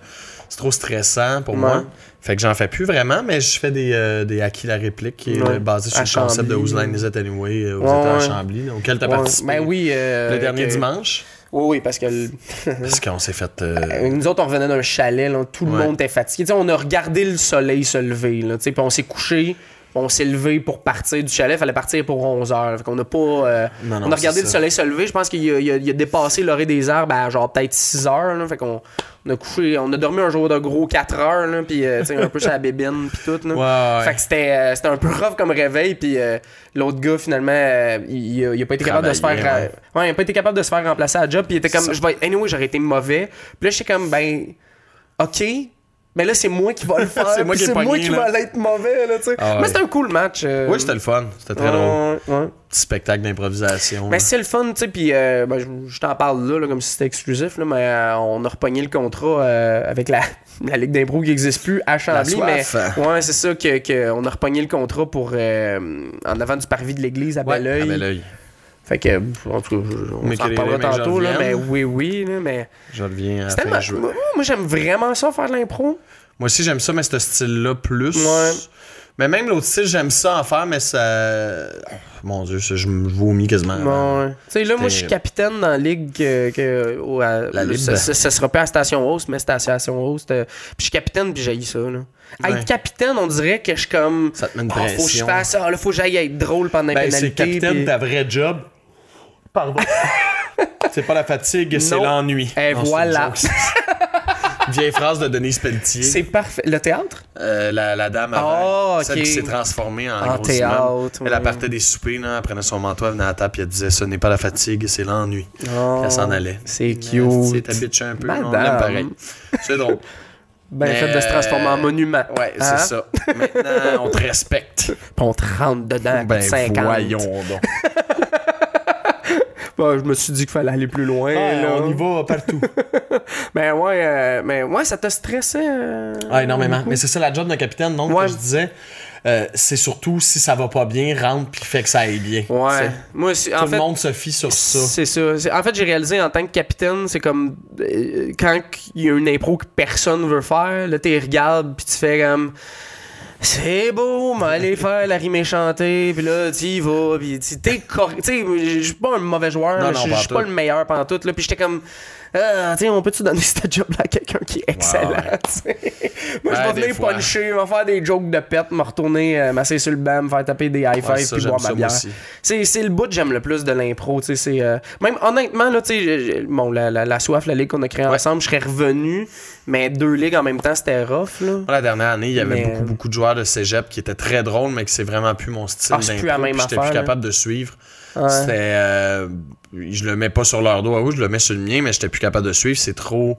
[SPEAKER 3] c'est trop stressant pour
[SPEAKER 2] Ouais.
[SPEAKER 3] moi. Fait que j'en fais plus vraiment, mais je fais des, euh, des acquis la réplique qui est
[SPEAKER 2] Ouais.
[SPEAKER 3] euh, basé sur
[SPEAKER 2] À
[SPEAKER 3] le concept de
[SPEAKER 2] Chambly.
[SPEAKER 3] Whose Line Is It Anyway euh, aux
[SPEAKER 2] Ouais,
[SPEAKER 3] États à
[SPEAKER 2] ouais.
[SPEAKER 3] Chambly, là, auquel tu as
[SPEAKER 2] Ouais,
[SPEAKER 3] participé
[SPEAKER 2] ben oui. euh,
[SPEAKER 3] le dernier
[SPEAKER 2] que-
[SPEAKER 3] dimanche.
[SPEAKER 2] Oui, oui, parce que le-
[SPEAKER 3] Parce qu'on s'est fait.
[SPEAKER 2] euh,
[SPEAKER 3] euh,
[SPEAKER 2] nous autres, on revenait d'un chalet, là, tout le
[SPEAKER 3] Ouais.
[SPEAKER 2] monde était fatigué. Tu sais, on a regardé le soleil se lever, là, tu sais, puis on s'est couché, puis on s'est levé pour partir du chalet. fallait partir pour 11 heures. Fait qu'on n'a pas. euh,
[SPEAKER 3] Ah Non, non,
[SPEAKER 2] on a regardé
[SPEAKER 3] c'est
[SPEAKER 2] le
[SPEAKER 3] ça.
[SPEAKER 2] soleil se lever. Je pense qu'il a, il a- il a dépassé l'orée des arbres à genre peut-être 6 heures. là. fait qu'on on a couché, on a dormi un jour de gros 4 heures, là, puis euh, tu sais, un peu sur la bébine, puis tout. là.
[SPEAKER 3] Ouais, ouais.
[SPEAKER 2] Fait que c'était, euh, c'était un peu rough comme réveil, puis euh, l'autre gars, finalement, euh, il, il a, il a pas été capable de se faire.
[SPEAKER 3] Travaillait,
[SPEAKER 2] euh, ouais, il a pas été capable de se faire remplacer à la job, puis il était comme, je vais, être- anyway, j'aurais été mauvais. Puis là, j'étais comme, ben, ok. Mais là, c'est moi qui
[SPEAKER 3] (laughs)
[SPEAKER 2] vais le faire.
[SPEAKER 3] C'est moi
[SPEAKER 2] puis
[SPEAKER 3] qui ai
[SPEAKER 2] c'est
[SPEAKER 3] pogné,
[SPEAKER 2] moi qui
[SPEAKER 3] là.
[SPEAKER 2] vais être mauvais. Là, tu sais.
[SPEAKER 3] Ah ouais.
[SPEAKER 2] Mais c'était un cool match. euh,
[SPEAKER 3] Oui, c'était le fun. C'était très
[SPEAKER 2] ouais,
[SPEAKER 3] drôle.
[SPEAKER 2] ouais.
[SPEAKER 3] Petit spectacle d'improvisation.
[SPEAKER 2] Mais
[SPEAKER 3] là.
[SPEAKER 2] c'est le fun, tu sais, puis euh, ben, je- je t'en parle là, là, comme si c'était exclusif, là, mais euh, on a repogné le contrat euh, avec la, (laughs) la Ligue d'impro qui n'existe plus à Chambly.
[SPEAKER 3] La soif.
[SPEAKER 2] Mais, (laughs) ouais, c'est ça, que, que on a repogné le contrat pour euh, en avant du parvis de l'église à
[SPEAKER 3] Ouais,
[SPEAKER 2] Belleuil.
[SPEAKER 3] ah, ben l'œil.
[SPEAKER 2] Fait que, en tout cas, je- on
[SPEAKER 3] Mais
[SPEAKER 2] s'en
[SPEAKER 3] que les-
[SPEAKER 2] reparlera
[SPEAKER 3] les mecs
[SPEAKER 2] tantôt, là, mais
[SPEAKER 3] reviennent.
[SPEAKER 2] oui, oui, là, mais
[SPEAKER 3] Je reviens à la
[SPEAKER 2] c'est
[SPEAKER 3] fin
[SPEAKER 2] tellement-
[SPEAKER 3] juin.
[SPEAKER 2] moi, moi, j'aime vraiment ça, faire de l'impro.
[SPEAKER 3] Moi aussi, j'aime ça, mais ce style-là plus.
[SPEAKER 2] Ouais.
[SPEAKER 3] Mais même l'autre style, j'aime ça en faire, mais ça. Mon Dieu, ça, je me vomis quasiment.
[SPEAKER 2] Bon, ouais. Tu sais, là, moi, je suis
[SPEAKER 3] C'était-
[SPEAKER 2] capitaine dans la ligue que. que- au- à-
[SPEAKER 3] La
[SPEAKER 2] le-
[SPEAKER 3] Ligue.
[SPEAKER 2] ce, ce- ce sera pas à Station Host, mais Station Host. euh, puis je suis capitaine, puis j'ai ça, là. À
[SPEAKER 3] Ouais.
[SPEAKER 2] Être capitaine, on dirait que je suis comme.
[SPEAKER 3] Ça te met une
[SPEAKER 2] Ah, faut que je
[SPEAKER 3] pression.
[SPEAKER 2] fasse ça, là, faut que j'aille être drôle pendant la
[SPEAKER 3] Ben, c'est
[SPEAKER 2] pénalité.
[SPEAKER 3] capitaine
[SPEAKER 2] puis-
[SPEAKER 3] ta vraie job. Pardon. (laughs) c'est pas la fatigue, c'est
[SPEAKER 2] Non.
[SPEAKER 3] l'ennui.
[SPEAKER 2] Et
[SPEAKER 3] Non, c'est
[SPEAKER 2] Eh, voilà.
[SPEAKER 3] une joke. Vieille phrase de Denise
[SPEAKER 2] (laughs)
[SPEAKER 3] Pelletier.
[SPEAKER 2] C'est parfait. Le théâtre?
[SPEAKER 3] Euh, la, la dame
[SPEAKER 2] Ah,
[SPEAKER 3] avant,
[SPEAKER 2] ok.
[SPEAKER 3] celle qui s'est transformée en
[SPEAKER 2] En
[SPEAKER 3] grosse
[SPEAKER 2] théâtre,
[SPEAKER 3] humaine.
[SPEAKER 2] ouais.
[SPEAKER 3] Elle appartait des soupers, là, elle prenait son manteau, elle venait à la table, puis elle disait Ce n'est pas la fatigue, c'est l'ennui.
[SPEAKER 2] Oh,
[SPEAKER 3] Elle s'en allait.
[SPEAKER 2] C'est
[SPEAKER 3] C'est ta
[SPEAKER 2] cute.
[SPEAKER 3] bitch un peu, on
[SPEAKER 2] Madame.
[SPEAKER 3] l'aime pareil. C'est drôle.
[SPEAKER 2] Ben, le fait de
[SPEAKER 3] Mais-
[SPEAKER 2] se transformer en monument.
[SPEAKER 3] Euh, Ouais,
[SPEAKER 2] Hein?
[SPEAKER 3] c'est ça. Maintenant, on te
[SPEAKER 2] (laughs)
[SPEAKER 3] respecte.
[SPEAKER 2] Puis on te rentre dedans
[SPEAKER 3] Ben,
[SPEAKER 2] à 50.
[SPEAKER 3] (laughs) donc.
[SPEAKER 2] Bah, je me suis dit qu'il fallait aller plus loin. là.
[SPEAKER 3] Ben, va partout.
[SPEAKER 2] Ben ouais, euh, mais ouais, ça te stressait. euh,
[SPEAKER 3] Ah, énormément. Mais c'est ça la job d'un capitaine, donc,
[SPEAKER 2] Ouais.
[SPEAKER 3] que je disais. euh, c'est surtout si ça va pas bien, rentre puis fait que ça aille bien.
[SPEAKER 2] Ouais.
[SPEAKER 3] T'sais,
[SPEAKER 2] Moi, c'est- en
[SPEAKER 3] Tout
[SPEAKER 2] fait,
[SPEAKER 3] le monde se fie sur ça.
[SPEAKER 2] c'est ça. C'est- En fait, j'ai réalisé en tant que capitaine, c'est comme euh, quand il y a une impro que personne veut faire, là, tu regardes puis tu fais comme. C'est beau, mais
[SPEAKER 3] (laughs)
[SPEAKER 2] aller faire la rime chantée, puis là, tu y vas, puis tu t'es cor- tu sais, je suis pas un mauvais joueur,
[SPEAKER 3] Non,
[SPEAKER 2] là, je
[SPEAKER 3] non,
[SPEAKER 2] je suis
[SPEAKER 3] pantoute.
[SPEAKER 2] pas le meilleur pendant tout, là, puis j'étais comme, ah, tu sais, on peut-tu donner (laughs) ce job-là à quelqu'un qui est excellent, (laughs) tu sais? Moi,
[SPEAKER 3] Ouais,
[SPEAKER 2] je
[SPEAKER 3] des
[SPEAKER 2] vais venir
[SPEAKER 3] fois.
[SPEAKER 2] puncher, me faire des jokes de pète, me retourner, euh, m'asseoir sur le banc, me faire taper des high
[SPEAKER 3] Ouais,
[SPEAKER 2] fives,
[SPEAKER 3] ça,
[SPEAKER 2] puis
[SPEAKER 3] j'aime
[SPEAKER 2] boire
[SPEAKER 3] ça,
[SPEAKER 2] ma
[SPEAKER 3] moi
[SPEAKER 2] bière.
[SPEAKER 3] aussi.
[SPEAKER 2] C'est c'est le bout que j'aime le plus de l'impro. tu sais, c'est, euh, même honnêtement, là, tu sais, j'ai- j'ai- bon, la, la, la soif, la ligue qu'on a créée ensemble, je serais revenu, mais deux ligues en même temps, c'était rough. Là.
[SPEAKER 3] Moi, la dernière année, il y avait
[SPEAKER 2] Mais- euh,
[SPEAKER 3] beaucoup, beaucoup de joueurs de cégep qui étaient très drôles, mais que c'est vraiment plus mon style.
[SPEAKER 2] Ah, c'est plus
[SPEAKER 3] d'impro,
[SPEAKER 2] la même
[SPEAKER 3] puis J'étais
[SPEAKER 2] affaire,
[SPEAKER 3] plus
[SPEAKER 2] là.
[SPEAKER 3] capable de suivre.
[SPEAKER 2] Ouais.
[SPEAKER 3] C'était. euh, je le mets pas sur leur dos à eux, je le mets sur le mien, mais j'étais plus capable de suivre. C'est trop.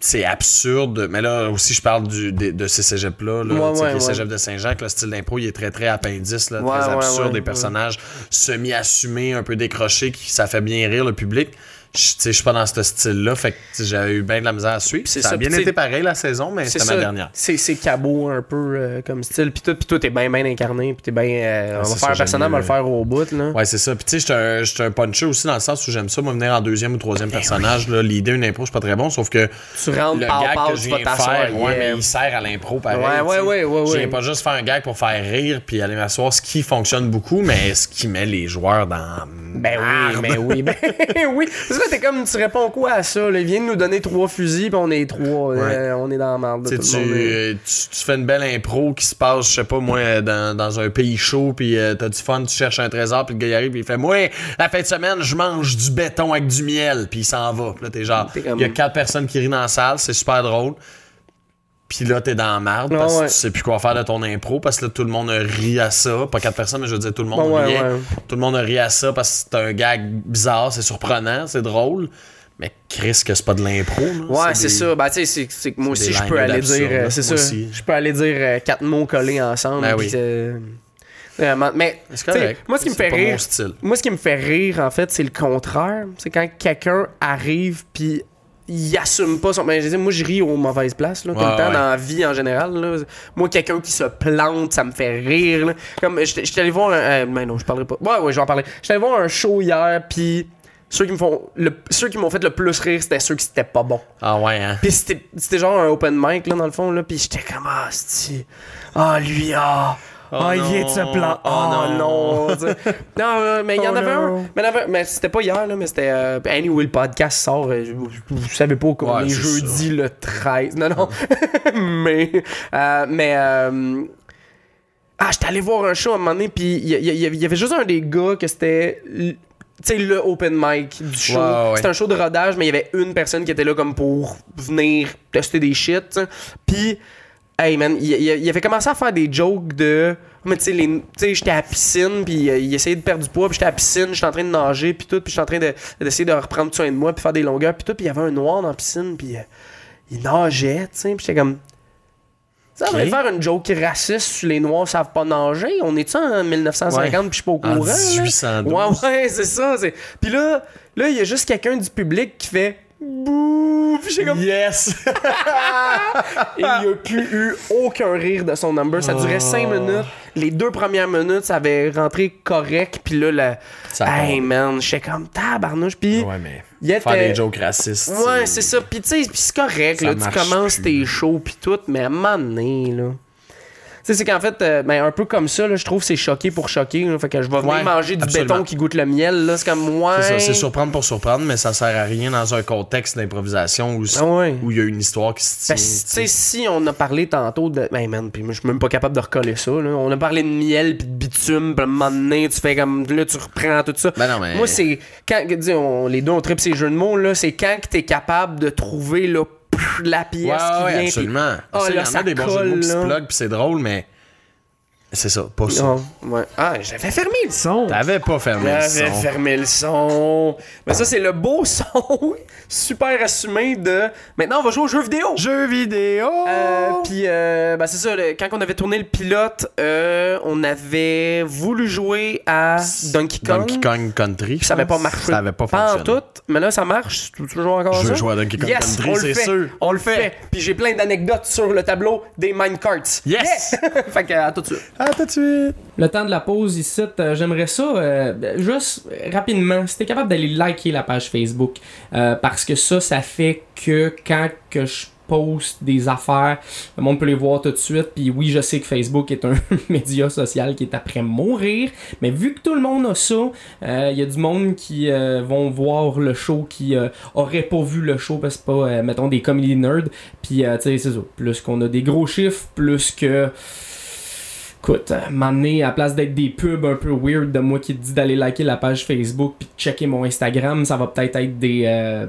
[SPEAKER 3] C'est absurde. Mais là aussi, je parle du, de, de ces cégeps-là. Là,
[SPEAKER 2] Ouais,
[SPEAKER 3] Tu sais,
[SPEAKER 2] ouais,
[SPEAKER 3] les
[SPEAKER 2] ouais.
[SPEAKER 3] cégeps de Saint-Jean, que le style d'impro, il est très, très appendice, là,
[SPEAKER 2] Ouais,
[SPEAKER 3] très
[SPEAKER 2] ouais,
[SPEAKER 3] absurde.
[SPEAKER 2] ouais,
[SPEAKER 3] des
[SPEAKER 2] ouais.
[SPEAKER 3] personnages semi-assumés, un peu décrochés, qui ça fait bien rire le public. Je tu sais, je suis pas dans ce style-là, fait que tu sais, j'avais eu bien de la misère à suivre.
[SPEAKER 2] c'est
[SPEAKER 3] Ça, a
[SPEAKER 2] ça,
[SPEAKER 3] bien
[SPEAKER 2] puis
[SPEAKER 3] été
[SPEAKER 2] c'est-
[SPEAKER 3] pareil la saison, mais
[SPEAKER 2] C'est
[SPEAKER 3] c'était ma
[SPEAKER 2] ça,
[SPEAKER 3] dernière.
[SPEAKER 2] C'est c'est cabot un peu euh, comme style. Puis tout, puis toi, t'es bien, bien incarné. Puis t'es bien. euh, on
[SPEAKER 3] c'est
[SPEAKER 2] va
[SPEAKER 3] Ah, ça,
[SPEAKER 2] faire un personnage, on va le
[SPEAKER 3] j'aime
[SPEAKER 2] faire au bout. Là.
[SPEAKER 3] Ouais, c'est ça. Puis tu sais, j'étais un- j'étais un, puncher aussi dans le sens où j'aime ça, moi, venir en deuxième ou troisième
[SPEAKER 2] Ben
[SPEAKER 3] personnage. là, L'idée, une impro, je suis pas très bon, sauf que
[SPEAKER 2] Tu rentres,
[SPEAKER 3] le
[SPEAKER 2] pau,
[SPEAKER 3] gag
[SPEAKER 2] pau,
[SPEAKER 3] que
[SPEAKER 2] tu
[SPEAKER 3] je
[SPEAKER 2] vas
[SPEAKER 3] viens
[SPEAKER 2] t'asseoir.
[SPEAKER 3] faire, ouais, mais
[SPEAKER 2] yeah.
[SPEAKER 3] il sert à l'impro pareil.
[SPEAKER 2] Ouais,
[SPEAKER 3] tu sais.
[SPEAKER 2] ouais, ouais, ouais,
[SPEAKER 3] Je
[SPEAKER 2] ouais.
[SPEAKER 3] viens pas juste faire un gag pour faire rire puis aller m'asseoir, ce qui fonctionne beaucoup, mais ce qui met les joueurs dans.
[SPEAKER 2] Ben oui, mais oui, ben (laughs) oui. Parce que là, t'es comme, tu réponds quoi à ça? Là? Il vient de nous donner trois fusils, puis on est trois. euh, on est dans la merde. là,
[SPEAKER 3] Tu, sais,
[SPEAKER 2] tout
[SPEAKER 3] tu,
[SPEAKER 2] le monde est-
[SPEAKER 3] euh, tu- tu fais une belle impro qui se passe, je sais pas moi, euh, dans, dans un pays chaud, puis euh, t'as du fun, tu cherches un trésor, puis le gars il arrive, puis il fait Moi, la fin de semaine, je mange du béton avec du miel, puis il s'en va. Puis là, t'es genre,
[SPEAKER 2] T'es
[SPEAKER 3] il
[SPEAKER 2] comme-
[SPEAKER 3] y a quatre personnes qui rient dans la salle, c'est super drôle. Puis là, t'es dans la merde
[SPEAKER 2] Ah
[SPEAKER 3] parce que
[SPEAKER 2] ouais.
[SPEAKER 3] tu sais plus quoi faire de ton impro, parce que là, tout le monde rit à ça. Pas quatre personnes, mais je veux dire, tout le monde
[SPEAKER 2] Ah ouais,
[SPEAKER 3] riait.
[SPEAKER 2] ouais.
[SPEAKER 3] Tout le monde rit à ça parce que c'est un gag bizarre, c'est surprenant, c'est drôle. Mais Chris, que c'est pas de l'impro. là.
[SPEAKER 2] Ouais, c'est
[SPEAKER 3] des-
[SPEAKER 2] ça. Bah, tu sais, c'est- c'est que moi
[SPEAKER 3] c'est
[SPEAKER 2] aussi,
[SPEAKER 3] des
[SPEAKER 2] je peux
[SPEAKER 3] lingots
[SPEAKER 2] aller
[SPEAKER 3] d'absurde,
[SPEAKER 2] dire.
[SPEAKER 3] là,
[SPEAKER 2] euh, C'est
[SPEAKER 3] moi
[SPEAKER 2] ça.
[SPEAKER 3] aussi.
[SPEAKER 2] Je peux aller dire euh, quatre mots collés ensemble.
[SPEAKER 3] Ben
[SPEAKER 2] puis,
[SPEAKER 3] oui.
[SPEAKER 2] euh, vraiment. Mais,
[SPEAKER 3] C'est
[SPEAKER 2] tu sais,
[SPEAKER 3] correct.
[SPEAKER 2] moi, ce qui me
[SPEAKER 3] C'est
[SPEAKER 2] fait
[SPEAKER 3] pas
[SPEAKER 2] rire.
[SPEAKER 3] mon style.
[SPEAKER 2] Moi, ce qui me fait rire, en fait, c'est le contraire. C'est quand quelqu'un arrive, puis il assume pas son. Ben, je dis, moi, je ris aux mauvaises places, là, tout
[SPEAKER 3] Ouais,
[SPEAKER 2] le temps,
[SPEAKER 3] ouais.
[SPEAKER 2] dans la vie en général. là. Moi, quelqu'un qui se plante, ça me fait rire. là. Comme, euh, j'étais j'étais allé voir un. euh, ben non, je parlerai pas. Ouais, ouais, je vais en parler. J'étais allé voir un show hier, puis. Ceux qui me font le- ceux qui m'ont fait le plus rire, c'était ceux qui c'était pas bon.
[SPEAKER 3] Ah ouais, hein.
[SPEAKER 2] Pis c'était c'était genre un open mic, là, dans le fond, là. Pis j'étais comme, ah, c'ti. Ah, lui, ah. Ah,
[SPEAKER 3] Oh non.
[SPEAKER 2] il vient de se planter.
[SPEAKER 3] Oh non.
[SPEAKER 2] non. tu
[SPEAKER 3] (laughs)
[SPEAKER 2] sais. non, euh, mais il y en
[SPEAKER 1] Oh
[SPEAKER 2] avait un.
[SPEAKER 1] non.
[SPEAKER 2] Mais, il y en avait un- mais c'était pas hier, là, mais c'était. euh, anyway, le podcast sort. euh, je- vous, vous savez pas qu'on
[SPEAKER 3] Ouais,
[SPEAKER 2] est
[SPEAKER 3] c'est
[SPEAKER 2] jeudi le 13. Non, (laughs) non. mais. euh, mais. euh, ah, j'étais allé voir un show à un moment donné, puis il y, il y- il y avait juste un des gars que c'était. l- Tu sais, le open mic du show.
[SPEAKER 3] Ouais, ouais.
[SPEAKER 2] C'était un show de rodage, mais il y avait une personne qui était là comme pour venir tester des shit. tu sais. Puis, hey man, il, il- il avait commencé à faire des jokes de. Mais tu sais, les- tu sais, j'étais à la piscine, puis euh, il essayait de perdre du poids, puis j'étais à la piscine, j'étais en train de nager, puis tout, puis j'étais en train de- d'essayer de, reprendre soin de moi, puis faire des longueurs, puis tout, puis il y avait un noir dans la piscine, puis euh, il nageait, tu sais, puis j'étais comme. Ça va
[SPEAKER 3] Ok.
[SPEAKER 2] faire une joke raciste sur les Noirs savent pas nager. On est-tu en 1950
[SPEAKER 3] Ouais.
[SPEAKER 2] puis je suis pas au
[SPEAKER 3] En
[SPEAKER 2] courant? là?
[SPEAKER 3] 1812.
[SPEAKER 2] Ouais, ouais, c'est ça. c'est- Puis là, là, il y a juste quelqu'un du public qui fait Bouh! Puis j'ai comme.
[SPEAKER 3] Yes!
[SPEAKER 2] Et il n'y a plus eu aucun rire de son number. Ça durait
[SPEAKER 3] Oh.
[SPEAKER 2] 5 minutes. Les deux premières minutes, ça avait rentré correct. Puis là, la...
[SPEAKER 3] Ça
[SPEAKER 2] hey
[SPEAKER 3] part.
[SPEAKER 2] man, j'étais comme tabarnouche. Puis
[SPEAKER 3] (laughs) ouais, mais.
[SPEAKER 2] il était.
[SPEAKER 3] Faire des jokes racistes.
[SPEAKER 2] Ouais, c'est ça. Puis tu sais, puis c'est correct.
[SPEAKER 3] Ça
[SPEAKER 2] Là, tu
[SPEAKER 3] marche
[SPEAKER 2] commences
[SPEAKER 3] plus.
[SPEAKER 2] tes shows puis tout, mais à un moment donné, là. Tu sais, c'est qu'en fait, euh, ben, un peu comme ça, là, je trouve que c'est choqué pour choquer. là. Fait que je vais venir
[SPEAKER 3] Ouais,
[SPEAKER 2] manger du
[SPEAKER 3] absolument.
[SPEAKER 2] béton qui goûte le miel. là. C'est comme, ouais.
[SPEAKER 3] C'est ça, c'est surprendre pour surprendre, mais ça sert à rien dans un contexte d'improvisation où,
[SPEAKER 2] Ah ouais. Ben,
[SPEAKER 3] où il y a une histoire qui se tient.
[SPEAKER 2] Parce que, tu sais,
[SPEAKER 3] tu sais.
[SPEAKER 2] si on a parlé tantôt de. Ben, man, puis moi, je suis même pas capable de recoller ça, là. On a parlé de miel puis de bitume, puis à un moment donné, tu fais comme. Là, tu reprends tout ça.
[SPEAKER 3] Ben non, mais-
[SPEAKER 2] Moi, c'est. Quand. dis, on- les deux, on tripe ces jeux de mots, là. C'est quand que t'es capable de trouver, là, pff, la pièce
[SPEAKER 3] Ouais,
[SPEAKER 2] qui
[SPEAKER 3] ouais,
[SPEAKER 2] vient. puis-
[SPEAKER 3] absolument.
[SPEAKER 2] Ah,
[SPEAKER 3] Ça, il y
[SPEAKER 2] là,
[SPEAKER 3] en
[SPEAKER 2] ça
[SPEAKER 3] a des bons jeux de mots qui se
[SPEAKER 2] colle, là.
[SPEAKER 3] pluguent, puis c'est drôle, mais. C'est ça, pas ça.
[SPEAKER 2] Ah, ouais. Ah, j'avais fermé le son.
[SPEAKER 1] Son.
[SPEAKER 3] T'avais pas fermé le
[SPEAKER 2] J'avais
[SPEAKER 3] son.
[SPEAKER 2] fermé le son. Mais ça, c'est le beau (laughs) son, super assumé de. Maintenant, on va jouer aux jeux vidéo.
[SPEAKER 3] Jeux vidéo!
[SPEAKER 2] Euh,
[SPEAKER 3] Oh.
[SPEAKER 2] puis euh, bah, c'est ça, le- quand on avait tourné le pilote, euh, on avait voulu jouer à Donkey Kong.
[SPEAKER 3] Donkey Kong Country.
[SPEAKER 2] Puis ça avait
[SPEAKER 3] je pense.
[SPEAKER 2] pas marché.
[SPEAKER 3] Ça avait pas
[SPEAKER 2] en
[SPEAKER 3] fonctionné.
[SPEAKER 2] tout, mais là ça marche. Tu veux toujours encore à
[SPEAKER 3] Je veux
[SPEAKER 2] ça?
[SPEAKER 3] jouer à Donkey Kong
[SPEAKER 2] Yes,
[SPEAKER 3] Country,
[SPEAKER 2] on le
[SPEAKER 3] c'est
[SPEAKER 2] fait.
[SPEAKER 3] sûr.
[SPEAKER 2] On le fait. Puis j'ai plein d'anecdotes sur le tableau des minecarts.
[SPEAKER 3] Yes!
[SPEAKER 2] (laughs) fait que à tout de suite.
[SPEAKER 3] À tout de suite!
[SPEAKER 1] Le temps de la pause ici, euh, j'aimerais ça euh, juste euh, rapidement, si t'es capable d'aller liker la page Facebook, euh, parce que ça, ça fait que quand que je poste des affaires, le monde peut les voir tout de suite. Puis oui, je sais que Facebook est un (laughs) média social qui est après mourir, mais vu que tout le monde a ça, euh, il y a du monde qui euh, vont voir le show qui euh, aurait pas vu le show parce que c'est pas, euh, mettons, des comedy nerds. Puis euh, tu sais, c'est ça. Plus qu'on a des gros chiffres, plus que. Écoute, euh, m'amener à la place d'être des pubs un peu weird de moi qui te dis d'aller liker la page Facebook puis de checker mon Instagram, ça va peut-être être des euh,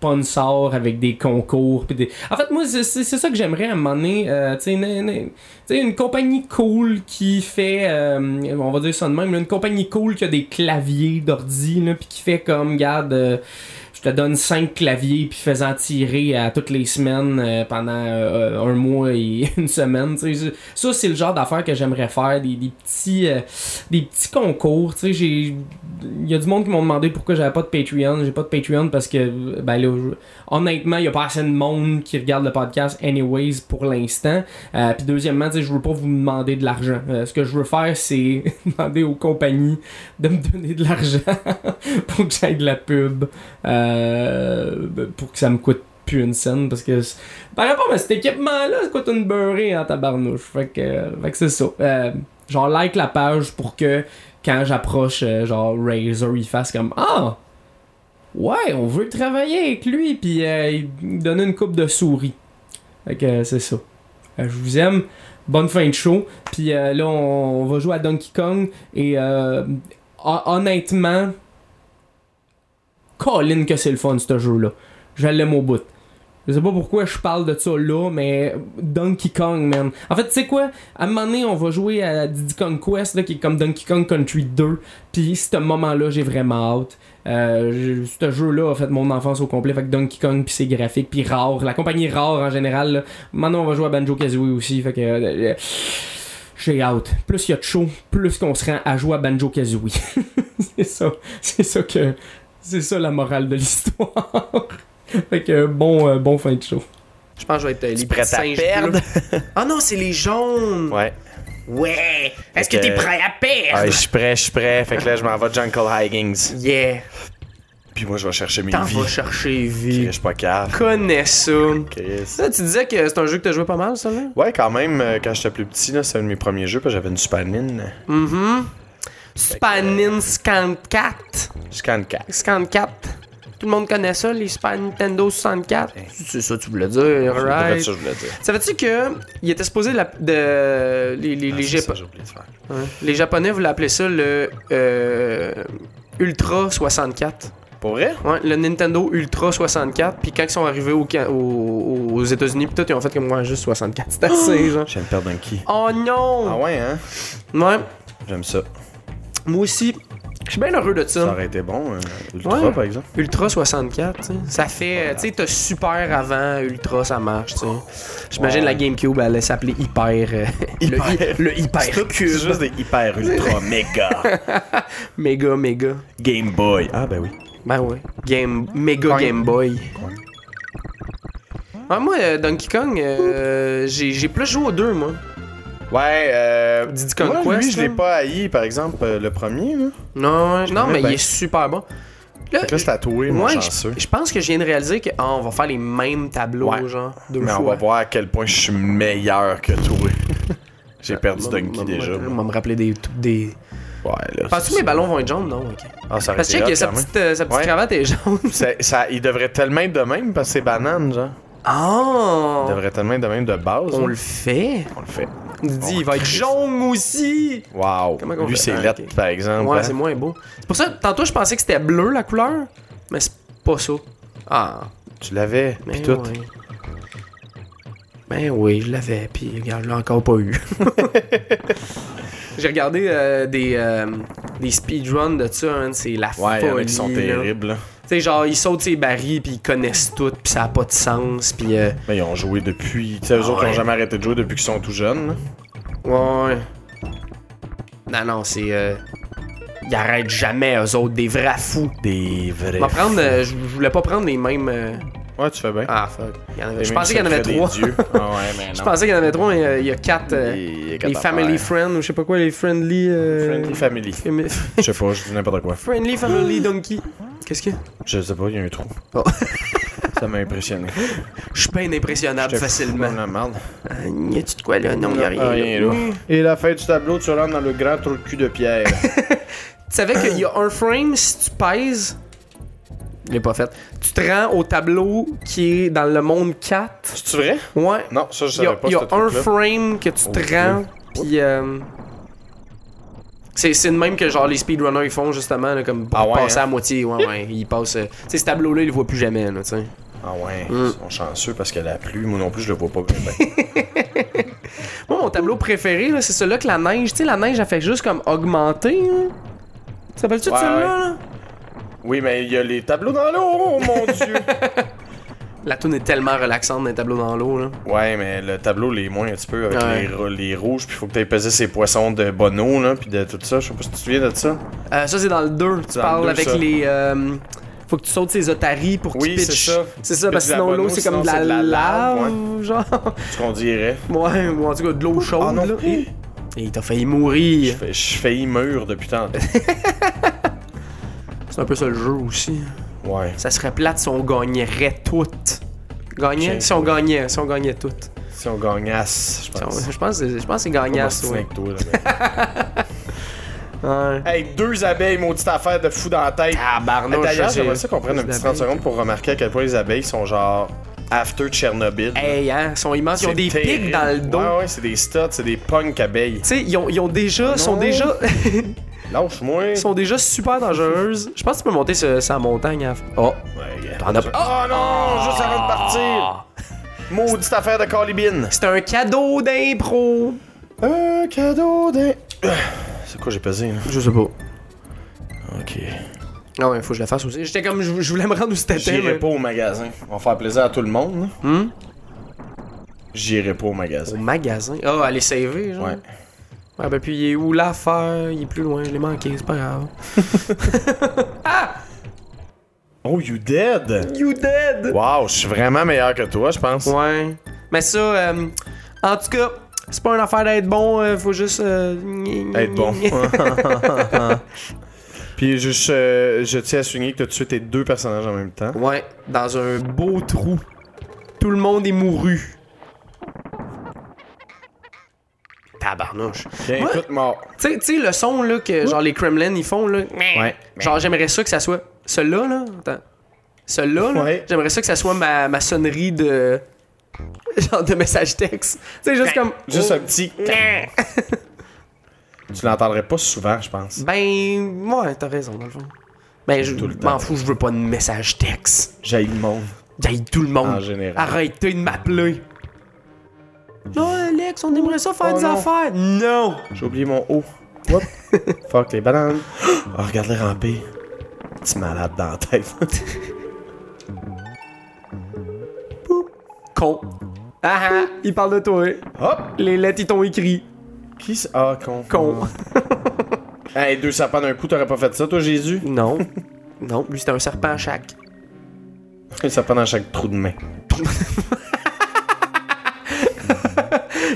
[SPEAKER 1] sponsors avec des concours puis des. En fait, moi c'est c'est- c'est ça que j'aimerais à un moment donné, euh, tu sais, une, une- tu sais, une compagnie cool qui fait, euh, on va dire ça de même, là, une compagnie cool qui a des claviers d'ordi là, puis qui fait comme, garde. euh, je te donne 5 claviers puis fais-en tirer à toutes les semaines euh, pendant euh, un mois et (laughs) une semaine. tu sais. Ça, c'est le genre d'affaires que j'aimerais faire, des, des petits euh, des petits concours. Tu sais, j'ai. Il y a du monde qui m'ont demandé pourquoi j'avais pas de Patreon. J'ai pas de Patreon parce que ben là, je- honnêtement, il y a pas assez de monde qui regarde le podcast anyways pour l'instant. Euh, Puis deuxièmement, tu sais, je veux pas vous demander de l'argent. Euh, ce que je veux faire, c'est (laughs) demander aux compagnies de me donner de l'argent (laughs) pour que j'aille de la pub. Euh, pour que ça me coûte plus une scène parce que c'est- par rapport à cet équipement-là, ça coûte une beurrée en tabarnouche. Fait que, fait que c'est ça. Euh, genre, like la page pour que quand j'approche, euh, genre, Razer, il fasse comme Ah! Ouais, on veut travailler avec lui, puis euh, il me donner une coupe de souris. Fait que euh, c'est ça. Euh, je vous aime. Bonne fin de show. Puis euh, là, on, on va jouer à Donkey Kong. Et euh, hon- honnêtement, Colin que c'est le fun, ce jeu-là. Je l'aime au bout. Je sais pas pourquoi je parle de ça là, mais Donkey Kong, man. En fait, tu sais quoi? À un moment donné, on va jouer à Diddy Kong Quest, là, qui est comme Donkey Kong Country 2. Puis, ce moment-là, j'ai vraiment hâte. Euh, je- ce jeu-là a fait mon enfance au complet. Fait que Donkey Kong, puis ses graphiques, puis Rare. La compagnie Rare, en général. là. Maintenant, on va jouer à Banjo Kazooie aussi. Fait que... euh, euh, j'ai hâte. Plus il y a de show, plus qu'on se rend à jouer à Banjo Kazooie. (laughs) c'est ça. C'est ça que... C'est ça la morale de l'histoire. (laughs) fait que bon, euh, bon fin de show.
[SPEAKER 2] Je pense que je vais être euh, les
[SPEAKER 4] prêt à
[SPEAKER 2] petits singes
[SPEAKER 4] perdre?
[SPEAKER 2] bleus. (laughs) Ah non, c'est les jaunes.
[SPEAKER 4] Ouais.
[SPEAKER 2] Ouais. Est-ce que
[SPEAKER 4] Fait que-
[SPEAKER 3] Ah,
[SPEAKER 2] t'es prêt à perdre?
[SPEAKER 4] Ouais, je suis prêt, je suis prêt. Fait que là, je m'en vais Jungle Higgins.
[SPEAKER 2] Yeah.
[SPEAKER 3] Puis moi, je vais chercher mes
[SPEAKER 2] T'en
[SPEAKER 3] vies.
[SPEAKER 2] vas chercher
[SPEAKER 3] Chris, Je
[SPEAKER 2] vie.
[SPEAKER 3] suis pas cave.
[SPEAKER 2] Connais ça.
[SPEAKER 3] Chris.
[SPEAKER 2] Ça, tu disais que c'est un jeu que t'as joué pas mal, ça, là?
[SPEAKER 3] Ouais, quand même, euh, quand j'étais plus petit, là, c'est un de mes premiers jeux, parce que j'avais une Super Nintendo.
[SPEAKER 2] Mhm. Spanin 54.
[SPEAKER 3] Scan 4.
[SPEAKER 2] 54. Tout le monde connaît ça, les Super Nintendo 64. C'est ça que tu voulais dire, right?
[SPEAKER 3] Ça, je voulais dire.
[SPEAKER 2] Savais-tu que il était supposé la- de les, les, les,
[SPEAKER 3] Ah, c'est
[SPEAKER 2] Japo-
[SPEAKER 3] ça, j'ai oublié de faire.
[SPEAKER 2] hein, les japonais voulaient appeler ça le euh, Ultra 64.
[SPEAKER 3] Pour vrai?
[SPEAKER 2] Ouais, le Nintendo Ultra 64. Puis quand ils sont arrivés au Ca- au- aux États-Unis, puis tout, ils ont fait comme moi juste 64. (laughs) C'est assez,
[SPEAKER 3] (gasps)
[SPEAKER 2] genre.
[SPEAKER 3] J'aime perdre un qui.
[SPEAKER 2] Oh
[SPEAKER 3] Ah
[SPEAKER 2] non!
[SPEAKER 3] ouais, hein?
[SPEAKER 2] Ouais,
[SPEAKER 3] J'aime ça.
[SPEAKER 2] moi aussi. Je suis bien heureux de
[SPEAKER 3] Ça
[SPEAKER 2] ça.
[SPEAKER 3] aurait été bon, euh, Ultra,
[SPEAKER 2] Ouais.
[SPEAKER 3] par exemple.
[SPEAKER 2] Ultra 64, tu sais. Ça fait. euh, Tu sais, t'as super avant, Ultra, ça marche, tu sais. J'imagine
[SPEAKER 3] Ouais.
[SPEAKER 2] la GameCube, elle allait s'appeler Hyper. euh,
[SPEAKER 3] Hyper.
[SPEAKER 2] Le, le Hyper
[SPEAKER 3] C'est juste des
[SPEAKER 2] (laughs)
[SPEAKER 3] hyper, ultra, méga.
[SPEAKER 2] Méga, méga.
[SPEAKER 3] Game Boy. Ah, ben oui.
[SPEAKER 2] Ben ouais. Game, méga Game Boy. Ah, moi, euh, Donkey Kong, euh, j'ai j'ai plus joué aux deux, moi.
[SPEAKER 3] Ouais, euh.
[SPEAKER 2] Diddy Kong
[SPEAKER 3] Moi, lui,
[SPEAKER 2] Quest,
[SPEAKER 3] je l'ai
[SPEAKER 2] là.
[SPEAKER 3] pas haï, par exemple, euh, le premier, là.
[SPEAKER 2] Non, non
[SPEAKER 3] connais
[SPEAKER 2] mais
[SPEAKER 3] bien.
[SPEAKER 2] il est super bon. Là,
[SPEAKER 3] Chris tatoué, mon
[SPEAKER 2] moi,
[SPEAKER 3] chanceux.
[SPEAKER 2] je je pense que je viens de réaliser que ah, on va faire les mêmes tableaux,
[SPEAKER 3] Ouais.
[SPEAKER 2] genre, deux
[SPEAKER 3] Mais
[SPEAKER 2] fois.
[SPEAKER 3] on va voir à quel point je suis meilleur
[SPEAKER 2] (laughs)
[SPEAKER 3] que toi. J'ai perdu
[SPEAKER 2] Moi, moi,
[SPEAKER 3] Donkey déjà.
[SPEAKER 2] moi,
[SPEAKER 3] moi.
[SPEAKER 2] On va me rappeler des. des...
[SPEAKER 3] Ouais, là.
[SPEAKER 2] Penses-tu
[SPEAKER 3] c'est-
[SPEAKER 2] que mes ballons vont être jaunes? Non, ok.
[SPEAKER 3] Ah, ça aurait
[SPEAKER 2] Parce que
[SPEAKER 3] été
[SPEAKER 2] check,
[SPEAKER 3] hot,
[SPEAKER 2] sa
[SPEAKER 3] quand même.
[SPEAKER 2] petite, euh, sa petite
[SPEAKER 3] Ouais.
[SPEAKER 2] cravate est jaune.
[SPEAKER 3] (laughs) C'est- ça, il devrait tellement être de même parce que c'est banane, genre.
[SPEAKER 2] Oh!
[SPEAKER 3] Il devrait tellement être de même de base.
[SPEAKER 2] On
[SPEAKER 3] hein.
[SPEAKER 2] le fait?
[SPEAKER 3] On le fait.
[SPEAKER 2] Didi,
[SPEAKER 3] On
[SPEAKER 2] il va être
[SPEAKER 3] crée ça.
[SPEAKER 2] jaune aussi!
[SPEAKER 3] Wow.
[SPEAKER 2] Comment qu'on
[SPEAKER 3] Lui,
[SPEAKER 2] fait?
[SPEAKER 3] c'est
[SPEAKER 2] Ah,
[SPEAKER 3] lettre,
[SPEAKER 2] ok.
[SPEAKER 3] par exemple.
[SPEAKER 2] Ouais,
[SPEAKER 3] hein.
[SPEAKER 2] c'est moins beau. C'est pour ça, tantôt, je pensais que c'était bleu la couleur, mais c'est pas ça. Ah,
[SPEAKER 3] Tu l'avais,
[SPEAKER 2] mais
[SPEAKER 3] pis tout.
[SPEAKER 2] ouais. Ben oui, je l'avais, puis regarde, je l'ai encore pas
[SPEAKER 3] (laughs)
[SPEAKER 2] eu. J'ai regardé euh, des, euh, des speedruns de ça, hein, c'est la
[SPEAKER 3] Ouais, il y en
[SPEAKER 2] folie.
[SPEAKER 3] a qui sont
[SPEAKER 2] là.
[SPEAKER 3] terribles, là.
[SPEAKER 2] Tu sais, genre, ils sautent ses barils, puis ils connaissent tout, puis ça a pas de sens, puis... euh,
[SPEAKER 3] Mais ils ont joué depuis. Tu sais, eux autres, ils
[SPEAKER 2] Ouais.
[SPEAKER 3] ont jamais arrêté de jouer depuis qu'ils sont tout jeunes, là.
[SPEAKER 2] Ouais. Non, non, c'est. euh, Ils arrêtent jamais, eux autres, des vrais fous.
[SPEAKER 3] Des vrais.
[SPEAKER 2] Je vais prendre, euh, je je voulais pas prendre les mêmes. euh,
[SPEAKER 3] Ouais, tu fais bien.
[SPEAKER 2] Ah, fuck. Il y en avait-
[SPEAKER 3] Les
[SPEAKER 2] Je
[SPEAKER 3] mêmes
[SPEAKER 2] pensais qu'il y en avait
[SPEAKER 3] secrets des
[SPEAKER 2] trois. (laughs)
[SPEAKER 3] dieux. Ah ouais, mais non.
[SPEAKER 2] Je pensais qu'il y en avait trois, mais euh, il y a quatre. euh,
[SPEAKER 3] Il y a quatre
[SPEAKER 2] les Family
[SPEAKER 3] affaires.
[SPEAKER 2] Friends, ou je sais pas quoi, les Friendly. euh,
[SPEAKER 3] Friendly Family.
[SPEAKER 2] Fami-
[SPEAKER 3] Je sais pas, je dis n'importe
[SPEAKER 2] (laughs)
[SPEAKER 3] quoi.
[SPEAKER 2] friendly Family Donkey. Qu'est-ce que.
[SPEAKER 3] Je sais pas, il y a un trou.
[SPEAKER 2] Oh.
[SPEAKER 3] (laughs) Ça m'a impressionné.
[SPEAKER 2] Je suis bien impressionnable
[SPEAKER 3] J'étais fou
[SPEAKER 2] Ah, facilement.
[SPEAKER 3] comme la merde.
[SPEAKER 2] Ah, y a-tu de quoi là? Non, y a rien.
[SPEAKER 3] Ah,
[SPEAKER 2] là.
[SPEAKER 3] rien, là. Et la fin du tableau, tu rentres dans le grand trou de cul de (laughs) pierre.
[SPEAKER 2] Tu savais qu'il y a un frame, si tu pèses. Je l'ai pas fait. Tu te rends au tableau qui est dans le monde 4.
[SPEAKER 3] C'est vrai?
[SPEAKER 2] Ouais.
[SPEAKER 3] Non, ça je
[SPEAKER 2] Il y
[SPEAKER 3] savais
[SPEAKER 2] a,
[SPEAKER 3] pas.
[SPEAKER 2] il y a
[SPEAKER 3] ce
[SPEAKER 2] un
[SPEAKER 3] truc-là. Oh,
[SPEAKER 2] frame que tu
[SPEAKER 3] Ok.
[SPEAKER 2] te rends, puis euh, c'est c'est de même que genre les speedrunners ils font justement, là, comme pour
[SPEAKER 3] Ah ouais,
[SPEAKER 2] passer
[SPEAKER 3] hein?
[SPEAKER 2] à moitié. Ouais,
[SPEAKER 3] (laughs)
[SPEAKER 2] ouais. Ils passent. euh, tu sais, ce tableau-là, ils le voient plus jamais, là, tu sais.
[SPEAKER 3] Ah ouais,
[SPEAKER 2] Mm.
[SPEAKER 3] ils sont chanceux parce que la pluie, moi non plus, je le vois pas bien.
[SPEAKER 2] (laughs)
[SPEAKER 3] ben.
[SPEAKER 2] Moi, mon tableau préféré, là, c'est celui-là que la neige. Tu sais, la neige, elle fait juste comme augmenter. hein. Tu t'appelles-tu de
[SPEAKER 3] Ouais,
[SPEAKER 2] celui-là,
[SPEAKER 3] ouais.
[SPEAKER 2] là?
[SPEAKER 3] oui, mais il y a les tableaux dans l'eau, oh mon
[SPEAKER 2] (laughs)
[SPEAKER 3] dieu!
[SPEAKER 2] La toune est tellement relaxante d'un tableau dans l'eau, là.
[SPEAKER 3] Ouais, mais le tableau, les moins un petit peu avec
[SPEAKER 2] Ouais.
[SPEAKER 3] les, ro- les rouges, puis faut que t'aies pesé ces poissons de Bono, là, puis de tout ça. Je sais pas si tu te souviens de ça.
[SPEAKER 2] Euh, ça, c'est dans le 2. Tu
[SPEAKER 3] Dans le
[SPEAKER 2] parles
[SPEAKER 3] deux,
[SPEAKER 2] avec
[SPEAKER 3] ça.
[SPEAKER 2] les. euh, faut que tu sautes ces otaries pour qu'ils
[SPEAKER 3] Oui, c'est
[SPEAKER 2] pitchent.
[SPEAKER 3] ça.
[SPEAKER 2] C'est ça, parce que
[SPEAKER 3] Pitchent
[SPEAKER 2] sinon
[SPEAKER 3] la
[SPEAKER 2] l'eau,
[SPEAKER 3] bonne eau,
[SPEAKER 2] c'est comme de
[SPEAKER 3] sinon
[SPEAKER 2] la,
[SPEAKER 3] c'est de la lave,
[SPEAKER 2] lave, (laughs) genre.
[SPEAKER 3] Ce qu'on dirait.
[SPEAKER 2] Ouais, ou en tout cas de l'eau chaude.
[SPEAKER 3] Ah non,
[SPEAKER 2] là.
[SPEAKER 3] eh.
[SPEAKER 2] Et il t'a failli
[SPEAKER 3] Je
[SPEAKER 2] mourir.
[SPEAKER 3] fais- je faillis mûr depuis tantôt.
[SPEAKER 2] (laughs) C'est un peu ça le jeu aussi.
[SPEAKER 3] Ouais.
[SPEAKER 2] Ça serait plate si on gagnerait toutes. Gagner?
[SPEAKER 3] Ok.
[SPEAKER 2] Si on gagnait, si on gagnait toutes.
[SPEAKER 3] Si on gagnasse, je
[SPEAKER 2] Si on-
[SPEAKER 3] pense.
[SPEAKER 2] Je pense, que- je pense que c'est gagnasse, ouais. ben? Ouais.
[SPEAKER 3] (laughs) Hey, deux abeilles, maudite affaire de fou dans la tête.
[SPEAKER 2] Ah, Tabarnouche,
[SPEAKER 3] D'ailleurs,
[SPEAKER 2] ça,
[SPEAKER 3] j'aimerais
[SPEAKER 2] c'est-
[SPEAKER 3] ça qu'on prenne un petit
[SPEAKER 2] c'est
[SPEAKER 3] 30
[SPEAKER 2] d'abeilles.
[SPEAKER 3] secondes pour remarquer à quel point les abeilles sont genre after Tchernobyl.
[SPEAKER 2] Hey, hein, ils sont immenses. Ils ont
[SPEAKER 3] C'est
[SPEAKER 2] des pics
[SPEAKER 3] terrible.
[SPEAKER 2] dans le dos.
[SPEAKER 3] Ouais, ouais, c'est des studs, c'est des punk abeilles.
[SPEAKER 2] Tu sais, ils ont, ils ont déjà, sont
[SPEAKER 3] non. (laughs)
[SPEAKER 2] déjà,
[SPEAKER 3] Lâche-moi.
[SPEAKER 2] sont déjà super dangereuses. Je pense que tu peux monter ce- sur la montagne. à- Oh,
[SPEAKER 3] Ouais,
[SPEAKER 2] T'en as-
[SPEAKER 3] Oh non, juste avant de
[SPEAKER 2] Ah!
[SPEAKER 3] partir. Maudite affaire de Colibine.
[SPEAKER 2] c'est un cadeau d'impro.
[SPEAKER 3] Un cadeau d'un. C'est quoi j'ai pesé là?
[SPEAKER 2] Je sais pas.
[SPEAKER 3] Ok.
[SPEAKER 2] Ah ouais, faut que je la fasse aussi. J'étais comme, je, je voulais me rendre où c'était.
[SPEAKER 3] J'irai
[SPEAKER 2] mais-
[SPEAKER 3] pas au magasin. On va faire plaisir à tout le monde. là.
[SPEAKER 2] Hmm?
[SPEAKER 3] J'irai pas au
[SPEAKER 2] Au
[SPEAKER 3] magasin.
[SPEAKER 2] magasin. Ah, elle est savée, genre.
[SPEAKER 3] Ouais.
[SPEAKER 2] Ouais, ben puis il est où l'affaire? Il est plus loin, je l'ai manqué, c'est pas grave.
[SPEAKER 3] Oh, you dead?
[SPEAKER 2] You dead!
[SPEAKER 3] Wow, je suis vraiment meilleur que toi, je pense.
[SPEAKER 2] Ouais. Mais ça, euh, en tout cas, c'est pas une (laughs) affaire d'être bon, euh, faut juste. euh, gna, gna,
[SPEAKER 3] Être bon.
[SPEAKER 2] gna, gna.
[SPEAKER 3] Puis juste, euh, je tiens à souligner que t'as tué tes deux personnages en même temps.
[SPEAKER 2] Ouais, dans un beau trou. Tout le monde est mouru. Tabarnouche.
[SPEAKER 3] Tiens,
[SPEAKER 2] Ouais.
[SPEAKER 3] écoute, mort.
[SPEAKER 2] Tu sais- tu sais, le son là, que genre les Kremlin ils font, là.
[SPEAKER 3] Ouais.
[SPEAKER 2] Genre, j'aimerais ça que ça soit. Celui-là, là. Attends. Celui-là, là,
[SPEAKER 3] Ouais.
[SPEAKER 2] j'aimerais ça que ça soit ma, ma sonnerie de. (laughs) Genre de message texte. Tu sais, juste comme.
[SPEAKER 3] Juste
[SPEAKER 2] Oh.
[SPEAKER 3] un petit. Tu l'entendrais pas souvent, je pense.
[SPEAKER 2] Ben, ouais, t'as raison, dans le fond. Ben, je
[SPEAKER 3] Tout le
[SPEAKER 2] m'en
[SPEAKER 3] temps.
[SPEAKER 2] fous, je veux pas de message texte.
[SPEAKER 3] J'ai le monde.
[SPEAKER 2] J'aille tout le monde.
[SPEAKER 3] En général.
[SPEAKER 2] Arrêtez de m'appeler. Non, Alex, on aimerait ça faire
[SPEAKER 3] Oh
[SPEAKER 2] des
[SPEAKER 3] non.
[SPEAKER 2] affaires. Non!
[SPEAKER 3] J'ai oublié mon haut. Hop. (laughs) Fuck les bananes. Oh, regarde-les ramper. Petit malade dans la tête. (laughs)
[SPEAKER 2] Con. Ah ah, il parle de toi. hein.
[SPEAKER 3] Hop!
[SPEAKER 2] Les lettres, ils t'ont écrit.
[SPEAKER 3] Qui c'est? Ah, con.
[SPEAKER 2] Con.
[SPEAKER 3] Hey, deux serpents d'un coup, t'aurais pas fait ça, toi, Jésus?
[SPEAKER 2] Non. Non, lui, c'était un serpent à chaque.
[SPEAKER 3] Un serpent dans chaque trou de main.
[SPEAKER 2] (laughs)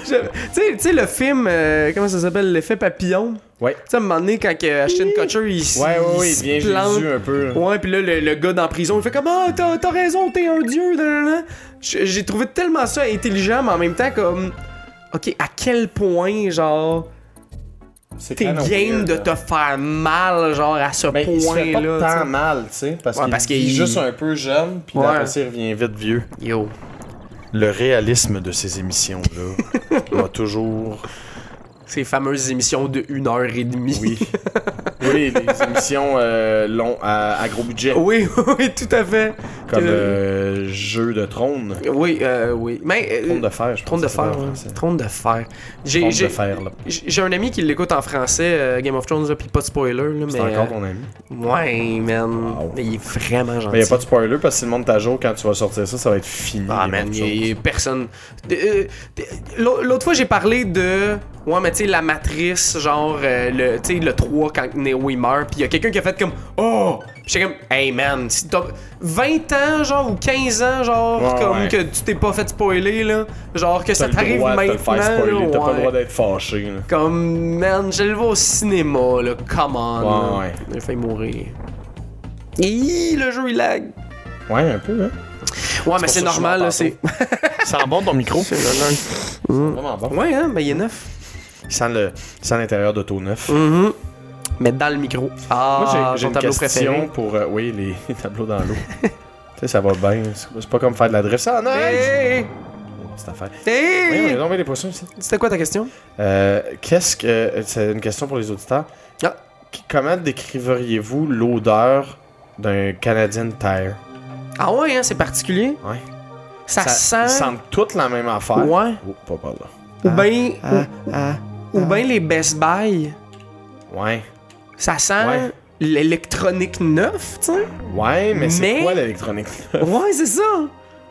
[SPEAKER 2] Je- Tu sais- tu sais, le film, euh, comment ça s'appelle, l'effet papillon?
[SPEAKER 3] Ouais.
[SPEAKER 2] Tu sais, à un moment donné, quand que Ashton Kutcher, il, s-
[SPEAKER 3] Ouais, ouais,
[SPEAKER 2] il
[SPEAKER 3] ouais, il
[SPEAKER 2] se
[SPEAKER 3] devient
[SPEAKER 2] plante.
[SPEAKER 3] Jésus un peu. là.
[SPEAKER 2] Ouais, puis là, le, le gars dans la prison, il fait comme Ah, t'as t'as raison, t'es un dieu. nanana. J- J'ai trouvé tellement ça intelligent, mais en même temps, comme. Ok, à quel point, genre,
[SPEAKER 3] C'est
[SPEAKER 2] t'es
[SPEAKER 3] quand même
[SPEAKER 2] game
[SPEAKER 3] weird,
[SPEAKER 2] de
[SPEAKER 3] là.
[SPEAKER 2] te faire mal, genre, à ce
[SPEAKER 3] Ben, il se fait pas
[SPEAKER 2] point-là. tu
[SPEAKER 3] tant
[SPEAKER 2] sais.
[SPEAKER 3] mal, tu sais, parce
[SPEAKER 2] Ouais,
[SPEAKER 3] qu'il
[SPEAKER 2] parce
[SPEAKER 3] est
[SPEAKER 2] qu'il-
[SPEAKER 3] juste un peu jeune, puis
[SPEAKER 2] Ouais.
[SPEAKER 3] après ça, il revient vite vieux.
[SPEAKER 2] Yo.
[SPEAKER 3] Le réalisme de ces (laughs) émissions-là m'a toujours...
[SPEAKER 2] Ces fameuses émissions de 1h30.
[SPEAKER 3] Oui. oui, les émissions euh, long, à, à gros budget,
[SPEAKER 2] (laughs) Oui, oui, tout à fait.
[SPEAKER 3] comme
[SPEAKER 2] Que-
[SPEAKER 3] euh, Jeu de trône.
[SPEAKER 2] Oui, euh, oui. Mais. euh,
[SPEAKER 3] Trône de fer, je
[SPEAKER 2] Trône de
[SPEAKER 3] pense que ça
[SPEAKER 2] fer.
[SPEAKER 3] s'appelle en
[SPEAKER 2] ouais.
[SPEAKER 3] français.
[SPEAKER 2] Trône de fer. J'ai-
[SPEAKER 3] Trône
[SPEAKER 2] J'ai
[SPEAKER 3] de fer, là.
[SPEAKER 2] j'ai un ami qui l'écoute en français, euh, Game of Thrones, là, pis pas de spoiler, là, mais.
[SPEAKER 3] C'est
[SPEAKER 2] euh,
[SPEAKER 3] encore ton ami.
[SPEAKER 2] Ouais, man.
[SPEAKER 3] Wow.
[SPEAKER 2] Mais il est vraiment gentil.
[SPEAKER 3] Mais y a pas de spoiler parce que si le monde t'a jour quand tu vas sortir ça, ça va être fini.
[SPEAKER 2] Ah,
[SPEAKER 3] les
[SPEAKER 2] man,
[SPEAKER 3] bonnes
[SPEAKER 2] y a- y a
[SPEAKER 3] choses.
[SPEAKER 2] personne. De- euh, de- l'au- L'autre fois, j'ai parlé de. Ouais, mais tu sais, la matrice, genre, euh, le, tu sais, le 3 quand Neo il meurt, pis y a quelqu'un qui a fait comme Oh! Pis j'étais comme Hey, man, si t'as 20 ans, genre, ou 15 ans, genre,
[SPEAKER 3] Ouais,
[SPEAKER 2] comme
[SPEAKER 3] ouais.
[SPEAKER 2] que tu t'es pas fait spoiler, là. Genre, que ça
[SPEAKER 3] T'as le
[SPEAKER 2] t'arrive
[SPEAKER 3] droit de
[SPEAKER 2] maintenant.
[SPEAKER 3] te le faire spoiler,
[SPEAKER 2] là,
[SPEAKER 3] t'as pas le
[SPEAKER 2] ouais.
[SPEAKER 3] droit d'être fâché. là.
[SPEAKER 2] Comme, man, je le vois au cinéma, là. Come on.
[SPEAKER 3] Ouais,
[SPEAKER 2] là. J'ai failli mourir. Hi, le jeu, il lag.
[SPEAKER 3] Ouais, un peu, hein.
[SPEAKER 2] Ouais, mais
[SPEAKER 3] ça
[SPEAKER 2] c'est
[SPEAKER 3] que je
[SPEAKER 2] normal, là.
[SPEAKER 3] m'entends
[SPEAKER 2] C'est.
[SPEAKER 3] Ça sent bon ton micro.
[SPEAKER 2] c'est normal.
[SPEAKER 3] vraiment bon.
[SPEAKER 2] Ouais, hein, mais il est neuf.
[SPEAKER 3] Il sent le- il sent l'intérieur de ton neuf.
[SPEAKER 2] Mm. Mais dans le micro. Ah,
[SPEAKER 3] Mm-hmm. Moi, j'ai- j'ai
[SPEAKER 2] ton
[SPEAKER 3] une
[SPEAKER 2] tableau
[SPEAKER 3] question
[SPEAKER 2] préféré.
[SPEAKER 3] pour. euh, oui, les, (laughs) les tableaux dans l'eau. tu sais, ça va bien. C'est c'est pas comme faire de la drift. Ça, neige!
[SPEAKER 2] Hey!
[SPEAKER 3] Cette affaire. Oui, on
[SPEAKER 2] Hey!
[SPEAKER 3] a tombé des poissons ici.
[SPEAKER 2] C'était quoi ta question?
[SPEAKER 3] Euh, Qu'est-ce que. C'est une question pour les auditeurs.
[SPEAKER 2] Ah.
[SPEAKER 3] Qu- Comment décriveriez-vous l'odeur d'un Canadian Tire
[SPEAKER 2] Ah ouais, hein, c'est particulier.
[SPEAKER 3] Ouais.
[SPEAKER 2] Ça,
[SPEAKER 3] Ils
[SPEAKER 2] sent.
[SPEAKER 3] sentent toutes la même affaire.
[SPEAKER 2] Ouais.
[SPEAKER 3] Oh, pas par là.
[SPEAKER 2] Ou bien. ou ou bien les Best Buy.
[SPEAKER 3] Ouais.
[SPEAKER 2] Ça sent
[SPEAKER 3] Ouais.
[SPEAKER 2] l'électronique neuf, tu sais.
[SPEAKER 3] (laughs) Ouais, mais,
[SPEAKER 2] Mais-
[SPEAKER 3] c'est quoi l'électronique
[SPEAKER 2] Ouais, c'est ça.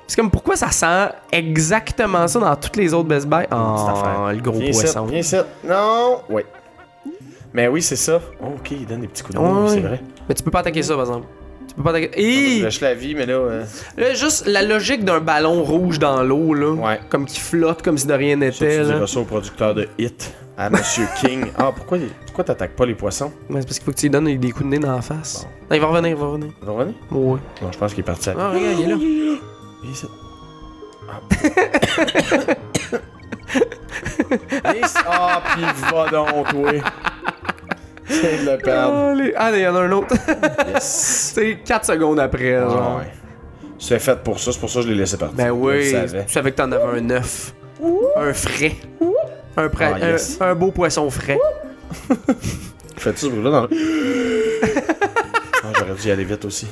[SPEAKER 2] C'est comme pourquoi ça sent exactement ça dans toutes les autres Best Buy. Oh, le gros
[SPEAKER 3] Viens ici,
[SPEAKER 2] poisson.
[SPEAKER 3] Viens ici. Non. Ouais. Mais oui, c'est ça. Oh, ok, il donne des petits coups de
[SPEAKER 2] Ouais,
[SPEAKER 3] mou,
[SPEAKER 2] ouais.
[SPEAKER 3] c'est vrai.
[SPEAKER 2] Mais tu peux pas attaquer ça, par exemple. Tu peux pas attaquer.
[SPEAKER 3] Je
[SPEAKER 2] Hi!
[SPEAKER 3] lâche la vie, mais là. euh,
[SPEAKER 2] Là, juste la logique d'un ballon rouge dans l'eau, là.
[SPEAKER 3] Ouais.
[SPEAKER 2] Comme qui flotte comme si de rien
[SPEAKER 3] Ça, tu
[SPEAKER 2] n'était, là.
[SPEAKER 3] diras ça au producteur de Hit, à (laughs) Monsieur King. Ah, pourquoi, pourquoi t'attaques pas les poissons
[SPEAKER 2] Mais c'est parce qu'il faut que tu lui donnes des coups de nez dans la face. Non, il va revenir, il va revenir.
[SPEAKER 3] Vous revenez
[SPEAKER 2] Ouais.
[SPEAKER 3] Non, je pense qu'il est parti. à-
[SPEAKER 2] Ah, regarde, il est là.
[SPEAKER 3] Viens ici. Ah, p- Viens ici. Ah, pis va donc, oui. C'est de le perdre.
[SPEAKER 2] Ah, les- ah, il y en a un autre.
[SPEAKER 3] Yes.
[SPEAKER 2] (laughs) c'est 4 secondes après, genre.
[SPEAKER 3] Ah, ouais. C'est fait pour ça, c'est pour ça que je l'ai laissé partir.
[SPEAKER 2] Ben oui.
[SPEAKER 3] Je le savais.
[SPEAKER 2] Tu savais que t'en avais un neuf. Un frais. Un, pra-
[SPEAKER 3] Ah, yes.
[SPEAKER 2] un, un beau poisson frais.
[SPEAKER 3] Fais-tu ce bruit-là dans le. (laughs) Ah, J'aurais dû y aller vite aussi.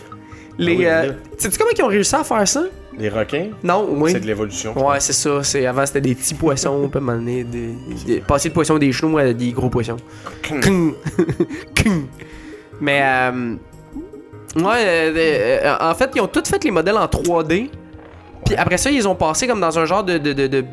[SPEAKER 2] Les,
[SPEAKER 3] Ah oui,
[SPEAKER 2] euh,
[SPEAKER 3] là.
[SPEAKER 2] Sais-tu comment ils ont réussi à faire ça?
[SPEAKER 3] Les requins,
[SPEAKER 2] Non, oui.
[SPEAKER 3] c'est de l'évolution.
[SPEAKER 2] Ouais, c'est ça. C'est... Avant, c'était des petits poissons. (laughs) Puis à un moment donné, des... des- passer de poissons des chenoux à des gros poissons. Kung. Kung. Mais, euh... ouais, euh, euh, en fait, ils ont tous fait les modèles en 3D. Puis après ça, ils ont passé comme dans un genre de, de, de, de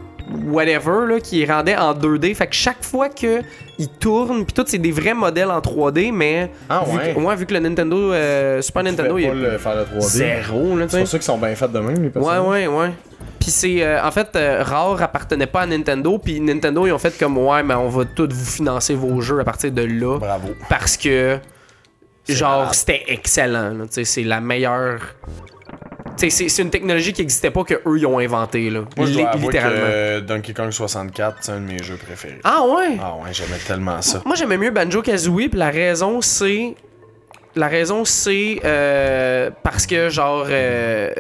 [SPEAKER 2] whatever là, qui rendait en 2D. Fait que chaque fois que ils tournent, puis tout, c'est des vrais modèles en 3D, mais
[SPEAKER 3] Ah
[SPEAKER 2] vu,
[SPEAKER 3] ouais.
[SPEAKER 2] que, vu que le Nintendo, euh, Super
[SPEAKER 3] Tu
[SPEAKER 2] Nintendo,
[SPEAKER 3] pouvais
[SPEAKER 2] il
[SPEAKER 3] pas
[SPEAKER 2] est
[SPEAKER 3] le faire le 3D.
[SPEAKER 2] zéro, là, tu
[SPEAKER 3] C'est
[SPEAKER 2] sais.
[SPEAKER 3] pour ça qu'ils sont bien faits de même, les
[SPEAKER 2] Ouais,
[SPEAKER 3] personnages.
[SPEAKER 2] ouais, ouais. Puis c'est. euh, en fait, euh, Rare appartenait pas à Nintendo. Puis Nintendo, ils ont fait comme Ouais, mais on va tous vous financer vos jeux à partir de là.
[SPEAKER 3] Bravo.
[SPEAKER 2] Parce que. genre, c'était excellent. là. Tu sais, C'est la meilleure. Tu sais, C'est c'est une technologie qui n'existait pas que eux ils ont inventée. là.
[SPEAKER 3] Moi, je
[SPEAKER 2] Li-
[SPEAKER 3] dois avouer que
[SPEAKER 2] littéralement.
[SPEAKER 3] euh, Donkey Kong 64, c'est un de mes jeux préférés.
[SPEAKER 2] Ah ouais?
[SPEAKER 3] Ah ouais, j'aimais tellement ça.
[SPEAKER 2] Moi j'aimais mieux Banjo Kazooie, puis la raison c'est. La raison c'est euh, parce que genre. euh,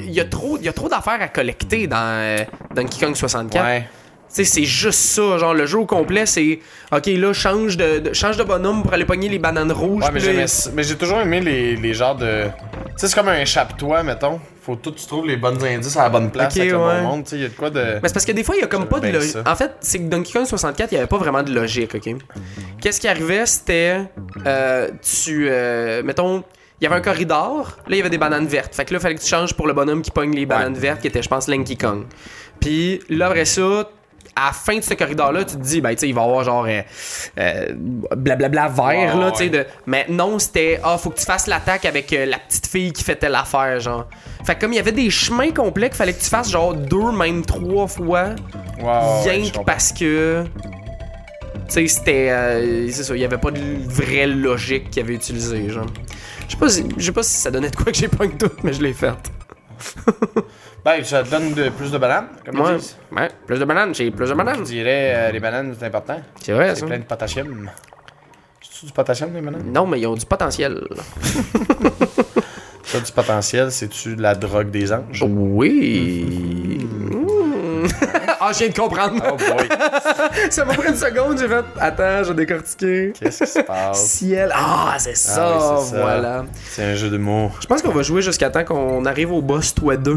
[SPEAKER 2] Il y a trop, il y a trop d'affaires à collecter dans euh, Donkey Kong 64.
[SPEAKER 3] Ouais.
[SPEAKER 2] Tu sais, c'est juste ça. Genre, le jeu au complet, c'est OK, là, change de, de- change de bonhomme pour aller pogner les bananes rouges.
[SPEAKER 3] Ouais, mais
[SPEAKER 2] puis là,
[SPEAKER 3] j'aimais ça- mais j'ai toujours aimé les, les genres de. Tu sais, c'est comme un échappe-toi, mettons. Faut tout, tu trouves les bonnes indices à la bonne place
[SPEAKER 2] Ok,
[SPEAKER 3] avec le
[SPEAKER 2] ouais.
[SPEAKER 3] bon monde. Tu sais, il y a de quoi de.
[SPEAKER 2] Mais c'est parce que des fois, il y a comme
[SPEAKER 3] J'aime
[SPEAKER 2] pas de
[SPEAKER 3] bien
[SPEAKER 2] logique.
[SPEAKER 3] ça.
[SPEAKER 2] En fait, c'est que Donkey Kong 64, il n'y avait pas vraiment de logique, OK? Qu'est-ce qui arrivait, c'était... euh, tu... euh, mettons... Il y avait un corridor, là il y avait des bananes vertes. Fait que là, il fallait que tu changes pour le bonhomme qui pogne les bananes vertes, qui était, je pense, Lanky Kong. Puis là, après ça, à la fin de ce corridor-là, tu te dis, ben, tu sais, il va y avoir genre euh, euh, blablabla vert,
[SPEAKER 3] Ouais,
[SPEAKER 2] là, tu sais,
[SPEAKER 3] ouais.
[SPEAKER 2] de- Mais non, c'était, ah, faut que tu fasses l'attaque avec euh, la petite fille qui fait telle affaire, genre. Fait que comme il y avait des chemins complets, qu'il fallait que tu fasses genre deux, même trois fois,
[SPEAKER 3] Ouais, Ah, ouais, ouais,
[SPEAKER 2] rien
[SPEAKER 3] je
[SPEAKER 2] que
[SPEAKER 3] comprends.
[SPEAKER 2] parce que. Tu sais, c'était. euh, c'est ça, il y avait pas de vraie logique qu'il avait utilisée, genre. Je sais pas, si, je sais pas si ça donnait de quoi que j'ai pas tout, mais je l'ai faite.
[SPEAKER 3] Ben, ça te donne de- plus de bananes, comme
[SPEAKER 2] Ouais,
[SPEAKER 3] ils disent.
[SPEAKER 2] ouais, plus de bananes, j'ai plus de
[SPEAKER 3] Je
[SPEAKER 2] bananes.
[SPEAKER 3] dirais, euh, les bananes, c'est important.
[SPEAKER 2] C'est vrai,
[SPEAKER 3] C'est
[SPEAKER 2] ça.
[SPEAKER 3] plein de potassium. C'est-tu du potassium, les bananes?
[SPEAKER 2] Non, mais ils ont du potentiel.
[SPEAKER 3] Ça, du potentiel, c'est-tu de la drogue des anges?
[SPEAKER 2] Oh, Oui. Mmh. (laughs) ah, je viens de comprendre.
[SPEAKER 3] (laughs) Oh boy,
[SPEAKER 2] Ça m'a pris une seconde, j'ai fait. Attends, j'ai décortiqué.
[SPEAKER 3] qu'est-ce qui se passe?
[SPEAKER 2] Ciel. Ah, c'est ça,
[SPEAKER 3] oui, c'est ça.
[SPEAKER 2] voilà.
[SPEAKER 3] C'est un jeu de mots.
[SPEAKER 2] Je pense qu'on va jouer jusqu'à temps qu'on arrive au boss, toi deux.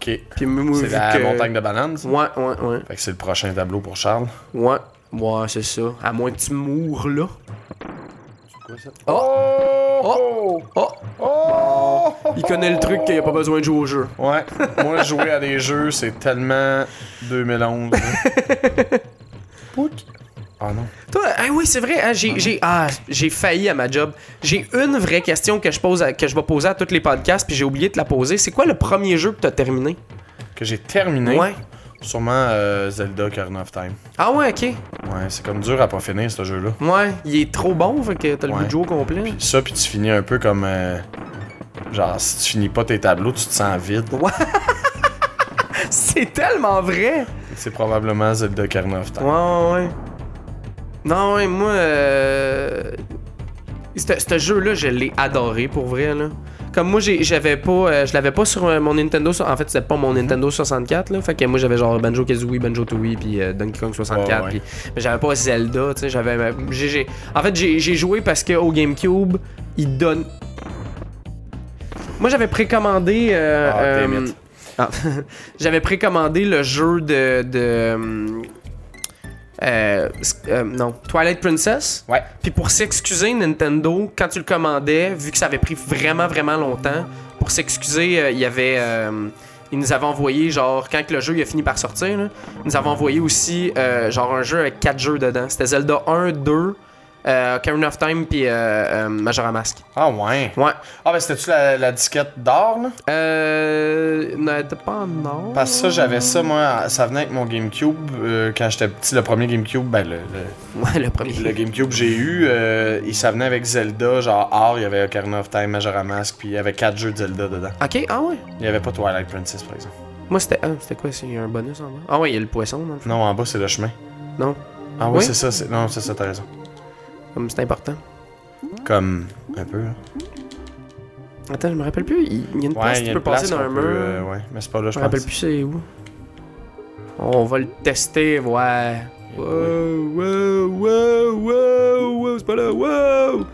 [SPEAKER 3] Ok. C'est
[SPEAKER 2] Puis moi, vu
[SPEAKER 3] la
[SPEAKER 2] que...
[SPEAKER 3] montagne de bananes, ça?
[SPEAKER 2] Ouais, ouais, ouais.
[SPEAKER 3] Fait que c'est le prochain tableau pour Charles.
[SPEAKER 2] Ouais. Ouais, c'est ça. À moins que tu moures là.
[SPEAKER 3] C'est quoi ça?
[SPEAKER 2] Oh! Oh!
[SPEAKER 3] Oh!
[SPEAKER 2] Il connaît le truc qu'il n'y a pas besoin de jouer au jeu.
[SPEAKER 3] Ouais, moi jouer à des jeux, c'est tellement 2011. (laughs) Pouc. Ah non.
[SPEAKER 2] Toi, ah oui, c'est vrai, hein, j'ai, j'ai, ah, j'ai failli à ma job. J'ai une vraie question que je pose à- que je vais poser à tous les podcasts, puis j'ai oublié de la poser. C'est quoi le premier jeu que t'as terminé?
[SPEAKER 3] Que j'ai terminé.
[SPEAKER 2] Ouais.
[SPEAKER 3] Sûrement euh, Zelda Ocarina of Time.
[SPEAKER 2] Ah ouais, ok.
[SPEAKER 3] Ouais, c'est comme dur à pas finir ce jeu-là.
[SPEAKER 2] Ouais, il est trop bon, fait que t'as le
[SPEAKER 3] Ouais.
[SPEAKER 2] goût de jouer au complet.
[SPEAKER 3] Ça, puis tu finis un peu comme. euh, genre, si tu finis pas tes tableaux, tu te sens vide.
[SPEAKER 2] C'est tellement vrai!
[SPEAKER 3] C'est probablement Zelda Ocarina of Time.
[SPEAKER 2] Ouais, ouais, ouais. Non, ouais, moi. Euh... c'te- Ce jeu-là, je l'ai adoré pour vrai, là. Comme moi, j'ai- j'avais pas. euh, je l'avais pas sur euh, mon Nintendo. so- En fait, c'était pas mon
[SPEAKER 3] Mhm.
[SPEAKER 2] Nintendo 64, là. Fait que moi, j'avais genre Banjo Kazooie, Banjo Tooie, puis euh, Donkey Kong 64.
[SPEAKER 3] Ouais, ouais.
[SPEAKER 2] puis- Mais j'avais pas Zelda, tu sais. J'avais. ma- j'ai- j'ai- En fait, j'ai j'ai joué parce qu'au GameCube, il donne. Moi, j'avais précommandé. euh,
[SPEAKER 3] Ah,
[SPEAKER 2] euh,
[SPEAKER 3] damn it.
[SPEAKER 2] ah. (laughs) j'avais précommandé le jeu de. de hum, euh, sc- euh, non, Twilight Princess.
[SPEAKER 3] Ouais.
[SPEAKER 2] Puis pour s'excuser, Nintendo, quand tu le commandais, vu que ça avait pris vraiment, vraiment longtemps, pour s'excuser, euh, il y avait. euh, ils nous avaient envoyé, genre, quand que le jeu il a fini par sortir, là, ils nous avaient envoyé aussi, euh, genre, un jeu avec 4 jeux dedans. C'était Zelda 1, 2, euh, Ocarina of Time, puis euh, euh, Majora Mask.
[SPEAKER 3] Ah ouais.
[SPEAKER 2] Ouais.
[SPEAKER 3] Ah, ben c'était-tu la, la disquette d'or, là?
[SPEAKER 2] Euh. Non, t'as pas non.
[SPEAKER 3] Parce que ça, j'avais ça, moi, ça venait avec mon GameCube. euh, quand j'étais petit, le premier GameCube, ben le, le-
[SPEAKER 2] Ouais, le premier.
[SPEAKER 3] le GameCube que j'ai eu, euh, il ça venait avec Zelda, genre or, il y avait Ocarina of Time, Majora Mask, puis il y avait 4 jeux de Zelda dedans.
[SPEAKER 2] Ok, ah ouais.
[SPEAKER 3] Il y avait pas Twilight Princess, par exemple.
[SPEAKER 2] Moi, c'était. Ah, c'était quoi C'est un bonus en bas Ah ouais, il y a le poisson, dans le fond.
[SPEAKER 3] Non, en bas, c'est le chemin.
[SPEAKER 2] Non,
[SPEAKER 3] Ah oui,
[SPEAKER 2] Oui.
[SPEAKER 3] c'est ça, c'est... non, c'est ça, t'as raison.
[SPEAKER 2] comme c'est important.
[SPEAKER 3] Comme, un peu, hein. là.
[SPEAKER 2] Attends, je me rappelle plus. Il il y a une place
[SPEAKER 3] Ouais, il
[SPEAKER 2] qui
[SPEAKER 3] y a
[SPEAKER 2] peut
[SPEAKER 3] une place
[SPEAKER 2] passer dans
[SPEAKER 3] qu'on
[SPEAKER 2] un mur.
[SPEAKER 3] peut, euh, ouais, mais c'est pas là,
[SPEAKER 2] je
[SPEAKER 3] je
[SPEAKER 2] me rappelle
[SPEAKER 3] pense.
[SPEAKER 2] plus c'est où. On va le tester, ouais. Wow, wow, wow, wow, wow, c'est pas là, wow!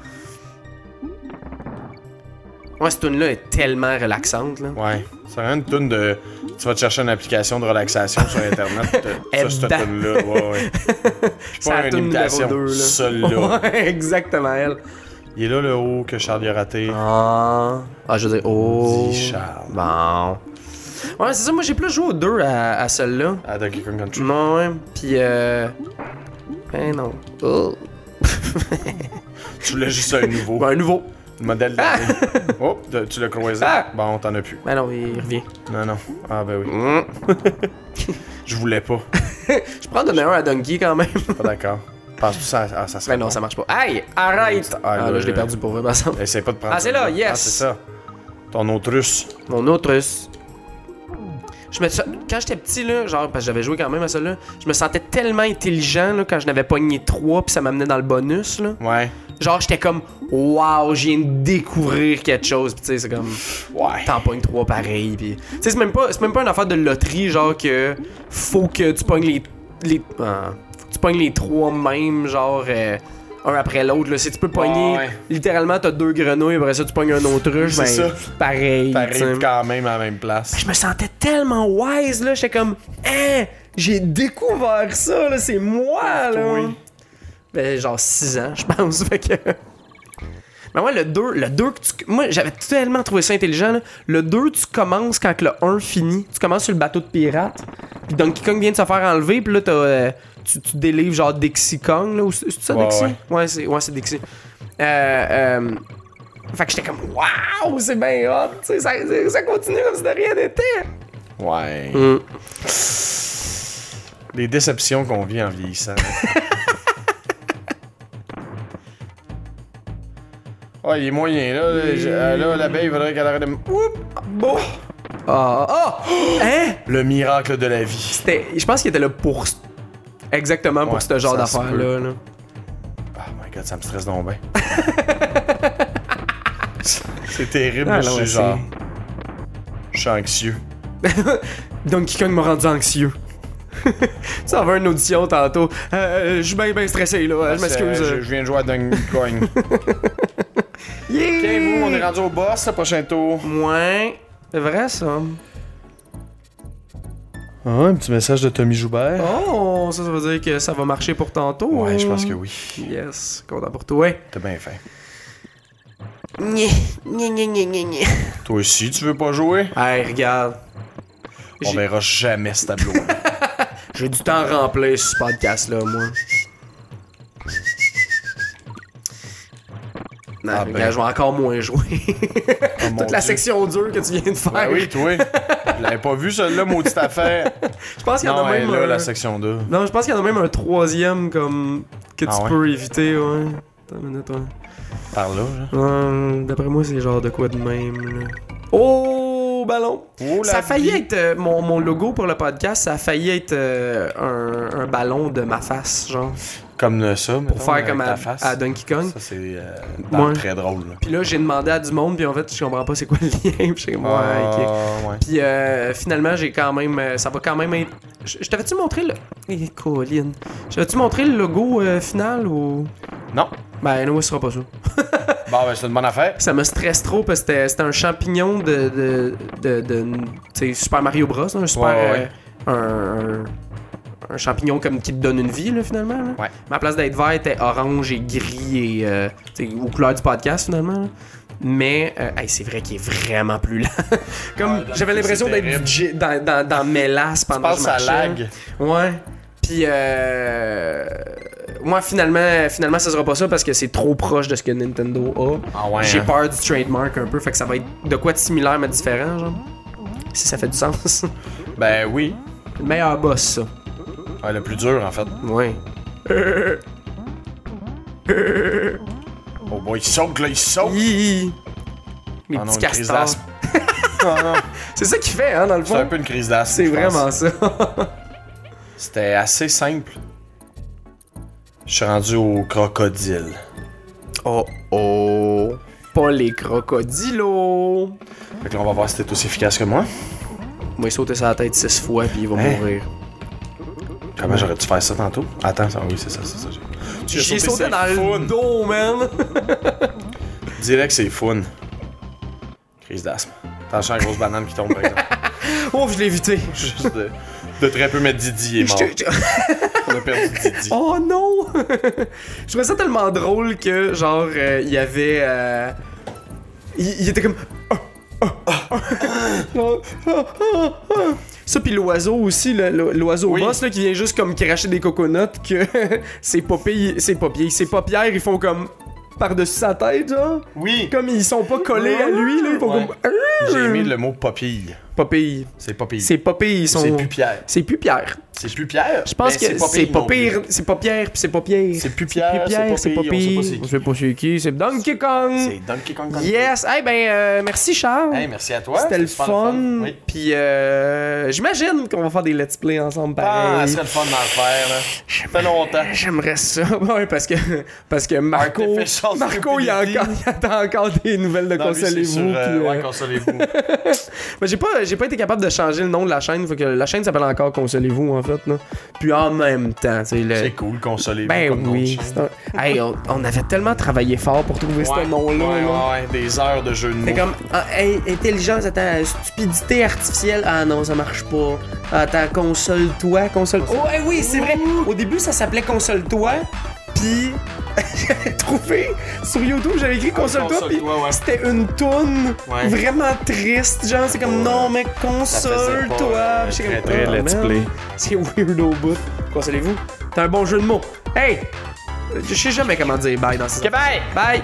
[SPEAKER 2] Ouais, cette tune-là est tellement relaxante, là.
[SPEAKER 3] Ouais, c'est vraiment une toune de... Tu vas te chercher une application de relaxation
[SPEAKER 2] (laughs)
[SPEAKER 3] sur Internet, pis t'as- ça,
[SPEAKER 2] Edda.
[SPEAKER 3] cette toune-là,
[SPEAKER 2] (laughs)
[SPEAKER 3] ouais, ouais. Puis
[SPEAKER 2] C'est la
[SPEAKER 3] pas une
[SPEAKER 2] toune numéro
[SPEAKER 3] imitation,
[SPEAKER 2] deux, là.
[SPEAKER 3] celle-là.
[SPEAKER 2] (laughs) Ouais, exactement, elle.
[SPEAKER 3] Il est là le haut que Charles a raté.
[SPEAKER 2] Ah, ah je veux dire, oh.
[SPEAKER 3] Dis Charles.
[SPEAKER 2] Bon. Ouais, c'est ça, moi j'ai plus joué aux deux à, à celle-là.
[SPEAKER 3] À Donkey Kong Country.
[SPEAKER 2] Non, ouais, pis euh. Ben non. Oh.
[SPEAKER 3] Tu voulais juste un nouveau
[SPEAKER 2] Ben, un nouveau.
[SPEAKER 3] modèle
[SPEAKER 2] (laughs)
[SPEAKER 3] d'année. Oh, de- tu l'as croisé.
[SPEAKER 2] Ah.
[SPEAKER 3] Bon, t'en as plus.
[SPEAKER 2] Ben non, il revient.
[SPEAKER 3] Non, non. Ah, ben oui.
[SPEAKER 2] Mm.
[SPEAKER 3] Je voulais pas.
[SPEAKER 2] Je prends de meilleur à Donkey quand même.
[SPEAKER 3] Pas d'accord. Penses-tu ça, ah, ça
[SPEAKER 2] (laughs)
[SPEAKER 3] serait
[SPEAKER 2] Ben non,
[SPEAKER 3] bon?
[SPEAKER 2] ça marche pas. Aïe, arrête!
[SPEAKER 3] Ah,
[SPEAKER 2] Ah, là, je l'ai
[SPEAKER 3] euh,
[SPEAKER 2] perdu pour eux, par exemple.
[SPEAKER 3] Essaye pas de prendre.
[SPEAKER 2] Ah, c'est là,
[SPEAKER 3] celui-là.
[SPEAKER 2] yes.
[SPEAKER 3] Ah, c'est ça. Ton autrusse.
[SPEAKER 2] Mon autre russe. Je me sens- Quand j'étais petit, là, genre, parce que j'avais joué quand même à ça, là, je me sentais tellement intelligent là, quand je n'avais pogné 3 puis ça m'amenait dans le bonus. Là.
[SPEAKER 3] Ouais.
[SPEAKER 2] Genre, j'étais comme, waouh, je viens de découvrir quelque chose. Puis tu sais, c'est comme,
[SPEAKER 3] Ouais.
[SPEAKER 2] t'en pognes 3 pareil. Puis tu sais, c'est même, pas- c'est même pas une affaire de loterie, genre, que faut que tu pognes les. les... ah, faut que tu pognes les 3 mêmes, genre. euh, Un après l'autre, là. Si tu peux pogner,
[SPEAKER 3] Ouais.
[SPEAKER 2] littéralement, t'as deux grenouilles, après ça, tu pognes un autruche, ben,
[SPEAKER 3] C'est ça.
[SPEAKER 2] pareil. tu sais.
[SPEAKER 3] T'arrives quand même à la même place.
[SPEAKER 2] Je me sentais tellement wise, là. J'étais comme, hein, j'ai découvert ça, là, c'est moi, là.
[SPEAKER 3] Oui.
[SPEAKER 2] Ben, genre 6 ans, je pense. (laughs) Fait que. Mais ouais, le 2, le 2 que tu. Moi, j'avais tellement trouvé ça intelligent, là. Le 2, tu commences quand que le 1 finit. Tu commences sur le bateau de pirate. Puis Donkey Kong vient de se faire enlever, puis là, t'as, euh, tu, tu délivres genre Dixie Kong, là. ou C'est c'est ça,
[SPEAKER 3] Ouais,
[SPEAKER 2] Dixie?
[SPEAKER 3] ouais.
[SPEAKER 2] Ouais, c'est ouais, c'est Dixie. Euh, euh, fait que j'étais comme, waouh, c'est bien hot, tu sais, ça, ça continue comme si de rien n'était.
[SPEAKER 3] Ouais.
[SPEAKER 2] Mm.
[SPEAKER 3] Les déceptions qu'on vit en (laughs) vieillissant. oh, il est moyen, là. Là, je- euh, là, l'abeille, il faudrait qu'elle arrête de... me- Oup!
[SPEAKER 2] Bon. Ah, ah! (gasps) Hein?
[SPEAKER 3] Le miracle de la vie.
[SPEAKER 2] C'était- Je pense qu'il était là pour. Exactement pour
[SPEAKER 3] Ouais,
[SPEAKER 2] ce genre
[SPEAKER 3] ça se
[SPEAKER 2] d'affaire-là. là.
[SPEAKER 3] Oh my god, ça me stresse (laughs) donc bien. c'est terrible,
[SPEAKER 2] Ah,
[SPEAKER 3] je
[SPEAKER 2] là,
[SPEAKER 3] suis
[SPEAKER 2] ouais,
[SPEAKER 3] genre... Je suis anxieux.
[SPEAKER 2] Donkey Kong m'a rendu anxieux. (laughs) ça va une audition tantôt. Euh, je suis bien, bien stressé, là. je
[SPEAKER 3] Parce que Ah, Je,
[SPEAKER 2] m'excuse.
[SPEAKER 3] Euh, je viens de jouer à Donkey (laughs) Kong.
[SPEAKER 2] Yeah!
[SPEAKER 3] ok, vous, on est rendu au boss, le prochain tour.
[SPEAKER 2] Moins. C'est vrai, ça.
[SPEAKER 3] Ah, un petit message de Tommy Joubert.
[SPEAKER 2] Oh, ça, ça veut dire que ça va marcher pour tantôt.
[SPEAKER 3] Ouais, je pense que oui.
[SPEAKER 2] Yes, content pour toi.
[SPEAKER 3] T'as bien fait.
[SPEAKER 2] Nya, nya, nya, nya, nya, nya.
[SPEAKER 3] Toi aussi, tu veux pas jouer?
[SPEAKER 2] Hey, regarde.
[SPEAKER 3] On
[SPEAKER 2] J'ai-
[SPEAKER 3] verra jamais ce tableau.
[SPEAKER 2] J'ai du temps rempli sur ce podcast-là, moi. Non,
[SPEAKER 3] Ah
[SPEAKER 2] regarde,
[SPEAKER 3] ben.
[SPEAKER 2] je vais encore moins jouer. (laughs) (laughs)
[SPEAKER 3] Oh
[SPEAKER 2] Toute la section dure que tu viens de faire.
[SPEAKER 3] Ah
[SPEAKER 2] (laughs)
[SPEAKER 3] oui, toi. Je l'avais pas vu, celle-là, maudite affaire.
[SPEAKER 2] Je pense qu'il y en
[SPEAKER 3] Non,
[SPEAKER 2] a
[SPEAKER 3] elle est
[SPEAKER 2] même euh,
[SPEAKER 3] là,
[SPEAKER 2] un...
[SPEAKER 3] la section 2.
[SPEAKER 2] Non, je pense qu'il y en a même un troisième comme que tu
[SPEAKER 3] Ah ouais?
[SPEAKER 2] peux éviter, ouais. Attends une minute, ouais.
[SPEAKER 3] Par là, genre.
[SPEAKER 2] Hum, D'après moi, c'est genre de quoi de même, là. Oh, ballon!
[SPEAKER 3] Oh, la
[SPEAKER 2] ça a failli
[SPEAKER 3] vie.
[SPEAKER 2] être euh, mon, mon logo pour le podcast, ça a failli être euh, un, un ballon de ma face, genre.
[SPEAKER 3] Comme euh, ça,
[SPEAKER 2] Pour faire comme à,
[SPEAKER 3] ta face.
[SPEAKER 2] à Donkey Kong.
[SPEAKER 3] Ça, c'est euh, dans
[SPEAKER 2] Ouais.
[SPEAKER 3] très drôle. Là.
[SPEAKER 2] Puis là, j'ai demandé à du monde, puis en fait, je comprends pas c'est quoi le lien. (laughs) Puis j'étais comme, ouais, ok.
[SPEAKER 3] Ah, ouais.
[SPEAKER 2] Puis euh, finalement, j'ai quand même. euh, Ça va quand même être. Je je t'avais-tu montré le. Eh, Colin. Je t'avais-tu montré le logo euh, final ou.
[SPEAKER 3] Non.
[SPEAKER 2] Ben, non, ce sera pas ça.
[SPEAKER 3] Bon, ben, c'est une bonne affaire.
[SPEAKER 2] Ça me stresse trop parce que c'était- c'était un champignon de. de. de. de- tu sais, Super Mario Bros. hein, un super.
[SPEAKER 3] Ouais, ouais.
[SPEAKER 2] euh, un, un champignon comme qui te donne une vie, là, finalement. là.
[SPEAKER 3] Ouais.
[SPEAKER 2] Ma place d'être vert était orange et gris et. euh, tu sais, aux couleurs du podcast, finalement. là. Mais, euh, hey, c'est vrai qu'il est vraiment plus lent. (laughs) comme,
[SPEAKER 3] Ouais,
[SPEAKER 2] j'avais l'impression
[SPEAKER 3] c'est
[SPEAKER 2] d'être
[SPEAKER 3] terrible.
[SPEAKER 2] j- dans, dans, dans Mélasse
[SPEAKER 3] Je
[SPEAKER 2] pendant que
[SPEAKER 3] pense
[SPEAKER 2] je
[SPEAKER 3] que ça
[SPEAKER 2] marchais.
[SPEAKER 3] lag.
[SPEAKER 2] Ouais. Puis, euh, moi, finalement, finalement, ça sera pas ça parce que c'est trop proche de ce que Nintendo a.
[SPEAKER 3] Ah ouais,
[SPEAKER 2] J'ai
[SPEAKER 3] hein.
[SPEAKER 2] peur du trademark un peu, fait que ça va être de quoi de similaire mais différent, genre. Si ça fait du sens. (laughs)
[SPEAKER 3] Ben oui.
[SPEAKER 2] Le meilleur boss, ça.
[SPEAKER 3] Ouais, le plus dur, en fait.
[SPEAKER 2] Ouais.
[SPEAKER 3] Oh boy, il saute, là, il saute.
[SPEAKER 2] Hi. Les
[SPEAKER 3] Ah non,
[SPEAKER 2] petits
[SPEAKER 3] une crise
[SPEAKER 2] castors.
[SPEAKER 3] d'asthme. (laughs) Ah non,
[SPEAKER 2] C'est ça qu'il fait, hein, dans le
[SPEAKER 3] c'est un
[SPEAKER 2] fond.
[SPEAKER 3] peu une crise d'asthme.
[SPEAKER 2] C'est
[SPEAKER 3] je pense.
[SPEAKER 2] vraiment ça. (laughs)
[SPEAKER 3] C'était assez simple. Je suis rendu au crocodile.
[SPEAKER 2] oh oh. Pas les crocodilos.
[SPEAKER 3] Fait que là, on va voir si t'es aussi efficace que moi.
[SPEAKER 2] Moi, il sauter sa tête six fois puis il va
[SPEAKER 3] Hein?
[SPEAKER 2] mourir.
[SPEAKER 3] Comment j'aurais dû faire ça tantôt? Attends, ça, oui, c'est ça, c'est ça. j'ai- Tu as
[SPEAKER 2] J'ai sauté
[SPEAKER 3] c'est
[SPEAKER 2] dans
[SPEAKER 3] fun.
[SPEAKER 2] le dos, man. (laughs)
[SPEAKER 3] Direct, c'est fun. Crise d'asthme. Attention à la grosse banane qui tombe, par
[SPEAKER 2] (laughs)
[SPEAKER 3] exemple.
[SPEAKER 2] Oh, je l'ai évité.
[SPEAKER 3] Juste de, de très peu, mais Didi est mort. On a perdu Didi.
[SPEAKER 2] (laughs) Oh non! je trouvais ça tellement drôle que, genre, euh, il y avait. euh, Il il était comme. Ah, ah, ah. Genre, ah, ah, ah. Ça, puis l'oiseau aussi, le- le- l'oiseau
[SPEAKER 3] Oui.
[SPEAKER 2] boss là, qui vient juste comme cracher des coconuts, que (laughs) ses paupières, ses paupières, ses paupières, ils font comme par-dessus sa tête, genre.
[SPEAKER 3] Oui!
[SPEAKER 2] Comme ils sont pas collés à lui, là, ils font
[SPEAKER 3] Ouais.
[SPEAKER 2] comme.
[SPEAKER 3] J'ai aimé le mot papille.
[SPEAKER 2] pas pire.
[SPEAKER 3] C'est pas pire.
[SPEAKER 2] C'est pas pire, ils
[SPEAKER 3] C'est
[SPEAKER 2] sont.
[SPEAKER 3] plus Pierre.
[SPEAKER 2] C'est plus Pierre.
[SPEAKER 3] C'est plus Pierre.
[SPEAKER 2] Je pense
[SPEAKER 3] mais
[SPEAKER 2] que c'est pas
[SPEAKER 3] non plus.
[SPEAKER 2] pire. C'est pas Pierre, puis c'est pas Pierre.
[SPEAKER 3] C'est plus Pierre, c'est pas pire. On sait pas
[SPEAKER 2] Je
[SPEAKER 3] c'est
[SPEAKER 2] sais pas chez qui. C'est Donkey Kong.
[SPEAKER 3] qui. C'est Donkey Kong Country.
[SPEAKER 2] Yes. Eh ben, euh, merci Charles.
[SPEAKER 3] Hey, merci à toi.
[SPEAKER 2] C'était le
[SPEAKER 3] super
[SPEAKER 2] fun.
[SPEAKER 3] Oui.
[SPEAKER 2] Puis euh, j'imagine qu'on va faire des let's play ensemble
[SPEAKER 3] Ah,
[SPEAKER 2] pareil.
[SPEAKER 3] ce serait le fun d'en faire. Là. Ça fait longtemps.
[SPEAKER 2] (laughs) J'aimerais ça. (laughs) Ouais, parce que parce que Marco
[SPEAKER 3] Artificial
[SPEAKER 2] Marco il, y a
[SPEAKER 3] stupidity.
[SPEAKER 2] encore, il attend encore des nouvelles de
[SPEAKER 3] Non, lui, c'est sur,
[SPEAKER 2] consolez-vous.
[SPEAKER 3] euh,
[SPEAKER 2] puis, euh, (laughs)
[SPEAKER 3] ouais, consolez-vous.
[SPEAKER 2] Mais j'ai pas, j'ai pas été capable de changer le nom de la chaîne. Faut que la chaîne s'appelle encore Consolez-vous, en fait. Là. Puis en même temps, tu sais, le-
[SPEAKER 3] c'est cool, consolez-vous.
[SPEAKER 2] Ben
[SPEAKER 3] comme
[SPEAKER 2] oui.
[SPEAKER 3] d'autres choses.
[SPEAKER 2] c'est un- Hey, on, on avait tellement travaillé fort pour trouver
[SPEAKER 3] Ouais,
[SPEAKER 2] ce nom-là.
[SPEAKER 3] ouais,
[SPEAKER 2] là.
[SPEAKER 3] ouais, des heures de jeu de
[SPEAKER 2] C'est
[SPEAKER 3] mots.
[SPEAKER 2] comme, ah, hey, intelligence, attends, stupidité artificielle, ah non, ça marche pas. Attends, console-toi, console. Oh, hey, oui, c'est vrai. Au début, ça s'appelait console-toi, puis (laughs) j'avais trouvé sur YouTube, j'avais écrit console-toi,
[SPEAKER 3] Ah, console-toi,
[SPEAKER 2] puis
[SPEAKER 3] ouais, ouais.
[SPEAKER 2] c'était une toune
[SPEAKER 3] Ouais.
[SPEAKER 2] vraiment triste. Genre, c'est comme, non, mais
[SPEAKER 3] faisait pas,
[SPEAKER 2] console-toi.
[SPEAKER 3] euh,
[SPEAKER 2] Puis j'étais comme,
[SPEAKER 3] très,
[SPEAKER 4] Très
[SPEAKER 2] oh,
[SPEAKER 4] let's
[SPEAKER 2] man.
[SPEAKER 4] play.
[SPEAKER 2] C'est weird au bout. Consolez-vous. T'as un bon jeu de mots. Hey! Je sais jamais comment dire bye dans ces.
[SPEAKER 3] Québec!
[SPEAKER 2] Bye!